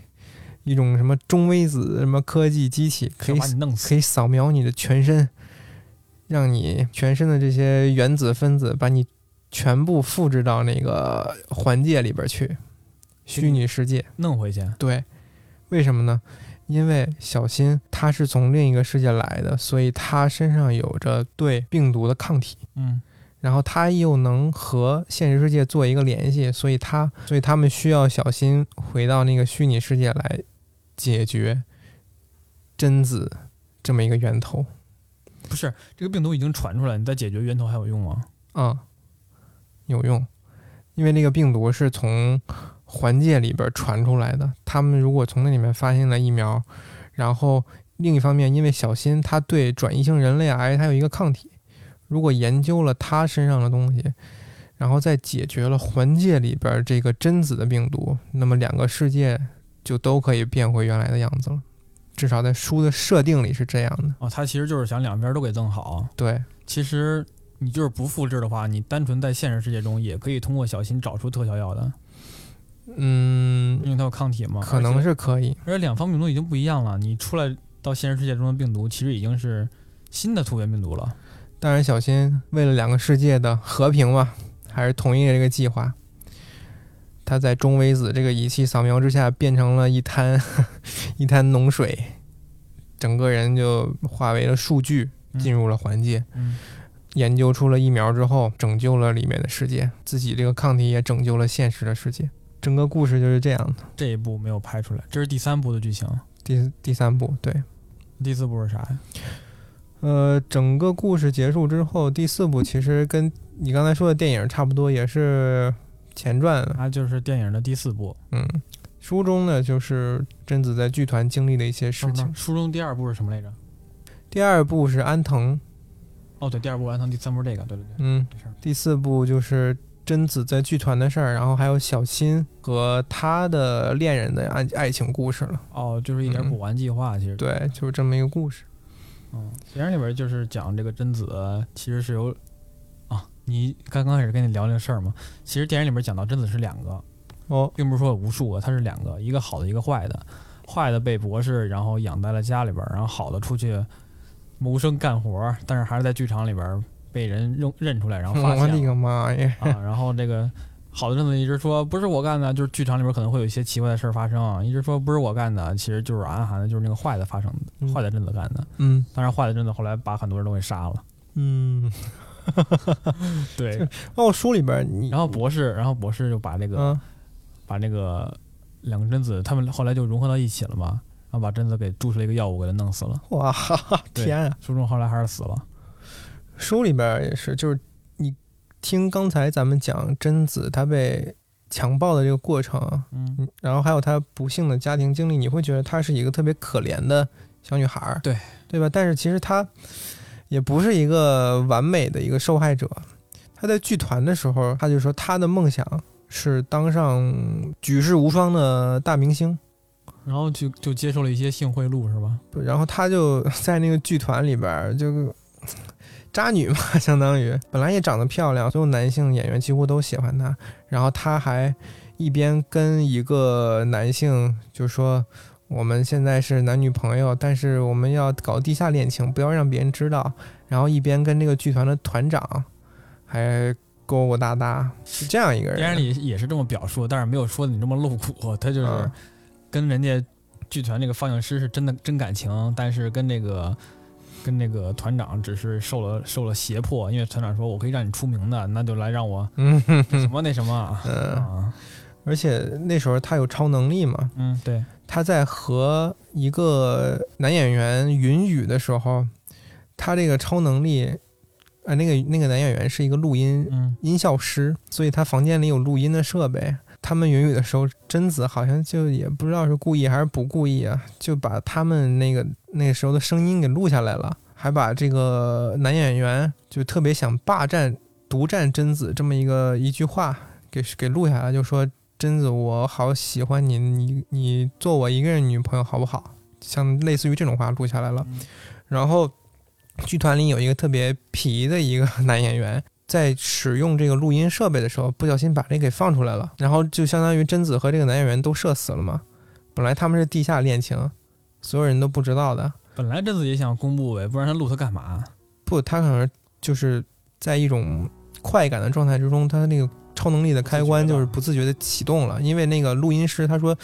Speaker 2: 一种什么中微子什么科技机器，可
Speaker 3: 要
Speaker 2: 以
Speaker 3: 把你弄死
Speaker 2: 可。以扫描你的全身，让你全身的这些原子分子把你全部复制到那个环界里边去，虚拟世界。
Speaker 3: 弄回去。
Speaker 2: 对，为什么呢？因为小新他是从另一个世界来的，所以他身上有着对病毒的抗体，
Speaker 3: 嗯，
Speaker 2: 然后他又能和现实世界做一个联系，所以他所以他们需要小新回到那个虚拟世界来解决贞子这么一个源头
Speaker 3: 不是，这个病毒已经传出来，你再解决源头还有用吗？
Speaker 2: 啊、有用，因为那个病毒是从环界里边传出来的，他们如果从那里面发现了疫苗，然后另一方面，因为小新他对转移性人类癌他有一个抗体，如果研究了他身上的东西，然后再解决了环界里边这个贞子的病毒，那么两个世界就都可以变回原来的样子了。至少在书的设定里是这样的，
Speaker 3: 哦，他其实就是想两边都给弄好。
Speaker 2: 对
Speaker 3: 其实你就是不复制的话，你单纯在现实世界中也可以通过小心找出特效药的，
Speaker 2: 嗯，
Speaker 3: 因为它有抗体嘛。
Speaker 2: 可能
Speaker 3: 而且，
Speaker 2: 是可以，
Speaker 3: 而且两方病毒已经不一样了，你出来到现实世界中的病毒其实已经是新的突变病毒了。
Speaker 2: 当然，小新为了两个世界的和平嘛，还是同意了这个计划。他在中微子这个仪器扫描之下，变成了一滩 一滩脓水，整个人就化为了数据，进入了环界。
Speaker 3: 嗯，
Speaker 2: 研究出了疫苗之后，拯救了里面的世界，自己这个抗体也拯救了现实的世界。整个故事就是这样的。
Speaker 3: 这一部没有拍出来，这是第三部的剧情。
Speaker 2: 第第三部，对，
Speaker 3: 第四部是啥呀？
Speaker 2: 呃，整个故事结束之后，第四部其实跟你刚才说的电影差不多，也是前传了。
Speaker 3: 它就是电影的第四部。
Speaker 2: 嗯，书中呢就是贞子在剧团经历的一些事
Speaker 3: 等会
Speaker 2: 情
Speaker 3: 儿。书中第二部是什么来着？
Speaker 2: 第二部是安藤，
Speaker 3: 哦，对，第二部完成，第三部是这个，对对对，
Speaker 2: 嗯
Speaker 3: 没事儿，
Speaker 2: 第四部就是贞子在剧团的事儿，然后还有小新和他的恋人的爱爱情故事了。
Speaker 3: 哦，就是一点
Speaker 2: 嗯
Speaker 3: 补完计划，其实，
Speaker 2: 对，就是这么一个故事。
Speaker 3: 嗯，电影里边就是讲这个贞子其实是由啊，你刚刚开始跟你聊这个事儿嘛，其实电影里边讲到贞子是两个，
Speaker 2: 哦，
Speaker 3: 并不是说有无数啊个，它是两个，一个好的，一个坏的，坏的被博士然后养在了家里边儿，然后好的出去谋生干活儿，但是还是在剧场里边儿被人认认出来，然后发
Speaker 2: 我
Speaker 3: 现
Speaker 2: 的
Speaker 3: 了
Speaker 2: 个妈呀！
Speaker 3: 啊，然后这个好的贞子一直说不是我干的，就是剧场里边可能会有一些奇怪的事儿发生啊，一直说不是我干的，其实就是暗含的就是那个坏的发生的，
Speaker 2: 嗯
Speaker 3: 坏的贞子干的。
Speaker 2: 嗯
Speaker 3: 当然，坏的贞子后来把很多人都给杀了。
Speaker 2: 嗯，
Speaker 3: 对，
Speaker 2: 哦，书里边你
Speaker 3: 然后博士，然后博士就把这个、
Speaker 2: 嗯
Speaker 3: 把那个两个贞子，他们后来就融合到一起了嘛，然后把贞子给注射了一个药物，给他弄死了。
Speaker 2: 哇哈哈
Speaker 3: 对
Speaker 2: 天啊！
Speaker 3: 书中后来还是死了。
Speaker 2: 书里边儿也是，就是你听刚才咱们讲贞子她被强暴的这个过程啊，
Speaker 3: 嗯，
Speaker 2: 然后还有她不幸的家庭经历，你会觉得她是一个特别可怜的小女孩儿，
Speaker 3: 对
Speaker 2: 对吧？但是其实她也不是一个完美的一个受害者。她在剧团的时候，她就说她的梦想是当上举世无双的大明星。
Speaker 3: 然后就就接受了一些性贿赂，是吧？
Speaker 2: 然后他就 在那个剧团里边儿就渣女嘛，相当于本来也长得漂亮，所有男性演员几乎都喜欢她。然后她还一边跟一个男性就说：“我们现在是男女朋友，但是我们要搞地下恋情，不要让别人知道。”然后一边跟这个剧团的团长还勾勾搭搭，是这样一个人。
Speaker 3: 电影里也是这么表述，但是没有说你这么露骨，他就是。
Speaker 2: 嗯
Speaker 3: 跟人家剧团那个放映师是真的真感情，但是跟那个跟那个团长只是受了受了胁迫，因为团长说我可以让你出名的，那就来让我
Speaker 2: 嗯哼
Speaker 3: 什
Speaker 2: 哼，
Speaker 3: 么那什么啊，
Speaker 2: 嗯
Speaker 3: 啊
Speaker 2: 而且那时候他有超能力嘛，
Speaker 3: 嗯对，
Speaker 2: 他在和一个男演员云雨的时候，他这个超能力，呃，那个那个男演员是一个录音
Speaker 3: 嗯
Speaker 2: 音效师，所以他房间里有录音的设备。他们云雨的时候，贞子好像就也不知道是故意还是不故意啊，就把他们那个那个时候的声音给录下来了，还把这个男演员就特别想霸占、独占贞子这么一个一句话给给录下来，就说贞子，我好喜欢你，你你做我一个人女朋友好不好？像类似于这种话录下来了。然后剧团里有一个特别皮的一个男演员，在使用这个录音设备的时候，不小心把这给放出来了，然后就相当于贞子和这个男演员都社死了嘛。本来他们是地下恋情，所有人都不知道的。
Speaker 3: 本来贞子也想公布呗，不然他录他干嘛？
Speaker 2: 不，他可能就是在一种快感的状态之中，他那个超能力的开关
Speaker 3: 不自觉的
Speaker 2: 就是不自觉的启动了。因为那个录音师他说，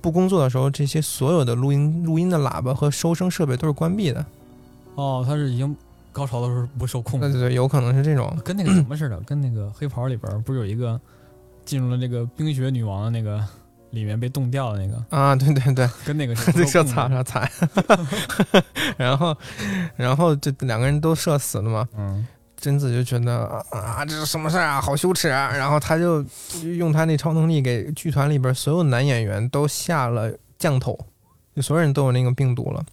Speaker 2: 不工作的时候，这些所有的录音录音的喇叭和收声设备都是关闭的。
Speaker 3: 哦，他是已经高潮的时候不受控
Speaker 2: 对
Speaker 3: 制，
Speaker 2: 对对，有可能是这种。
Speaker 3: 跟那个什么似的， 跟那个黑袍里边不是有一个进入了那个冰雪女王的那个里面被冻掉的那个，
Speaker 2: 啊，对对对，
Speaker 3: 跟那个 是不
Speaker 2: 这
Speaker 3: 受
Speaker 2: 社
Speaker 3: 控制
Speaker 2: 惨
Speaker 3: 的，
Speaker 2: 了惨，然后，然后这两个人都社死了嘛，
Speaker 3: 嗯，
Speaker 2: 贞子就觉得啊，这是什么事儿啊，好羞耻啊！然后他就用他那超能力给剧团里边所有男演员都下了降头，就所有人都有那个病毒了。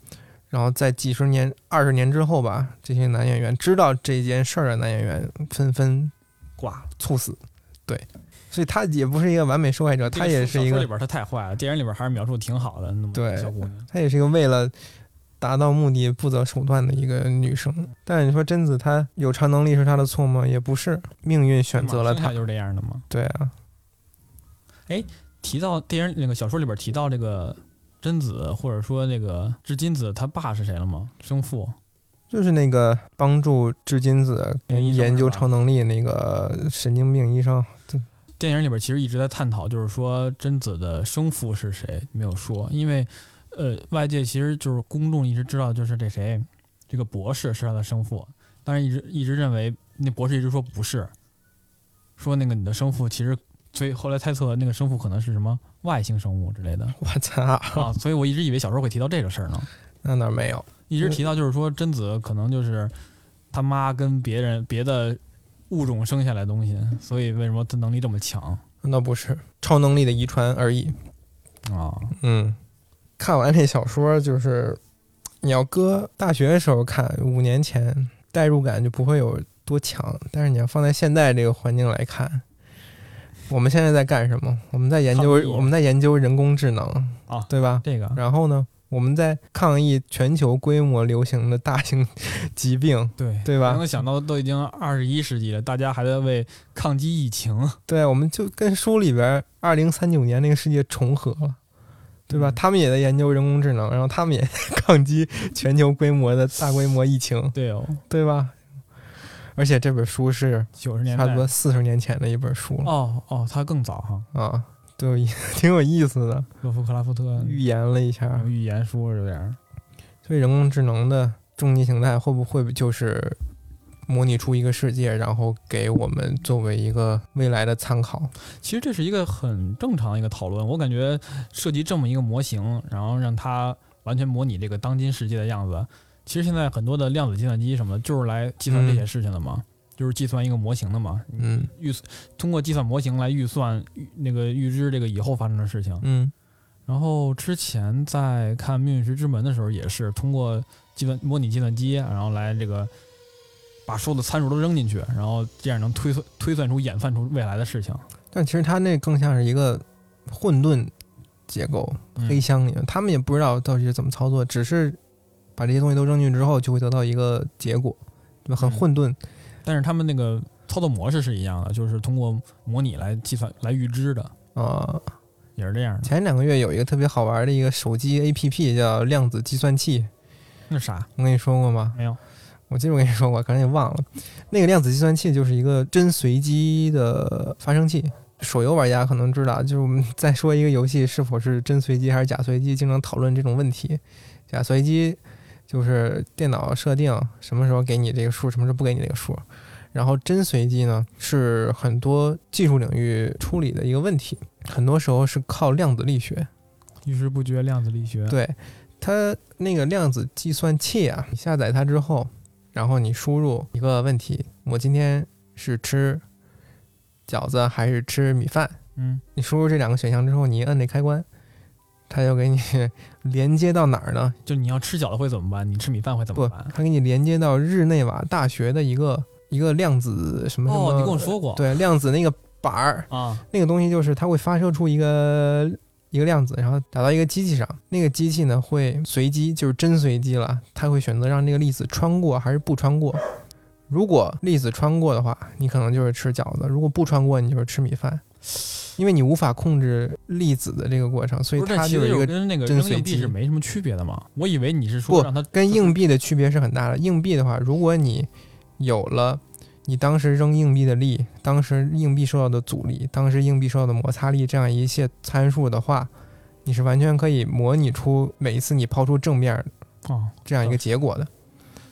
Speaker 2: 然后在几十年、二十年之后吧，这些男演员知道这件事儿的男演员纷纷
Speaker 3: 挂了。
Speaker 2: 猝死。对，所以他也不是一个完美受害者，
Speaker 3: 这
Speaker 2: 他也是一
Speaker 3: 小说
Speaker 2: 个
Speaker 3: 里边儿他太坏了，电影里边儿还是描述挺好的。那么
Speaker 2: 对
Speaker 3: 小姑娘，
Speaker 2: 她也是一个为了达到目的不择手段的一个女生。但是你说贞子她有超能力是她的错吗？也不是，命运选择了
Speaker 3: 马上
Speaker 2: 她
Speaker 3: 她。就是这样的嘛。
Speaker 2: 对啊，
Speaker 3: 提到电影那个小说里边儿提到这个贞子，或者说那个织金子他爸是谁了吗？生父
Speaker 2: 就是那个帮助织金子
Speaker 3: 那个医生
Speaker 2: 研究
Speaker 3: 是吧
Speaker 2: 超能力那个神经病医生。
Speaker 3: 电影里边儿其实一直在探讨，就是说贞子的生父是谁没有说，因为呃外界其实就是公众一直知道，就是这谁这个博士是他的生父，但是一直一直认为那博士一直说不是，说那个你的生父其实。所以后来猜测那个生父可能是什么外星生物之类的，
Speaker 2: 我操，
Speaker 3: 啊，所以我一直以为小时候会提到这个事儿呢。
Speaker 2: 那哪儿没有？
Speaker 3: 一直提到就是说贞子可能就是他妈跟别人别的物种生下来的东西，所以为什么他能力这么强
Speaker 2: 那不是超能力的遗传而已。
Speaker 3: 啊？
Speaker 2: 嗯，看完这小说，就是你要搁大学的时候看，五年前代入感就不会有多强，但是你要放在现在这个环境来看，我们现在在干什么？我们在研究
Speaker 3: 抗议，
Speaker 2: 我们在研究人工智能
Speaker 3: 啊
Speaker 2: 对吧？
Speaker 3: 这个
Speaker 2: 然后呢，我们在抗议全球规模流行的大型 疾病，
Speaker 3: 对
Speaker 2: 对吧
Speaker 3: 能够想到都已经二十一世纪了，大家还在为抗击疫情，
Speaker 2: 对，我们就跟书里边二零三九年那个世界重合了，对吧？
Speaker 3: 嗯
Speaker 2: 他们也在研究人工智能，然后他们也 抗击全球规模的大规模疫情，
Speaker 3: 对哦，
Speaker 2: 对吧？而且这本书是
Speaker 3: 九十年代
Speaker 2: 差不多四十年前的一本书了
Speaker 3: 哦哦，他更早哈，
Speaker 2: 啊，对， 挺有意思的，
Speaker 3: 洛夫克拉夫特
Speaker 2: 预言了一下。
Speaker 3: 预言说嗯有点儿
Speaker 2: 所以人工智能的终极形态会不会就是模拟出一个世界，然后给我们作为一个未来的参考？
Speaker 3: 其实这是一个很正常的一个讨论。我感觉设计这么一个模型，然后让它完全模拟这个当今世界的样子，其实现在很多的量子计算机什么的，就是来计算这些事情的嘛，就是计算一个模型的嘛，
Speaker 2: 嗯
Speaker 3: 预通过计算模型来预算预那个预知这个以后发生的事情。
Speaker 2: 嗯
Speaker 3: 然后之前在看《命运石之门》的时候，也是通过计算模拟计算机，然后来这个把所有的参数都扔进去，然后这样能推算推算出、演算出未来的事情。
Speaker 2: 但其实它那更像是一个混沌结构，
Speaker 3: 嗯
Speaker 2: 黑箱里面，他们也不知道到底是怎么操作，只是把这些东西都扔进去之后，就会得到一个结果，对吧？很
Speaker 3: 嗯
Speaker 2: 混沌。
Speaker 3: 但是他们那个操作模式是一样的，就是通过模拟来计算、来预知的，
Speaker 2: 啊。
Speaker 3: 也是这样的。
Speaker 2: 前两个月有一个特别好玩的一个手机 APP 叫量子计算器，
Speaker 3: 那啥
Speaker 2: 我跟你说过吗？
Speaker 3: 没有？
Speaker 2: 我记得我跟你说过，可能也忘了。那个量子计算器就是一个真随机的发生器。手游玩家可能知道，就是我们 在说一个游戏是否是真随机还是假随机，经常讨论这种问题。假随机就是电脑设定什么时候给你这个数，什么时候不给你这个数。然后真随机呢，是很多技术领域处理的一个问题，很多时候是靠量子力学。
Speaker 3: 遇知不觉量子力学。
Speaker 2: 对，它那个量子计算器啊，你下载它之后，然后你输入一个问题：我今天是吃饺子还是吃米饭？
Speaker 3: 嗯，
Speaker 2: 你输入这两个选项之后，你一摁那开关，它就给你 连接到哪儿呢？
Speaker 3: 就你要吃饺子会怎么办？你吃米饭会怎么
Speaker 2: 不，
Speaker 3: 办？
Speaker 2: 它给你连接到日内瓦大学的一个一个量子什么什么？
Speaker 3: 哦，你跟我说过。
Speaker 2: 对，量子那个板儿，
Speaker 3: 啊，
Speaker 2: 那个东西就是它会发射出一个一个量子，然后打到一个机器上，那个机器呢会随机，就是真随机了，它会选择让这个粒子穿过还是不穿过。如果粒子穿过的话，你可能就是吃饺子；如果不穿过，你就是吃米饭，因为你无法控制粒子的这个过程，所以
Speaker 3: 不是，这
Speaker 2: 它
Speaker 3: 其
Speaker 2: 就
Speaker 3: 实
Speaker 2: 是一个
Speaker 3: 跟那个
Speaker 2: 真
Speaker 3: 扔
Speaker 2: 随
Speaker 3: 硬币
Speaker 2: 机
Speaker 3: 是没什么区别的嘛。我以为你是
Speaker 2: 不
Speaker 3: 说让它
Speaker 2: 跟硬币的区别是很大的。硬币的话，如果你有了你当时扔硬币的力，当时硬币受到的阻力，当时硬币受到的摩擦力这样一些参数的话，你是完全可以模拟出每一次你抛出正面
Speaker 3: 啊，
Speaker 2: 这样一个结果的。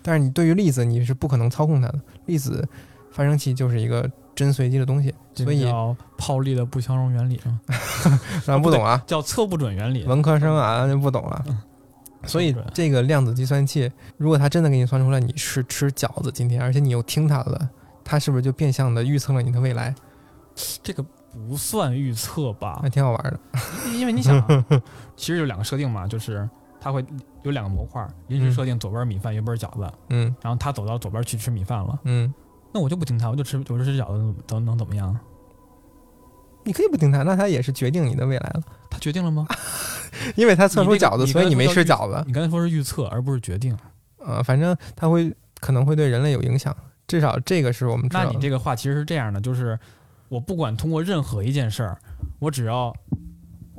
Speaker 2: 但是你对于粒子，你是不可能操控它的。粒子发生器就是一个真随机的东西，
Speaker 3: 这
Speaker 2: 所以
Speaker 3: 叫泡利的不相容原理啊嗯嘛，
Speaker 2: 咱不懂啊，
Speaker 3: 叫测不准原理。
Speaker 2: 文科生啊就不懂了。所以这个量子计算器，如果它真的给你算出来你是吃饺子今天，而且你又听它的，它是不是就变相的预测了你的未来？
Speaker 3: 这个不算预测吧
Speaker 2: 还？挺好玩的。
Speaker 3: 因为你想、 啊，其实有两个设定嘛，就是它会有两个模块，允许设定左边米饭，右边饺子。
Speaker 2: 嗯
Speaker 3: 然后他走到左边去吃米饭了，
Speaker 2: 嗯，
Speaker 3: 那我就不听他，我就吃，我就吃饺子，能能怎么样？
Speaker 2: 你可以不听它，那它也是决定你的未来了，
Speaker 3: 他决定了吗？
Speaker 2: 因为它测出饺子，
Speaker 3: 你那个
Speaker 2: 所以你没吃
Speaker 3: 你那
Speaker 2: 饺子。
Speaker 3: 你刚才说是预测，而不是决定。
Speaker 2: 呃，反正它会可能会对人类有影响，至少这个是我们知
Speaker 3: 那
Speaker 2: 道
Speaker 3: 你
Speaker 2: 的。
Speaker 3: 这个话其实是这样的，就是我不管通过任何一件事儿，我只要，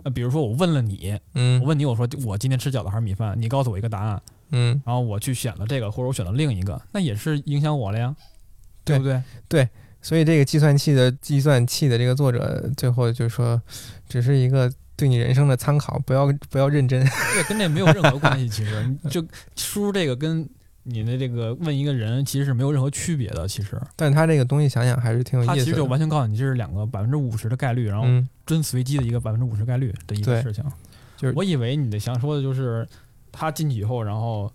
Speaker 3: 呃，比如说我问了你，我
Speaker 2: 嗯
Speaker 3: 问你，我说我今天吃饺子还是米饭，你告诉我一个答案，
Speaker 2: 嗯，
Speaker 3: 然后我去选了这个，或者我选了另一个，那也是影响我了呀，
Speaker 2: 对
Speaker 3: 对不对？
Speaker 2: 所以这个计算器的计算器的这个作者最后就说，只是一个对你人生的参考，不要不要认真。
Speaker 3: 对，跟这没有任何关系。其实，你就输入这个跟你的这个问一个人，其实是没有任何区别的。其实，
Speaker 2: 但是它这个东西想想还是挺有
Speaker 3: 他
Speaker 2: 意
Speaker 3: 其
Speaker 2: 思
Speaker 3: 实就
Speaker 2: 的。
Speaker 3: 完全告诉你这是两个百分之五十的概率，然后
Speaker 2: 嗯。
Speaker 3: 真随机的一个百分之五十概率的一
Speaker 2: 对
Speaker 3: 个事情。
Speaker 2: 就是
Speaker 3: 我以为你的想说的就是他进去以后，然后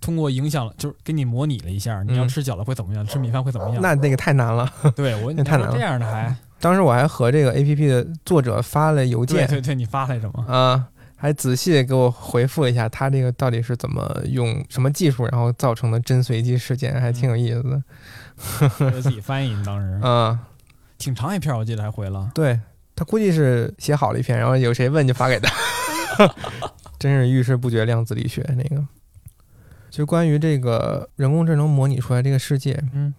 Speaker 3: 通过影响，就是给你模拟了一下，你要
Speaker 2: 嗯
Speaker 3: 吃饺子会怎么样，吃米饭会怎么样？
Speaker 2: 那那个太难了。
Speaker 3: 对我
Speaker 2: 那太
Speaker 3: 你
Speaker 2: 难
Speaker 3: 还说
Speaker 2: 了
Speaker 3: 这样的还
Speaker 2: 当时我还和这个 A P P 的作者发了邮
Speaker 3: 对
Speaker 2: 件
Speaker 3: 对对，你发来着 吗？
Speaker 2: 啊，还仔细地给我回复了一下他这个到底是怎么用什么技术，然后造成的真随机事件，还挺有意思的。
Speaker 3: 我自己翻译，你当时
Speaker 2: 啊，
Speaker 3: 挺长一篇，我记得还回了。
Speaker 2: 对他估计是写好了一篇，然后有谁问就发给他， 真是遇事不决量子力学那个。就关于这个人工智能模拟出来这个世界，
Speaker 3: 嗯，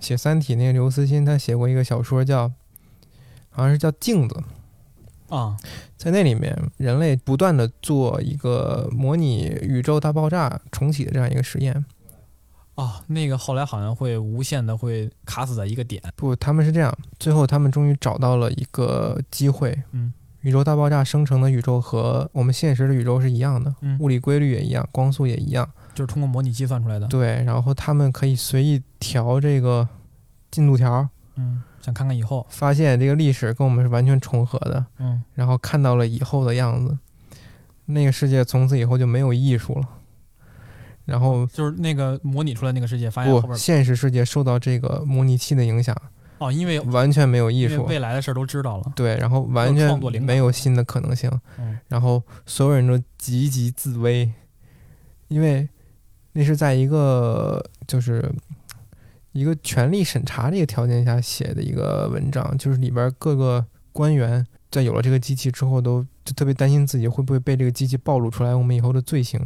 Speaker 2: 写《三体》那个刘慈欣他写过一个小说叫，好像是叫《镜子》，
Speaker 3: 啊，
Speaker 2: 在那里面，人类不断的做一个模拟宇宙大爆炸重启的这样一个实验。
Speaker 3: 哦，那个后来好像会无限的会卡死在一个点，
Speaker 2: 不，他们是这样，最后他们终于找到了一个机会。
Speaker 3: 嗯，
Speaker 2: 宇宙大爆炸生成的宇宙和我们现实的宇宙是一样的，
Speaker 3: 嗯
Speaker 2: 物理规律也一样，光速也一样。
Speaker 3: 就是通过模拟计算出来的。
Speaker 2: 对，然后他们可以随意调这个进度条，
Speaker 3: 嗯，想看看以后，
Speaker 2: 发现这个历史跟我们是完全重合的，
Speaker 3: 嗯，
Speaker 2: 然后看到了以后的样子。那个世界从此以后就没有艺术了。然后
Speaker 3: 就是那个模拟出来那个世界，发哎现后
Speaker 2: 不，
Speaker 3: 边
Speaker 2: 现实世界受到这个模拟器的影响，
Speaker 3: 哦，因为
Speaker 2: 完全没有艺
Speaker 3: 因为
Speaker 2: 术，
Speaker 3: 未来的事儿都知道了。
Speaker 2: 对，然后完
Speaker 3: 没有
Speaker 2: 全
Speaker 3: 创作灵感
Speaker 2: 没有新的可能性，
Speaker 3: 嗯
Speaker 2: 然后所有人都极其自危，因为那是在一个就是一个权力审查这个条件下写的一个文章，就是里边各个官员在有了这个机器之后都，就特别担心自己会不会被这个机器暴露出来我们以后的罪行，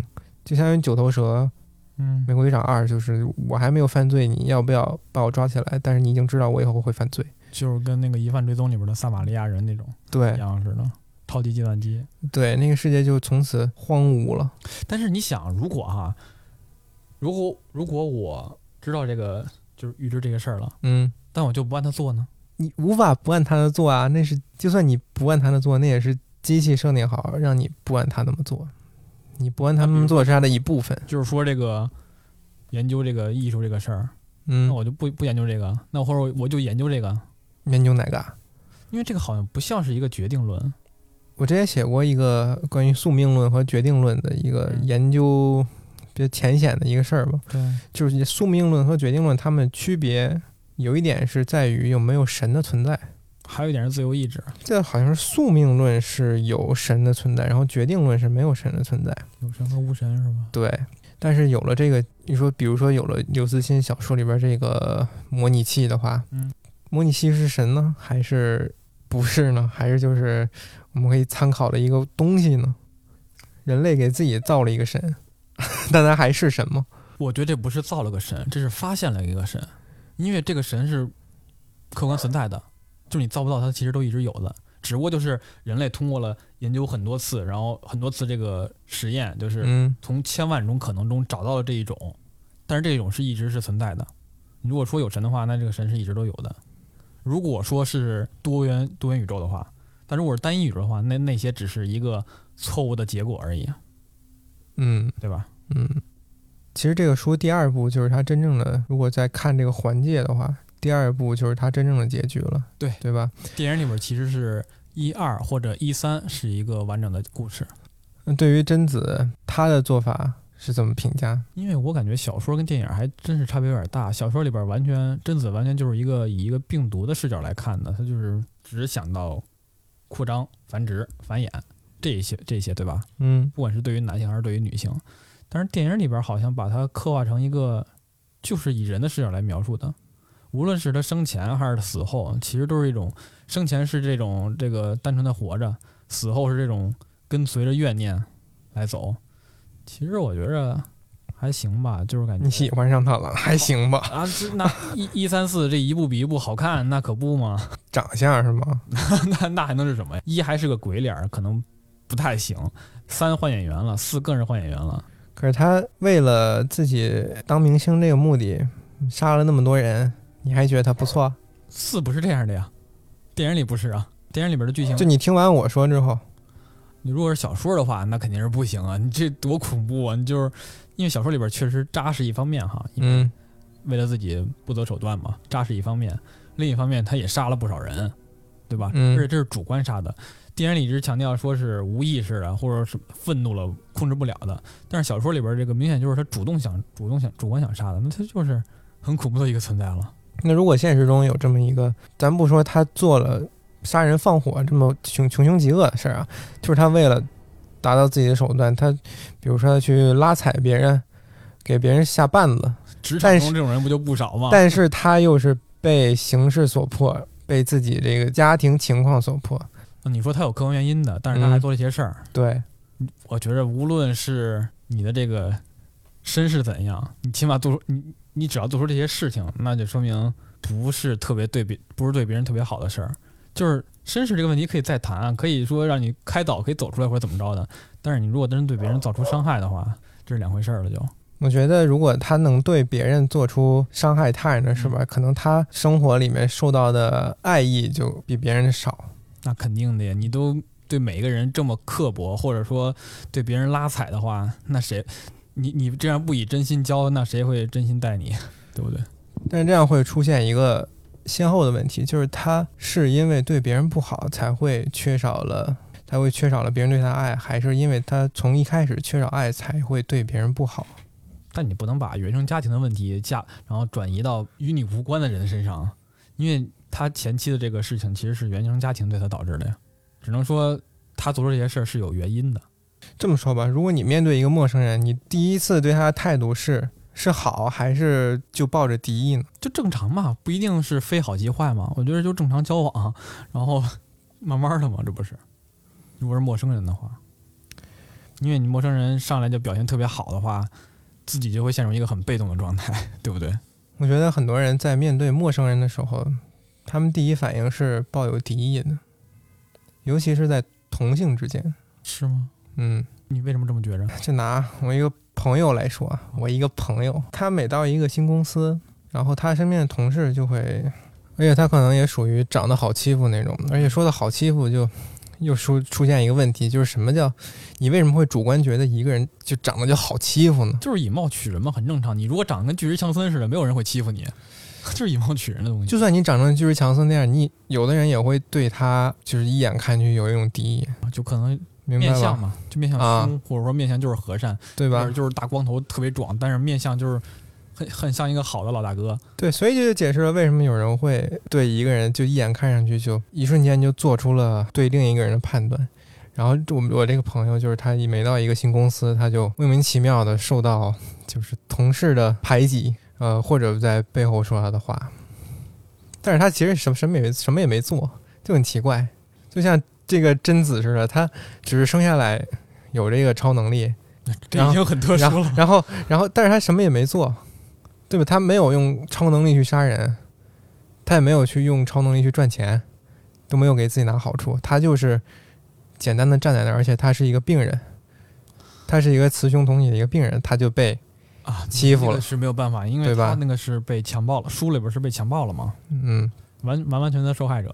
Speaker 2: 就相当于九头蛇，
Speaker 3: 嗯
Speaker 2: 《美国队长二》就是我还没有犯罪，你要不要把我抓起来？但是你已经知道我以后会犯罪。
Speaker 3: 就是跟那个《疑犯追踪》里边的撒玛利亚人那种一
Speaker 2: 对
Speaker 3: 样似的，超级计算机。
Speaker 2: 对，那个世界就从此荒芜了。
Speaker 3: 但是你想，如果哈，如果如果我知道这个就是预知这个事儿了，
Speaker 2: 嗯，
Speaker 3: 但我就不按它做呢？
Speaker 2: 你无法不按他的做啊，那是就算你不按他的做，那也是机器设定好让你不按他那么做。你不按他们做是他的一部分。
Speaker 3: 就是说这个研究这个艺术这个事儿，那
Speaker 2: 嗯，
Speaker 3: 我就不不研究这个，那或者我就研究这个，
Speaker 2: 研究哪个啊？
Speaker 3: 因为这个好像不像是一个决定论。
Speaker 2: 我之前写过一个关于宿命论和决定论的一个
Speaker 3: 嗯
Speaker 2: 研究，比较浅显的一个事儿吧。
Speaker 3: 对，
Speaker 2: 就是宿命论和决定论，它们区别有一点是在于有没有神的存在。
Speaker 3: 还有一点是自由意志，
Speaker 2: 这好像是宿命论是有神的存在，然后决定论是没有神的存在。
Speaker 3: 有神和无神是吧？
Speaker 2: 对，但是有了这个，你说比如说有了刘慈欣小说里边这个模拟器的话，
Speaker 3: 嗯，
Speaker 2: 模拟器是神呢，还是不是呢？还是就是我们可以参考的一个东西呢？人类给自己造了一个神， 但它还是神吗？
Speaker 3: 我觉得这不是造了个神，这是发现了一个神，因为这个神是客观存在的，就是你造不造它其实都一直有的，只不过就是人类通过了研究很多次，然后很多次这个实验，就是
Speaker 2: 嗯，
Speaker 3: 从千万种可能中找到了这一种，但是这一种是一直是存在的。你如果说有神的话，那这个神是一直都有的。如果说是多元多元宇宙的话，但如果是单一宇宙的话，那那些只是一个错误的结果而已，
Speaker 2: 嗯。
Speaker 3: 对吧？
Speaker 2: 嗯，其实这个书第二部就是它真正的，如果在看这个环界的话，第二部就是它真正的结局了，
Speaker 3: 对
Speaker 2: 对吧？
Speaker 3: 电影里边其实是一二或者一三是一个完整的故事，
Speaker 2: 那嗯对于贞子，她的做法是怎么评价？
Speaker 3: 因为我感觉小说跟电影还真是差别有点大。小说里边完全贞子完全就是一个以一个病毒的视角来看的，他就是只想到扩张、繁殖、繁衍这一些这一些，对吧？
Speaker 2: 嗯
Speaker 3: 不管是对于男性还是对于女性，但是电影里边好像把它刻画成一个就是以人的视角来描述的，无论是他生前还是死后，其实都是一种生前是这种这个单纯的活着，死后是这种跟随着怨念来走。其实我觉着还行吧，就是感觉
Speaker 2: 你喜欢上她了，还行吧？
Speaker 3: 啊，这那一一三四这一部比一部好看，那可不嘛，
Speaker 2: 长相是吗？
Speaker 3: 那那还能是什么呀？一还是个鬼脸儿，可能不太行，三换演员了，四更是换演员了。
Speaker 2: 可是她为了自己当明星这个目的，杀了那么多人，你还觉得她不错？啊
Speaker 3: 四不是这样的呀，电影里不是啊，电影里边的剧情，
Speaker 2: 就你听完我说之后，
Speaker 3: 你如果是小说的话，那肯定是不行啊，你这多恐怖啊！你就是因为小说里边确实扎实一方面哈，因为
Speaker 2: 嗯
Speaker 3: 为了自己不择手段嘛，扎实一方面，另一方面他也杀了不少人，对吧？
Speaker 2: 嗯
Speaker 3: 而且这是主观杀的。电影里一直强调说是无意识的，或者是愤怒了控制不了的，但是小说里边这个明显就是他主动想、主动想、主观想杀的，那他就是很恐怖的一个存在了。
Speaker 2: 那如果现实中有这么一个，咱不说他做了杀人放火这么穷穷凶极恶的事儿啊，就是他为了达到自己的手段，他比如说他去拉踩别人，给别人下绊子，
Speaker 3: 职
Speaker 2: 但
Speaker 3: 场
Speaker 2: 是
Speaker 3: 中这种人不就不少吗？
Speaker 2: 但是他又是被形势所迫，被自己这个家庭情况所迫，
Speaker 3: 你说他有客观原因的，但是他还
Speaker 2: 嗯
Speaker 3: 做了一些事儿，
Speaker 2: 对，
Speaker 3: 我觉着无论是你的这个身世怎样，你起码做出你你只要做出这些事情，那就说明不是特别对别不是对别人特别好的事儿。就是身世这个问题可以再谈啊，可以说让你开导，可以走出来或者怎么着的。但是你如果真对别人造出伤害的话，这是两回事儿了就。
Speaker 2: 我觉得，如果他能对别人做出伤害他人的事吧，可能他生活里面受到的爱意就比别人少。
Speaker 3: 那肯定的呀，你都对每个人这么刻薄，或者说对别人拉踩的话，那谁你你这样不以真心交，那谁会真心待你， 对不对？
Speaker 2: 但是这样会出现一个先后的问题，就是他是因为对别人不好才会缺少了，才会缺少了别人对他的爱，还是因为他从一开始缺少爱才会对别人不好？
Speaker 3: 但你不能把原生家庭的问题嫁，然后转移到与你无关的人身上，因为他前期的这个事情其实是原生家庭对他导致的呀。只能说他做出这些事儿是有原因的。
Speaker 2: 这么说吧，如果你面对一个陌生人，你第一次对他的态度是是好，还是就抱着敌意呢？
Speaker 3: 就正常嘛，不一定是非好即坏嘛。我觉得就正常交往， 然后慢慢的嘛，这不是。如果是陌生人的话，因为你陌生人上来就表现特别好的话，自己就会陷入一个很被动的状态， 对不对？
Speaker 2: 我觉得很多人在面对陌生人的时候，他们第一反应是抱有敌意的，尤其是在同性之间。
Speaker 3: 是吗？
Speaker 2: 嗯，
Speaker 3: 你为什么这么觉着？
Speaker 2: 就拿我一个朋友来说，啊我一个朋友，他每到一个新公司，然后他身边的同事就会，而且他可能也属于长得好欺负那种，而且说的好欺负就。又出出现一个问题，就是什么叫你为什么会主观觉得一个人就长得就好欺负呢？
Speaker 3: 就是以貌取人嘛，很正常。你如果长得跟巨石强森似的，没有人会欺负你， 就是以貌取人的东西。
Speaker 2: 就算你长成巨石强森那样，你有的人也会对他就是一眼看去有一种敌意，
Speaker 3: 就就可能
Speaker 2: 明白
Speaker 3: 面相
Speaker 2: 吧？
Speaker 3: 嘛，就面相
Speaker 2: 啊
Speaker 3: 凶，或者说面相就是和善，
Speaker 2: 对
Speaker 3: 或
Speaker 2: 吧
Speaker 3: 者？就是大光头特别壮，但是面相就是很很像一个好的老大哥。
Speaker 2: 对，所以这就解释了为什么有人会对一个人就一眼看上去就一瞬间就做出了对另一个人的判断。然后我我这个朋友就是他一每到一个新公司，他就莫名其妙的受到就是同事的排挤，呃，或者在背后说他的话。但是他其实什么什么也没什么也没做，就很奇怪，就像这个贞子似的，他只是生下来有这个超能力，
Speaker 3: 这已经很特
Speaker 2: 然
Speaker 3: 殊
Speaker 2: 后
Speaker 3: 了，，
Speaker 2: 然后，然后，但是他什么也没做，对吧？他没有用超能力去杀人，他也没有去用超能力去赚钱，都没有给自己拿好处。他就是简单的站在那儿，而且他是一个病人，他是一个雌雄同体的一个病人，他就被
Speaker 3: 啊，
Speaker 2: 欺负了
Speaker 3: 那个是没有办法，因为
Speaker 2: 对吧
Speaker 3: 他那个是被强暴了，书里边是被强暴了嘛，
Speaker 2: 嗯
Speaker 3: 完完完全全的受害者。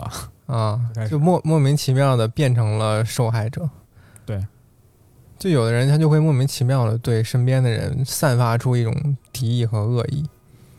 Speaker 2: 啊
Speaker 3: 开，始
Speaker 2: 就莫莫名其妙的变成了受害者。
Speaker 3: 对，
Speaker 2: 就有的人他就会莫名其妙的对身边的人散发出一种敌意和恶意。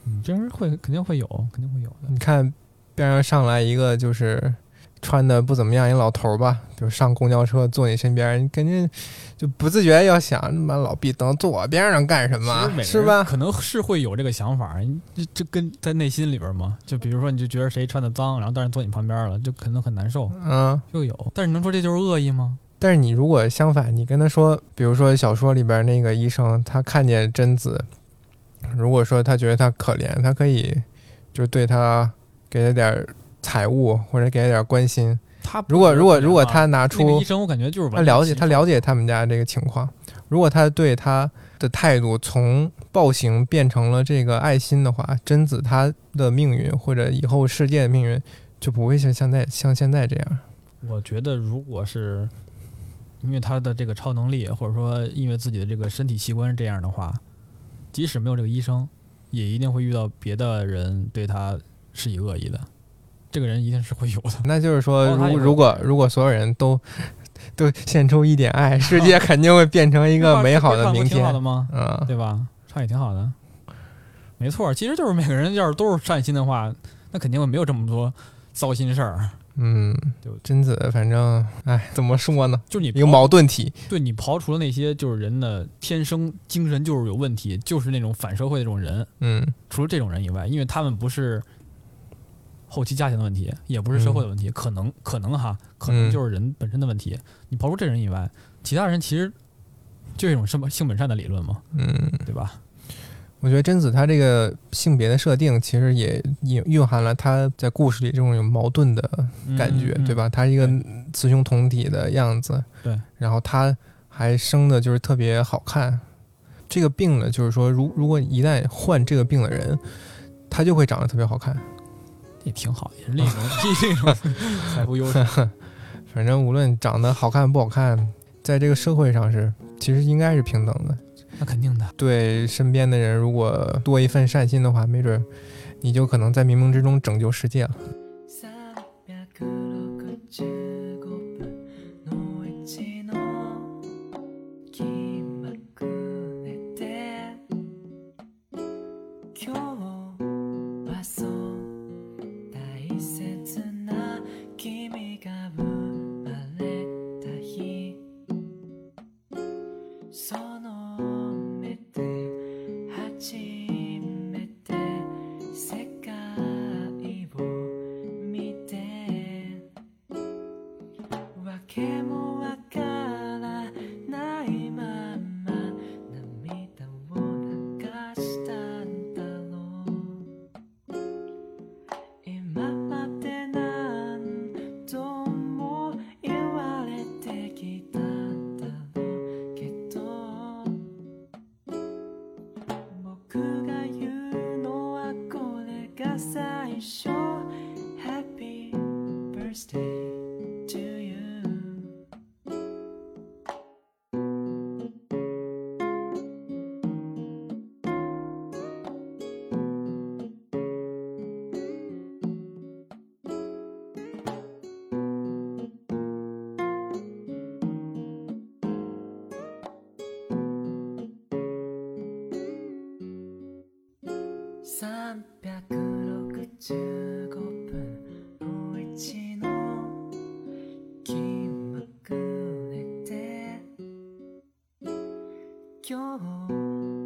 Speaker 3: 嗯，这人会肯定会有，肯定会有的。
Speaker 2: 你看边上上来一个就是穿的不怎么样一老头儿吧，就上公交车坐你身边，你肯定就不自觉要想，他妈老毕能坐我边上干什
Speaker 3: 其实每
Speaker 2: 么？
Speaker 3: 个
Speaker 2: 是
Speaker 3: 人
Speaker 2: 吧？
Speaker 3: 可能是会有这个想法，你这这跟在内心里边嘛。就比如说，你就觉得谁穿的脏，然后但是坐你旁边了，就可能很难受，
Speaker 2: 嗯，
Speaker 3: 就有。但是你能说这就是恶意吗？
Speaker 2: 但是你如果相反，你跟他说，比如说小说里边那个医生，他看见贞子，如果说他觉得他可怜，他可以就对他给他点儿财物或者给他点儿关心。
Speaker 3: 他不
Speaker 2: 如果
Speaker 3: 是
Speaker 2: 如果
Speaker 3: 恶意
Speaker 2: 如果
Speaker 3: 嘛
Speaker 2: 他拿出
Speaker 3: 那个医生，我感觉就是
Speaker 2: 他了解他了解他们家这个情况。如果他对他的态度从暴行变成了这个爱心的话，贞子她的命运或者以后世界的命运就不会像现在像现在这样。
Speaker 3: 我觉得，如果是因为他的这个超能力，或者说因为自己的这个身体器官是这样的话，即使没有这个医生，也一定会遇到别的人对他施以恶意的。这个人一定是会有的。
Speaker 2: 那就是说，
Speaker 3: 包括
Speaker 2: 如
Speaker 3: 他也会
Speaker 2: 如果如果所有人都都献出一点爱，世界肯定会变成一
Speaker 3: 一
Speaker 2: 个美好的明
Speaker 3: 挺好的
Speaker 2: 天。
Speaker 3: 吗？
Speaker 2: 嗯，
Speaker 3: 对吧？唱也挺好的，没错。其实就是每个人要是都是善心的话，那肯定会没有这么多糟心事儿。
Speaker 2: 嗯
Speaker 3: 对，
Speaker 2: 贞子，反正哎，怎么说呢，
Speaker 3: 就是你
Speaker 2: 一个
Speaker 3: 刨
Speaker 2: 矛盾体。
Speaker 3: 对你刨除了那些就是人的天生精神就是有问题，就是那种反社会的这种人，
Speaker 2: 嗯，
Speaker 3: 除了这种人以外，因为他们不是后期家庭的问题，也不是社会的问题，可能可能哈，可能
Speaker 2: 嗯
Speaker 3: 就是人本身的问题。你刨除这人以外，其他人其实就是一种什么性本善的理论嘛，
Speaker 2: 嗯，
Speaker 3: 对吧？
Speaker 2: 我觉得贞子她这个性别的设定，其实也也蕴含了她在故事里这种有矛盾的感觉，
Speaker 3: 嗯
Speaker 2: 对？吧？她一个雌雄同体的样子，
Speaker 3: 对，
Speaker 2: 然后她还生的就是特别好看。这个病呢，就是说，如如果一旦患这个病的人，他就会长得特别好看。
Speaker 3: 嗯也挺好，也是另一种 另一种财富优 势。
Speaker 2: 反正无论长得好看不好看，在这个社会上是其实应该是平等的。
Speaker 3: 那肯定的，
Speaker 2: 对身边的人，如果多一份善心的话，没准儿你就可能在冥冥之中拯救世界了。
Speaker 4: 365分のうちの気まぐれで今日はそう大切な君が生まれた日その目で初めて世界を見てわけもわからないまま涙を流したんだろう今まで何度も言われてきたんだろうけど僕が言うのはこれが最初 Happy birthday to you 365分の1の気まぐれで今日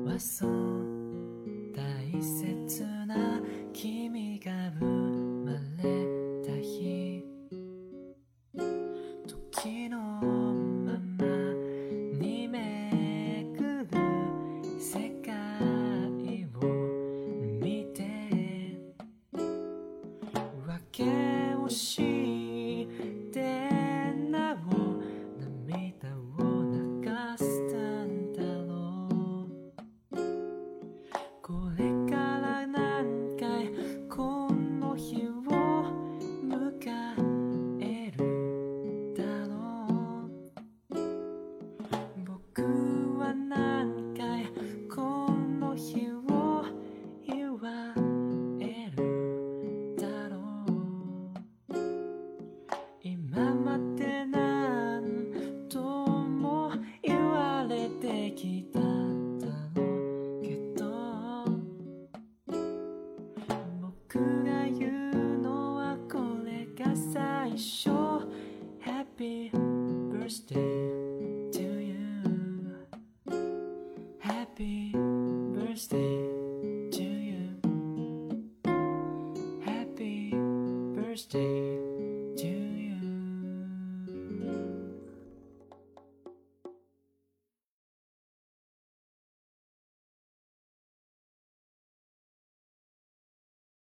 Speaker 4: はそう大切な君が生まれた日時のままにめくる世界を見て訳を知ってなお涙を流したんだろうこれから何回この日を迎えるだろう僕は何回この日を言われるだろう今まで何度も言われてきただろうけど僕が言うのはこれが最初 Happy birthday to you Happy birthday to you Happy birthday